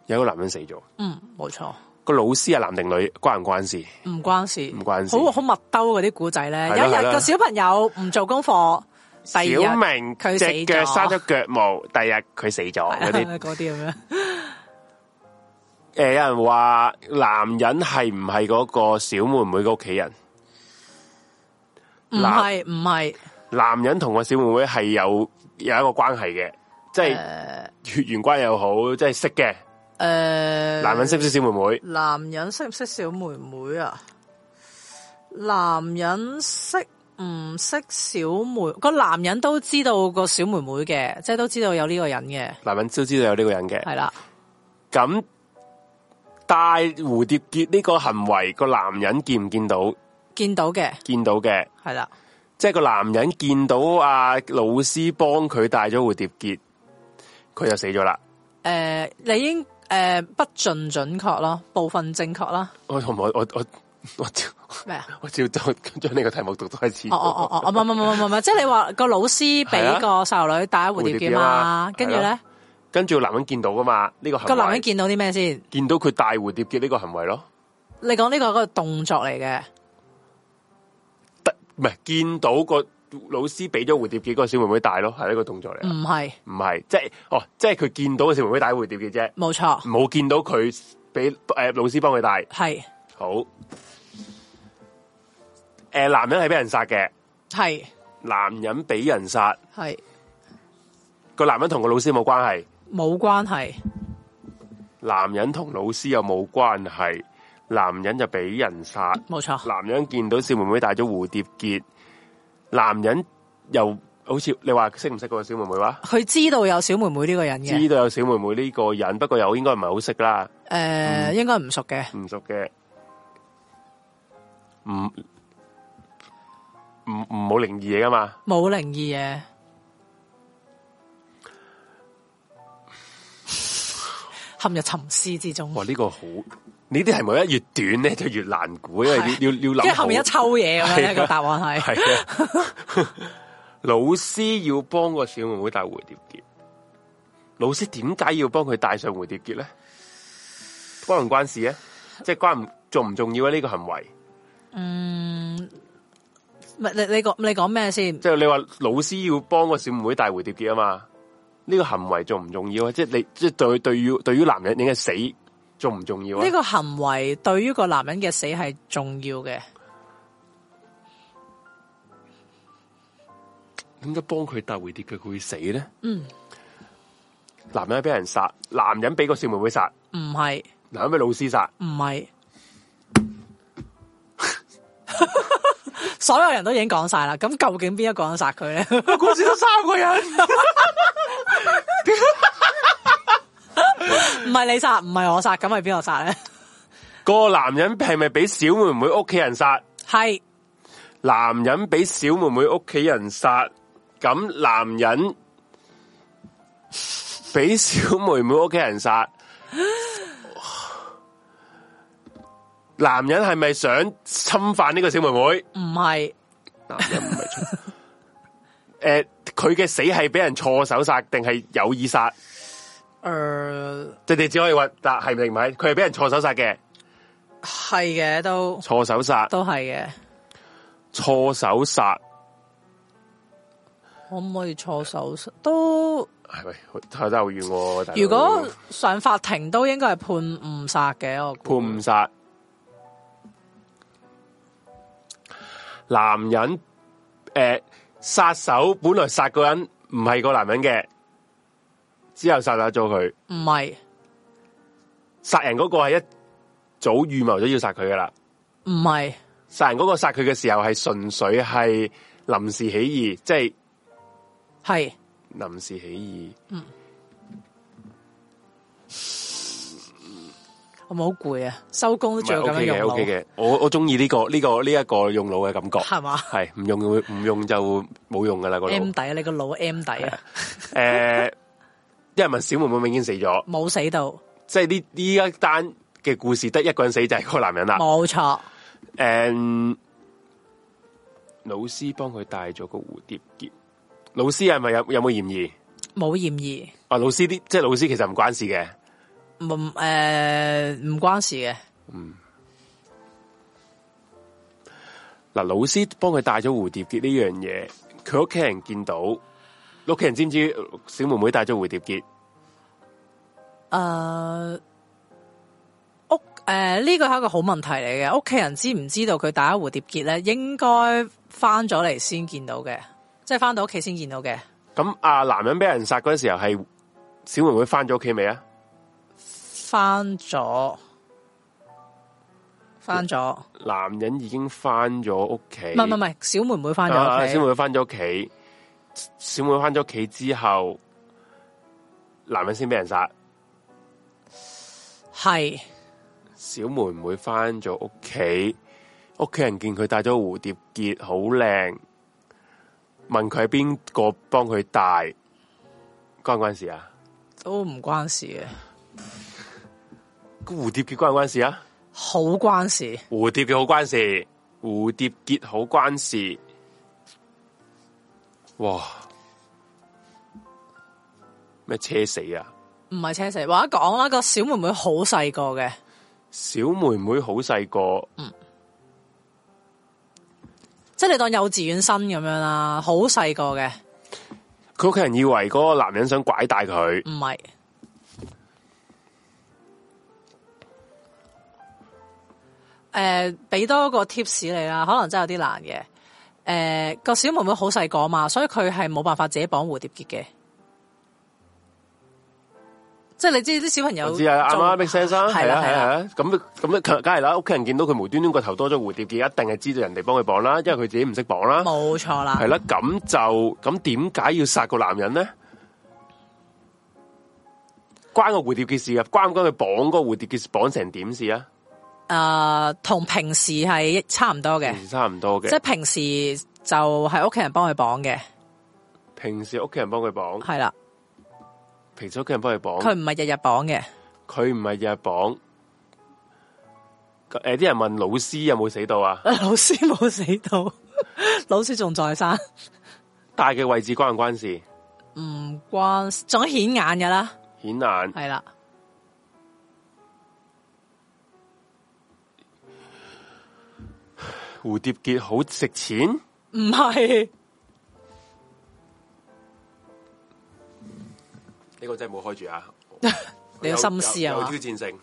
B: 有一個男人死咗。
A: 嗯，冇錯，
B: 個老師係男定女，關唔關事？
A: 唔關事，
B: 唔關事
A: 好好密兜嗰啲古仔咧，
B: 係啦
A: 有一
B: 係
A: 日
B: 啦
A: 個小朋友唔做功課，第
B: 小
A: 二日
B: 明
A: 佢死
B: 隻腳
A: 咗
B: 生咗腳毛，第二日佢死咗嗰啲。
A: 嗰啲咁樣。
B: 诶、有人話男人係唔係嗰個小妹妹嘅屋企人？
A: 唔
B: 嗱
A: 係唔係
B: 男人同個小妹妹係有有一個關係嘅，即係血緣關係又好，即係識嘅。
A: 誒
B: 男人識唔識小妹妹？
A: 男人識唔識小妹妹啊？男人識唔識小妹？個男人都知道個小妹妹嘅，即係都知道有呢個人嘅，
B: 男人都知道有呢個人嘅。
A: 係啦。
B: 咁戴蝴蝶結呢個行為，個男人見唔見到？
A: 見到嘅，
B: 見到嘅，
A: 係啦，
B: 即係個男人見到阿、老師幫佢戴咗蝴蝶結，佢就死咗啦。
A: 诶、你已經诶、誒不盡準確咯，部分正確啦。
B: 我同我我我我 照
A: 咩啊？
B: 我照將將呢個題目讀多一次。
A: 哦哦哦哦哦，唔係唔係唔係唔係，即係你話個老師
B: 係
A: 俾
B: 啊
A: 個細路女戴蝴蝶
B: 蝴蝶
A: 結
B: 結啊
A: 嘛
B: 嘛，
A: 跟住
B: 係
A: 咧
B: 啊跟住個男人見到噶嘛？呢、個行
A: 個
B: 為
A: 男人見到啲咩先？
B: 見到佢戴蝴蝶結呢個行為咯，
A: 你講呢個係一個動作嚟嘅，
B: 得唔係見到個老師俾咗蝴蝶結嗰個小妹妹戴咯，係呢個動作嚟啊，
A: 唔係
B: 唔係即係哦，即係佢見到個小妹妹戴蝴蝶結啫，
A: 冇錯，
B: 冇見到佢俾誒老師幫佢戴。
A: 係
B: 好，誒、男人係俾人殺嘅，
A: 係
B: 男人俾人殺，
A: 係
B: 個男人同個老師冇關係，
A: 冇關係。
B: 男人同老師又冇關係，男人就俾人殺。
A: 冇錯，
B: 男人見到小妹妹戴咗蝴蝶結，男人又好似你話識唔識嗰個小妹妹啊話？
A: 佢知道有小妹妹呢個人嘅，
B: 知道有小妹妹呢個人，不過又應該唔係好識啦，
A: 诶、
B: 嗯
A: 應該唔熟嘅，
B: 唔熟嘅，唔唔唔冇靈異嘢噶嘛？
A: 冇靈異 嘢。陷入沉思之中，
B: 哇！呢、個好，呢啲題目一越短咧就越難估，啊因為要要要
A: 跟
B: 諗
A: 住後面一
B: 好。
A: 抽嘢咁樣
B: 係啊
A: 呢個答案係
B: 系啊， 老師要幫個小妹妹戴蝴蝶結，老師點解要幫佢戴上蝴蝶結咧？關唔關事咧？即係關唔重唔重要啊？呢、個行為，
A: 唔係你你講你講咩先？
B: 即係你話老師要幫個小妹妹戴蝴蝶結啊嘛？呢、個行為重唔重要啊？即係你即係對對於對於男人你嘅死重唔重要啊？
A: 呢個行為對於個男人嘅死係重要嘅，
B: 點解幫佢戴蝴蝶結佢會死咧？嗯，男人俾人殺，男人俾個小妹妹殺，
A: 唔係
B: 男人俾老師殺。
A: 唔 係。所有人都已經講晒啦，咁究竟邊一個人殺佢咧？
B: 故事得三個人。
A: 唔係你殺，唔係我殺，咁係邊個殺咧？
B: 個男人係咪俾小妹妹屋企人殺？
A: 係
B: 男人俾小妹妹屋企人殺，咁男人俾小妹妹屋企人 殺，男人係咪想侵犯呢個小妹妹？
A: 唔係
B: 男人唔係錯， 诶、佢嘅死係俾人錯手殺定係有意殺？
A: 誒
B: 即係你只可以話，但係定唔係？佢係俾人錯手殺嘅，
A: 係嘅，都
B: 錯手殺，
A: 都係嘅。
B: 錯手殺。
A: 可唔可以錯手術都？
B: 系咪？睇得好远喎！大佬
A: 如果上法庭都應該係判誤殺嘅，我
B: 判
A: 估
B: 誤殺，男人诶杀、殺手本來殺個人唔係個男人嘅，之後殺咗佢，
A: 唔係
B: 殺人嗰個係一早預謀咗要殺佢噶啦。
A: 唔係
B: 殺人嗰個殺佢嘅時候係純粹係臨時起意，即係
A: 係
B: 臨時起意。
A: 我咪好攰啊！收工都仲要咁樣
B: 啊 OK
A: 用
B: 嘅
A: 腦
B: ，OK 嘅，我我中意呢個呢、個呢一、個用腦嘅感覺，
A: 係嘛
B: 係唔用會唔用就冇用噶啦個
A: ？M
B: 腦。
A: 底啊，你個腦 M 底啊，
B: 诶、呃因為問小妹妹已經死咗，
A: 冇死到，
B: 即係呢呢一單嘅故事得一個人死就係嗰個男人啦。
A: 冇錯，
B: 诶、老師幫佢帶咗個蝴蝶結，老師係咪有有冇嫌疑？
A: 冇嫌疑，
B: 啊，老師啲即係老師其實唔關事嘅，
A: 唔诶唔關事嘅，
B: 嗱，老師幫佢帶咗蝴蝶結呢樣嘢，佢屋企人見到，屋企人知唔知小妹妹帶咗蝴蝶結？
A: 诶。屋誒呢個係一個好問題嚟嘅，屋企人知唔知道佢打蝴蝶結咧？應該翻咗嚟先見到嘅，即係翻到屋企先見到嘅。
B: 咁啊，男人俾人殺嗰陣時候係小妹妹翻咗屋企未啊？
A: 翻咗，翻咗，唔
B: 男人已經翻咗屋企，
A: 係唔係唔係，小妹妹翻
B: 啊
A: 咗
B: 啊
A: 屋企
B: 小妹，妹翻咗屋企，小妹妹翻咗屋企之後，男人先俾人殺，
A: 係
B: 小妹妹翻咗屋企，屋企人見佢戴咗蝴蝶結好靚，問佢係邊個幫佢戴，關唔關事啊？
A: 都唔關事嘅，
B: 個蝴蝶結關唔關事啊？
A: 好關事，
B: 蝴蝶結好關事，蝴蝶結好關事。哇！咩車死啊？
A: 唔係車死。話一講啦，個小妹妹好細個嘅，
B: 小妹妹好細個，
A: 即係你當幼稚園生咁樣啦，好細個嘅，
B: 佢屋企人以為嗰個男人想拐帶佢，
A: 唔係誒，俾、多個 tips 你啊啦，可能真係有啲難嘅。誒、個小妹妹好細個嘛，所以佢係冇辦法自己綁蝴蝶結嘅。即係你知啲小朋友
B: 我知啊，啱
A: 做
B: 啊，make sense 啊，
A: 係
B: 係
A: 啦
B: 啊，係
A: 係啦，
B: 啊，咁咁梗係啦，屋企人見到佢無端端個頭多咗蝴蝶結，一定係知道人哋幫佢綁啦，因為佢自己唔識綁啦，
A: 冇錯啦
B: 係。啦，咁就咁點解要殺個男人呢？關個蝴蝶結事啊，關唔關佢綁個蝴蝶結綁成點事啊？
A: 誒，同平時係差唔多嘅，
B: 其實差唔多
A: 即
B: 嗯嘅，
A: 係平時就係屋企人幫佢綁嘅，
B: 平時屋企人幫佢綁，
A: 係啦，
B: 平時屋企人幫佢綁
A: 佢，唔係日日綁嘅，
B: 佢唔係日日綁。诶，啲人問老師有冇死到啊？
A: 老師冇死到，老師仲在 生，
B: 戴嘅位置關唔關事？
A: 唔關事，仲顯眼㗎啦，
B: 顯眼。
A: 係啦，
B: 蝴蝶結好值錢，
A: 唔係
B: 呢個真係冇開住啊！
A: 你有心思啊
B: 有有
A: 嘛
B: 挑，戰性。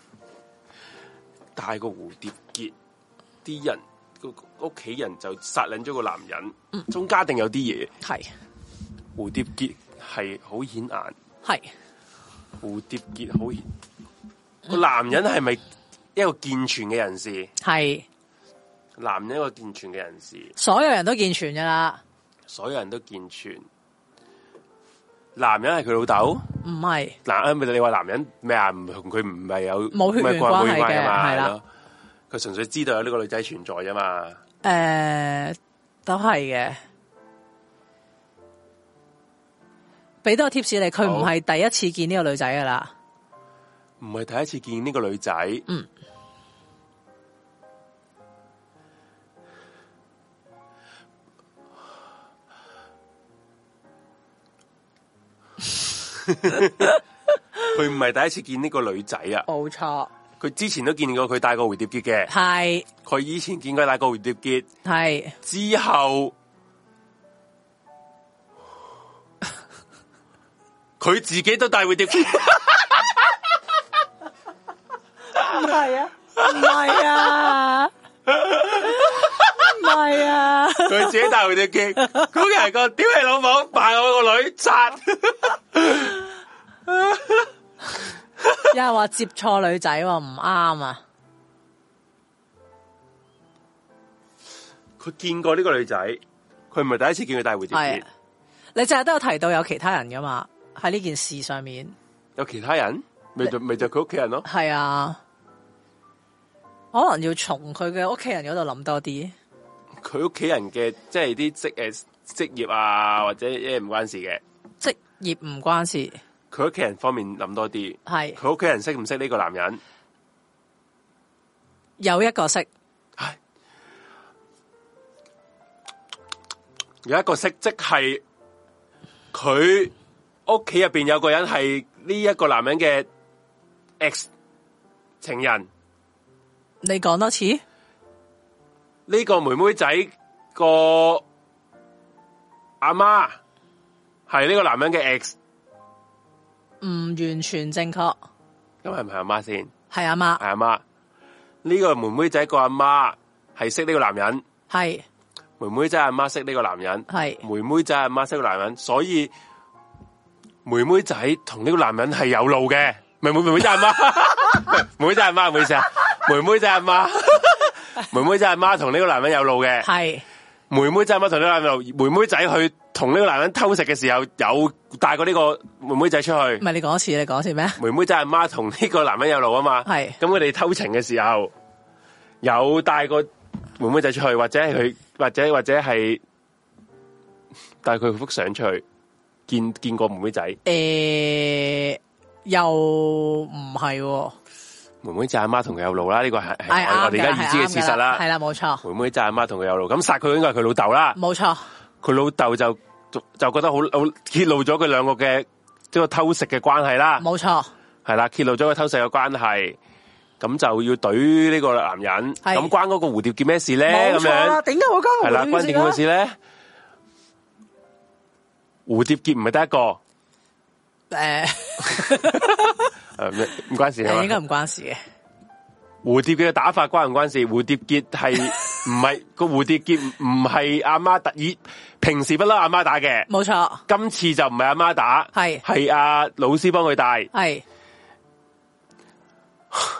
B: 戴個蝴蝶結，啲人個屋企人就殺撚咗個男
A: 嗯
B: 人，中間一定有啲嘢。
A: 係
B: 蝴蝶結係好顯眼，
A: 係
B: 蝴蝶結好顯。
A: 嗯
B: 個男人係咪一個健全嘅人士？
A: 係，
B: 男人一個健全嘅人士。
A: 所有人都健全㗎啦，
B: 所有人都健全。男人係佢老豆，
A: 唔係
B: 男人咪你話男人咩啊？唔同佢唔係有
A: 冇血緣
B: 唔係
A: 關
B: 關
A: 係嘅
B: 係嘛
A: 係啦
B: 係咯佢純粹知道有呢個女仔存在啫嘛。
A: 诶、都係嘅。俾多個 tips 你，佢唔
B: 好
A: 係第一次見呢個女仔噶啦。
B: 唔係第一次見呢個女仔，
A: 嗯，
B: 佢唔係第一次見呢個女仔啊，
A: 冇錯，
B: 佢之前都見過佢戴過蝴蝶結嘅，
A: 係
B: 佢以前見佢戴過蝴蝶結
A: 係
B: 之後， 佢自己都戴蝴 蝶結。
A: 唔係啊？唔係啊？唔係啊？
B: 佢自己戴蝴蝶結，嗰個人個屌你老母，扮我個女擦，
A: 有人話接錯女仔喎，唔啱啊！
B: 佢見過呢個女仔，佢唔係第一次見佢戴蝴蝶
A: 係
B: 結
A: 啊，你成日都有提到有其他人噶嘛？喺呢件事上面，
B: 有其他人，咪就咪就佢屋企人咯。
A: 係啊，可能要從佢嘅屋企人嗰度諗多啲。
B: 佢屋企人嘅即係啲職诶职业啊，或者一唔關事嘅，
A: 職業唔關事，
B: 佢屋企人方面諗多啲。
A: 係
B: 佢屋企人識唔識呢個男人？
A: 有一個識，
B: 唉，有一個識，即係佢屋企入边有個人係呢一個男人嘅 ex 情人。
A: 你講多次，
B: 呢、個妹妹仔個阿媽係呢個男人嘅 ex，
A: 唔完全正確，
B: 咁係唔係阿媽先？
A: 係阿媽
B: 系，阿妈。呢、個妹妹仔個阿媽係識呢個男人，
A: 係
B: 妹妹仔阿媽識呢個男人，
A: 係
B: 妹妹仔阿媽識呢個男人，所以妹妹仔同呢個男人係有路嘅，唔係妹妹仔阿媽， 妹妹仔阿媽，唔好意思啊，妹妹仔阿媽，妹妹仔阿媽 同呢個男人有路嘅，
A: 係
B: 妹妹仔阿媽同呢個男人有路，妹妹仔去同呢個男人偷食嘅時候，有帶過呢個妹妹仔出
A: 唔
B: 去，
A: 係你講多次？你講多次咩？
B: 妹妹仔阿媽同呢個男人有路啊嘛，
A: 係
B: 咁佢哋偷情嘅時候，有帶個妹妹仔出去，或者係佢，或者或者係帶佢幅相出去，見見過妹妹仔，
A: 诶、又唔係喎，
B: 妹妹仔阿媽同佢有路啦，呢個係係
A: 係啊
B: 我
A: 啱
B: 我哋而家
A: 㗎
B: 已知嘅事
A: 係啱㗎
B: 實
A: 係啊
B: 啦。
A: 啦，冇錯，
B: 妹妹仔阿媽同佢有路，咁殺佢應該係佢老豆啦，
A: 冇錯，
B: 佢老豆就就就覺得好好揭露咗佢兩個嘅即係個偷食嘅關係啦，
A: 冇錯，
B: 係啦，揭露咗佢偷食嘅關係。咁就要懟呢個男人，
A: 係
B: 咁關嗰個蝴蝶結咩事咧？
C: 冇
B: 咁
C: 錯
B: 樣
C: 啦，點解我 交
B: 系啦，
C: 換
B: 关
C: 女
B: 键嗰
C: 嘅
B: 事咧，蝴蝶結唔係得一個，
A: 诶、
B: 诶咩呃唔關事
A: 誒
B: 係
A: 應
B: 嘛
A: 該？唔關事嘅，
B: 蝴蝶結嘅打法關唔關事？蝴蝶結係唔 係個蝴蝶結唔唔係阿媽特意平時不嬲阿媽打嘅，
A: 冇錯，
B: 今次就唔係阿媽打，
A: 係
B: 系阿老師幫佢帶。
A: 係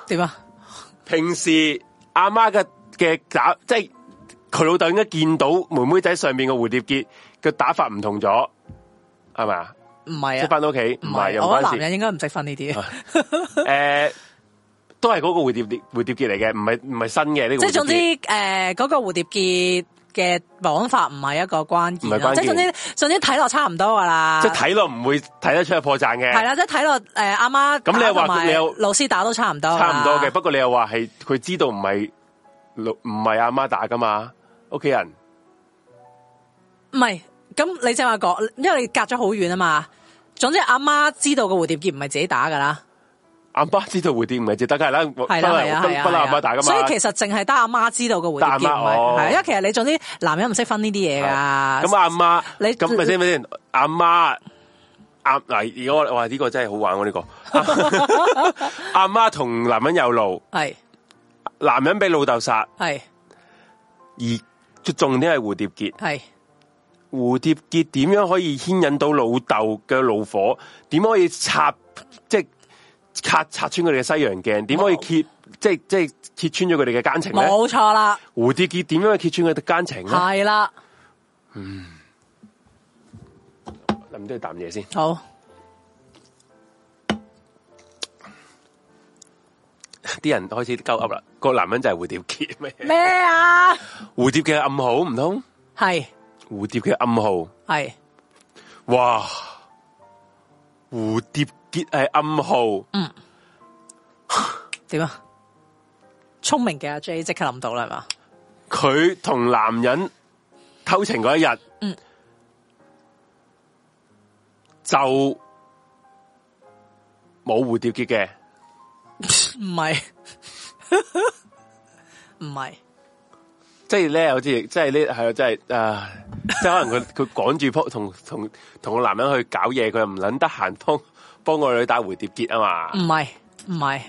A: 點啊？
B: 平時阿媽嘅嘅打，即係佢老豆應該見到妹妹仔上面嘅蝴蝶結嘅打法唔同咗，係咪啊？
A: 唔
B: 即
A: 係
B: 係
A: 啊，
B: 翻到屋企唔
A: 唔
B: 係又
A: 係，
B: 唔
A: 我覺得
B: 關
A: 男
B: 事。啊
A: 人應該唔識分呢啲，
B: 诶、呃都係嗰個蝴蝶結蝴蝶結嚟嘅，唔係唔系新嘅呢、個。
A: 即
B: 係
A: 係總之诶，誒嗰、個蝴蝶結嘅綁法唔係一個關鍵
B: 唔係
A: 咯，
B: 關
A: 即係總
B: 鍵
A: 之總之睇落差唔多噶啦，
B: 即係睇落唔會睇得出係破綻嘅，
A: 系啦，即系睇落诶阿媽
B: 咁你又
A: 打
B: 話
A: 同
B: 你又
A: 埋老師打都差唔多㗎啦，
B: 差唔多嘅。不過你又話係佢知道唔係老唔係阿媽打噶嘛，屋企人
A: 唔係咁你正話講，因為你隔咗好遠啊嘛。總之阿媽知道個蝴蝶結唔係自己打噶啦，
B: 阿媽知道蝴蝶唔係只得，梗係啦，不
A: 係啦係
B: 嬲
A: 啊
B: 不
A: 係啊，
B: 不嬲阿媽打噶嘛。
A: 所以其實淨係得阿媽知道個蝴蝶
B: 得
A: 結
B: 阿
A: 唔
B: 媽哦
A: 係，啊係因為其實你總之男人唔識分呢啲嘢噶。
B: 咁阿啊媽，
A: 你
B: 咁咪先咪先，阿媽阿嗱，如果我話呢個真係好玩喎呢 個，阿媽同男人有路，
A: 係
B: 男人俾老豆殺，
A: 係
B: 而重點係蝴蝶結。
A: 係
B: 蝴蝶結點樣可以牽引到老豆嘅怒火？點可以插即係拆拆穿佢哋嘅西洋鏡？點可以揭即係即係揭穿咗佢哋嘅奸情咧？
A: 冇錯啦，
B: 蝴蝶結點樣去揭穿佢哋奸情咧？
A: 係啦，
B: 飲多啖嘢先。
A: 好
B: 啲人開始鳩噏啦，個男人就係蝴蝶結咩？
A: 咩啊？
B: 蝴蝶嘅暗號唔通？
A: 係
B: 蝴蝶嘅暗號，
A: 係
B: 哇！蝴蝶結係暗號，
A: 點啊？聰明嘅阿 J 即刻諗到啦，係嘛？
B: 佢同男人偷情嗰一日，
A: 嗯，
B: 就冇蝴蝶結嘅，
A: 唔係， 唔係，
B: 即係咧，好似即係呢，係啊，即係啊，即係可能佢佢趕住扑同同同個男人去搞嘢，佢又唔捻得閒幫幫個女打蝴蝶結啊嘛，
A: 唔係，唔係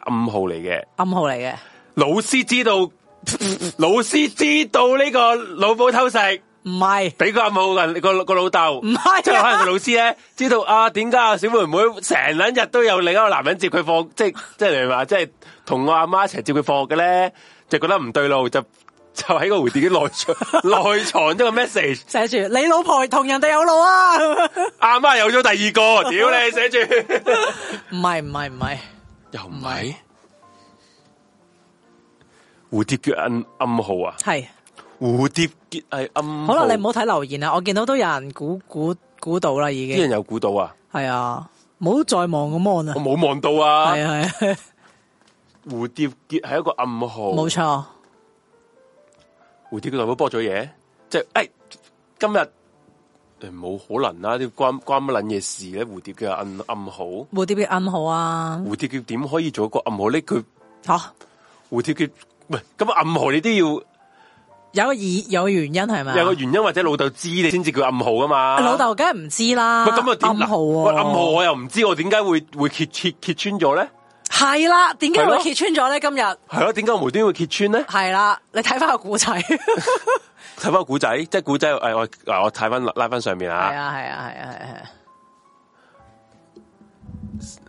B: 暗號嚟嘅。
A: 暗號嚟嘅，
B: 老師知道，老師知道呢個老母偷食，
A: 唔係，
B: 俾個暗號人個個老豆。
A: 唔係啊
B: 即係可能個老師咧知道啊，點解啊小妹妹成撚日都有另一個男人接佢放，即係即係你明嘛？即係同我阿媽一齊接佢放學嘅咧，就覺得唔對路，就就喺個蝴蝶機內 藏內藏咗個 message。
A: 寫住你老婆同人哋有路啊！
B: 阿媽有咗第二個，屌你寫住，
A: 唔係，唔係，唔係，
B: 又唔係蝴蝶結暗暗號啊？
A: 係。
B: 蝴蝶結係暗
A: 好
B: 號。
A: 啦，你唔好睇留言啦，啊我見到都有人估估估到啦，已
B: 啲
A: 經
B: 人有估到啊！
A: 係啊，唔好再望個 mon
B: 我
A: 啊，
B: 冇望到啊！
A: 係啊係啊，
B: 蝴蝶結係一個暗號，
A: 冇錯，
B: 蝴蝶結代表波咗嘢，即係誒今日誒冇可能啦、啲關關乜撚嘢事咧？蝴蝶結係暗暗號，
A: 蝴蝶結暗號啊，
B: 蝴蝶結點可以做一個暗號咧？佢
A: 吓
B: 蝴蝶結唔係咁暗號，你都
A: 啊
B: 要
A: 有個意有個原因係咪啊？
B: 有個原因或者老豆知你先至叫暗號噶嘛？
A: 老豆梗係唔知啦，
B: 喂咁啊點
A: 暗號
B: 喂暗號
A: 喎，
B: 我又唔知我點解會會揭揭揭穿咗咧？
A: 係啦，點解
B: 係咯
A: 會揭穿咗咧？今日
B: 係咯，點解我無端端會揭穿咧？
A: 係啦，你睇翻個古
B: 啊
A: 仔，係
B: 睇翻個古仔，即係古仔誒我嗱我睇翻拉翻上面啊。
A: 啊係啊係啊係啊，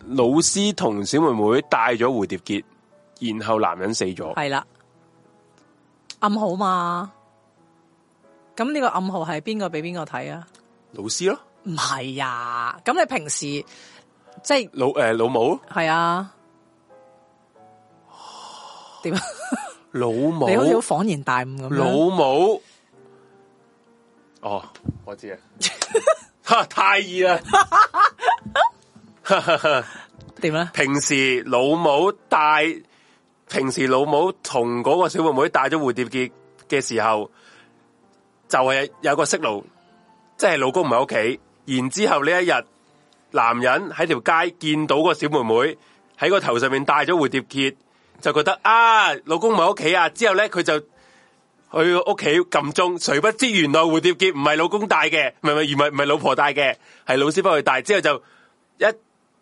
B: 老師同小妹妹戴咗蝴蝶結，然後男人死咗。
A: 係啦，暗號嘛，咁呢個暗號係邊個俾邊個睇啊？
B: 老師咯，
A: 唔係啊，咁你平時即係
B: 老诶、老母，
A: 係啊？點啊？
B: 老母，
A: 你好似好恍然大悟咁
B: 老
A: 樣。
B: 母。哦，我知 啊，哈太易啦。
A: 點啊咧？
B: 平時老母戴，平時老母同嗰個小妹妹戴咗蝴蝶結嘅時候，就係、有個息路，即係老公唔喺屋企，然之後呢一日，男人喺條街見到個小妹妹喺個頭上面戴咗蝴蝶結，就覺得啊，老公唔喺屋企啊，之後咧佢就。去屋企撳鐘，誰不知原來蝴蝶結唔係老公戴嘅，唔係唔係唔係唔係老婆戴嘅，係老師幫佢戴。之後就一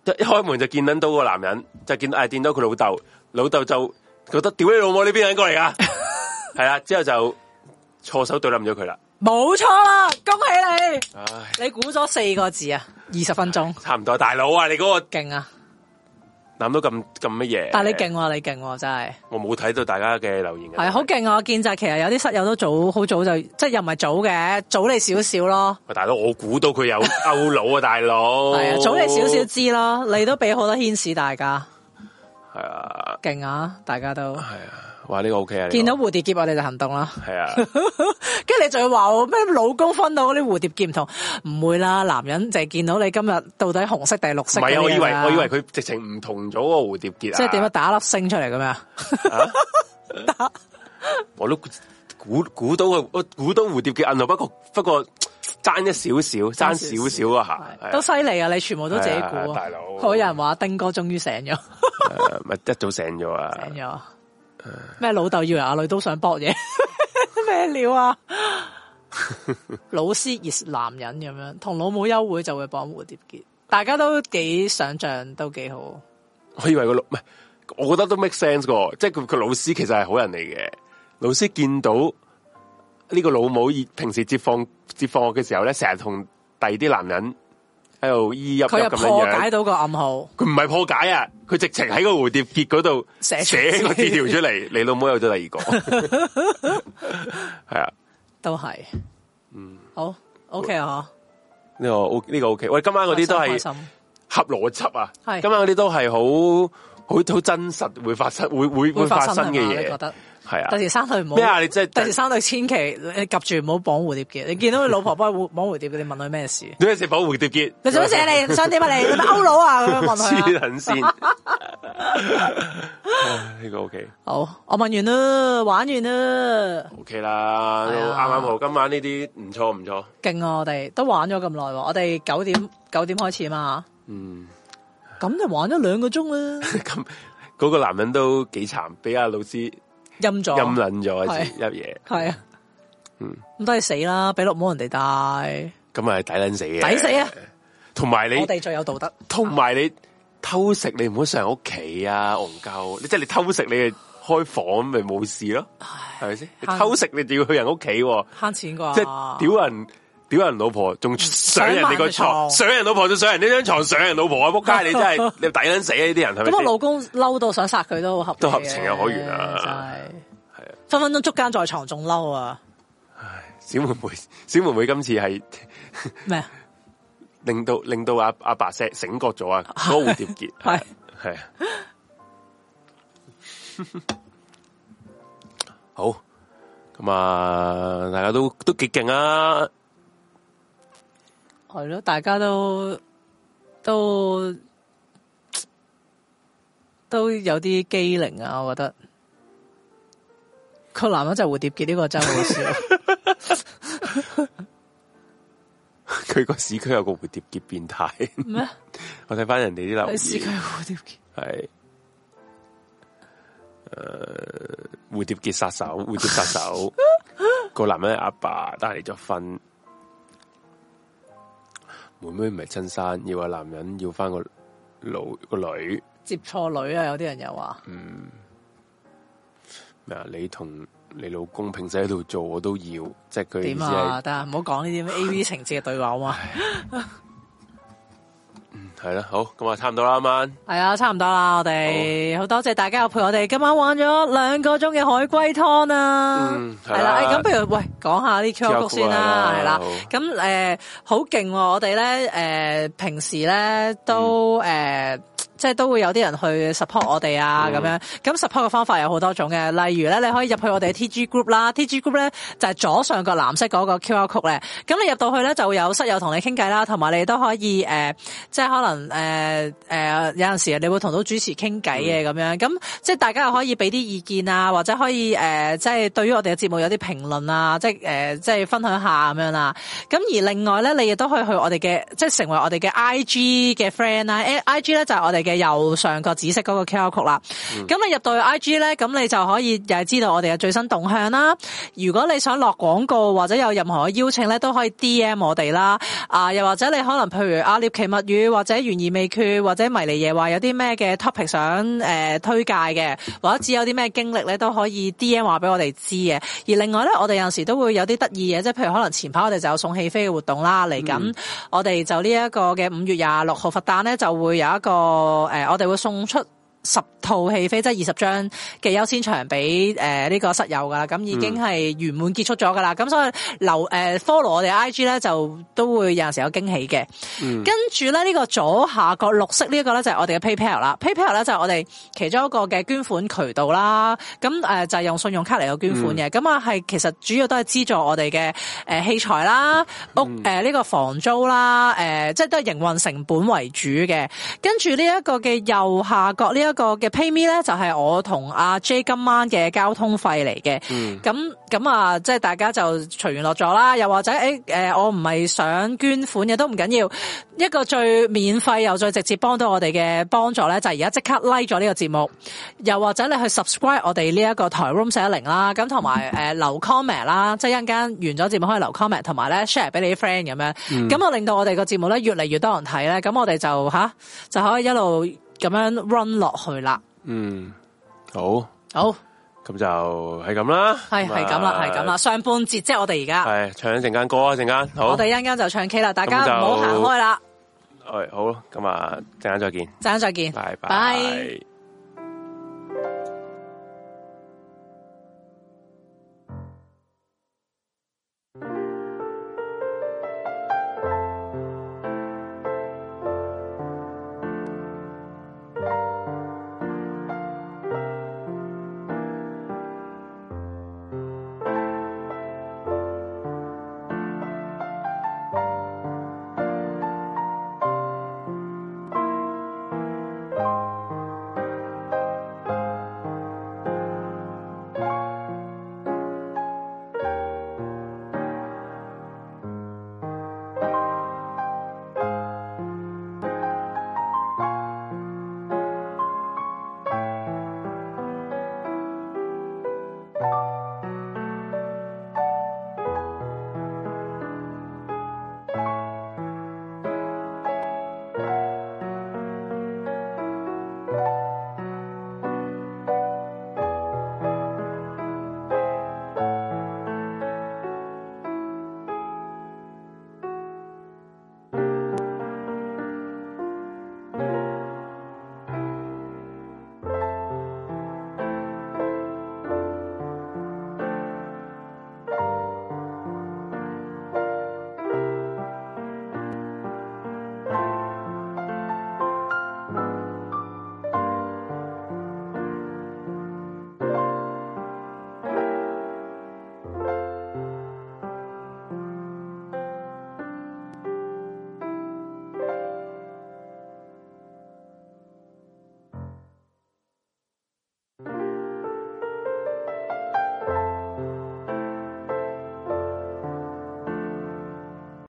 B: 一開門就見撚到個男人，就見誒見到佢老豆，老豆就覺得屌你老母呢邊人過嚟噶，係啦，之後就錯手對冧咗佢啦。
A: 冇錯啦，恭喜
B: 唉，
A: 你！你估咗四個字啊，二十分鐘，
B: 差唔多，大佬啊，你嗰個
A: 勁啊！
B: 諗到咁咁乜嘢？
A: 但係你勁，喎，你勁喎，真係。
B: 我冇睇到大家嘅留言嘅。
A: 係好勁啊！我見就係其實有啲室友都早好早就，即係又唔係早嘅，早你少少咯。
B: 喂，大佬，我估到 佢有勾佬啊，大佬。
A: 係啊，早你少少知咯，你都俾好多牽使大家，
B: 係啊，
A: 勁啊！大家都
B: 係啊，哇，呢個 OK 啊，呢個
A: 見到蝴蝶結，我哋就行動啦。
B: 係啊，
A: 跟住你就要話我咩老公分到嗰啲蝴蝶結唔同，唔會啦，男人就係見到你今日到底紅色定係綠
B: 唔
A: 色嗰啲
B: 係
A: 㗎
B: 啊，
A: 啦。
B: 我以為我以為佢直情唔同咗個蝴蝶結啊。
A: 即係點樣？打粒星出嚟咁樣，
B: 我都估估到佢，我估到蝴蝶嘅暗號，不過不過爭一少少，爭少少啊吓，
A: 都犀利啊！你全部都自己估
B: 係
A: 啊，
B: 啊大佬
A: 好有人話丁哥終於醒咗，
B: 誒咪一早醒咗啊
A: 醒！咗咩？老豆以為阿女都想搏嘢， 咩料啊？老師 is 男人咁樣，同老母幽會就會綁蝴蝶結，大家都幾想像都幾好。
B: 我以為個老唔係，我覺得都 make sense 嘅，即係佢佢老師其實係好人嚟嘅。老師見到呢個老母以平時接放接放學嘅時候咧，成日同第二啲男人喺度依依泣泣
A: 佢又
B: 咁
A: 破
B: 樣
A: 解
B: 樣，
A: 到個暗號，
B: 佢唔係破解啊，佢直情喺個蝴蝶結嗰度
A: 寫出
B: 寫個字條出 嚟，你老母有咗第二個，係啊。
A: 都係嗯好 OK 啊！
B: 呢、個 O 呢、個 O K。喂，今晚嗰
A: 嗬
B: 啲都
A: 開
B: 係
A: 心
B: 合邏輯啊，
A: 係
B: 今晚嗰啲都係好好好真實會發生，會會會
A: 會
B: 發
A: 發
B: 生
A: 生
B: 嘅
A: 係嘛你覺
B: 嘢，
A: 得
B: 係
A: 第
B: 啊。
A: 時生女唔好
B: 咩啊？你真
A: 第
B: 係
A: 時生女千祈你夾住唔好綁蝴蝶結，你見到佢老婆幫佢綁蝴蝶結，你問佢咩 事？
B: 你咩食保蝴蝶結？
A: 你做乜嘢？你你想點 啊？你你咪勾佬啊？咁樣問佢
B: 黐
A: 啊。
B: 撚 線，唉呢個 OK
A: 好，我問完啦，玩完啦，
B: OK 啦，都
A: 係
B: 啱
A: 啊
B: 啱好。今晚呢啲唔錯 唔錯，
A: 勁啊！我哋都玩咗咁耐喎，我哋九點九點開始嘛，
B: 嗯，
A: 咁就玩咗兩個鐘 啦，
B: 咁嗰個男人都幾慘，俾阿老師
A: 陰咗，
B: 陰撚咗
A: 係
B: 一嘢，
A: 係啊，
B: 嗯，
A: 咁都係死啦，俾綠帽人哋戴，
B: 咁啊抵撚死嘅，
A: 抵死啊！
B: 同埋你
A: 我哋最有道德，
B: 同埋你偷食，你唔好上屋企啊，戇鳩！你即係你偷食，你係開房咪冇事咯，係咪先？你
A: 慳啊
B: 偷食你就要去人屋企喎，
A: 慳錢啩，
B: 即係屌人屌人老婆，仲上人哋個床，
A: 嗯上埋佢床
B: 上人老婆就上人呢張床，上人老婆啊！仆街，你 真係你抵撚死啊！呢啲人係咪
A: 咁我老
B: 先？
A: 公嬲到想殺佢都好合理嘅
B: 都合情有可原啊
A: 真係分分鐘捉奸在床仲嬲啊！
B: 小妹妹，小妹妹今次係
A: 咩啊？
B: 令到令到阿阿白石醒覺咗啊！嗰個蝴蝶結
A: 係
B: 係 啊，好咁啊！大家都都幾勁啊！
A: 係咯，大家都都都有啲機靈啊！我覺得個男人就蝴蝶結呢個真係好笑，
B: 佢個市區有個蝴蝶結變態，
A: 咩？
B: 我睇翻人哋啲留
A: 你試佢
B: 言
A: 蝴蝶結？
B: 係呃誒蝴蝶結殺 手，蝴蝶殺手個男人係阿爸，但係離咗婚。妹妹唔係親生，要個男人要翻個老個女。
A: 接錯女啊！有啲人又話，
B: 咩啊？你同你老公平時喺度做，我都要，即係佢意
A: 點
B: 思
A: 啊？
B: 係
A: 但係唔好講呢啲 A V 情節嘅對話啊嘛。
B: 係啦。好，咁啊，差唔多啦，今晚
A: 係啊，差唔多啦，我哋好多謝大家有陪我哋今晚玩咗兩個鐘嘅海龜湯啊！
B: 嗯係
A: 係
B: 啦
A: 啦，誒咁不如喂講下啲 Q 曲先啦，
B: QR
A: 係啦
B: 好，
A: 咁誒好勁喎！我哋咧誒平時咧都誒。即係都會有啲人去 support 我哋啊，咁、樣咁 support 嘅方法有好多種嘅，例如咧你可以入去我哋嘅 TG group 啦，TG group 咧就係、左上角藍色嗰個 QR code 咧，咁你入到去咧就會有室友同你傾偈啦，同埋你都可以誒、呃即係可能誒誒、呃呃有陣時你會同到主持傾偈嘅咁樣，咁即係大家又可以俾啲意見啊，或者可以誒、呃即係對於我哋嘅節目有啲評論啊，即係誒、呃即係分享下咁樣啦。咁而另外咧，你亦都可以去我哋嘅即係成為我哋嘅 I G 嘅 friend 啦。誒 I G 咧就係我哋嘅右上角紫色嗰個 QR code 啦。咁、你入到去 I G 咧，咁你就可以又係知道我哋嘅最新動向啦。如果你想落廣告或者有任何嘅邀請咧，都可以 D M 我哋啦。啊，又或者你可能譬如啊獵奇物語或者懸疑未決或者迷離夜話有啲咩嘅 topic 想誒、呃推介嘅，或者只有啲咩經歷咧都可以 D M 話俾我哋知嘅。而另外咧，我哋有陣時都會有啲得意嘢，即係譬如可能前排我哋就有送戲飛嘅活動啦，嚟緊、我哋就呢一個嘅五月廿六號佛誕咧就會有一個誒、呃我哋會送出。十套戲飛，即係二十張嘅優先場俾誒呢個室友噶啦，咁已經係圓滿結束咗噶啦，咁所以留誒、呃 follow 我哋 IG 咧就都會有陣時有驚喜嘅。跟住咧呢、個左下角綠色呢一個咧就係我哋嘅 PayPal 啦，PayPal 咧就係我哋其中一個嘅捐款渠道啦。咁誒、呃就係用信用卡嚟到捐款嘅，咁啊係其實主要都係資助我哋嘅誒器材啦、屋呃誒呢、個房租啦、誒、即係都係營運成本為主嘅。跟住呢一個嘅右下角呢一個嘅 PayMe 咧，就係我同阿 J 今晚嘅交通費嚟嘅。咁咁啊，即係大家就隨緣落咗啦。又或者誒誒、呃我唔係想捐款嘅都唔緊要。一個最免費又最直接幫到我哋嘅幫助咧，就係而家即刻 like 咗呢個節目，又或者你去 subscribe 我哋呢一個台 room 四一零啦，咁同埋誒留 comment 啦，即係一陣間完咗節目可以留 comment，同埋咧 share 俾你啲 friend 咁樣，咁啊、令到我哋個節目咧越嚟越多人睇咧，咁我哋就吓、就可以一路咁樣 run 落去啦。
B: 嗯好，
A: 好，
B: 咁就係咁啊啦，
A: 係係咁啦，係咁啦，，上半節即係我哋而家，
B: 係唱一陣間歌啊，陣間好，
A: 我哋一陣間就唱 K 啦，大家
B: 咁就
A: 唔好行開啦，
B: 係好，咁啊，陣間再見，
A: 陣間再見，
B: 拜
A: 拜
B: 拜。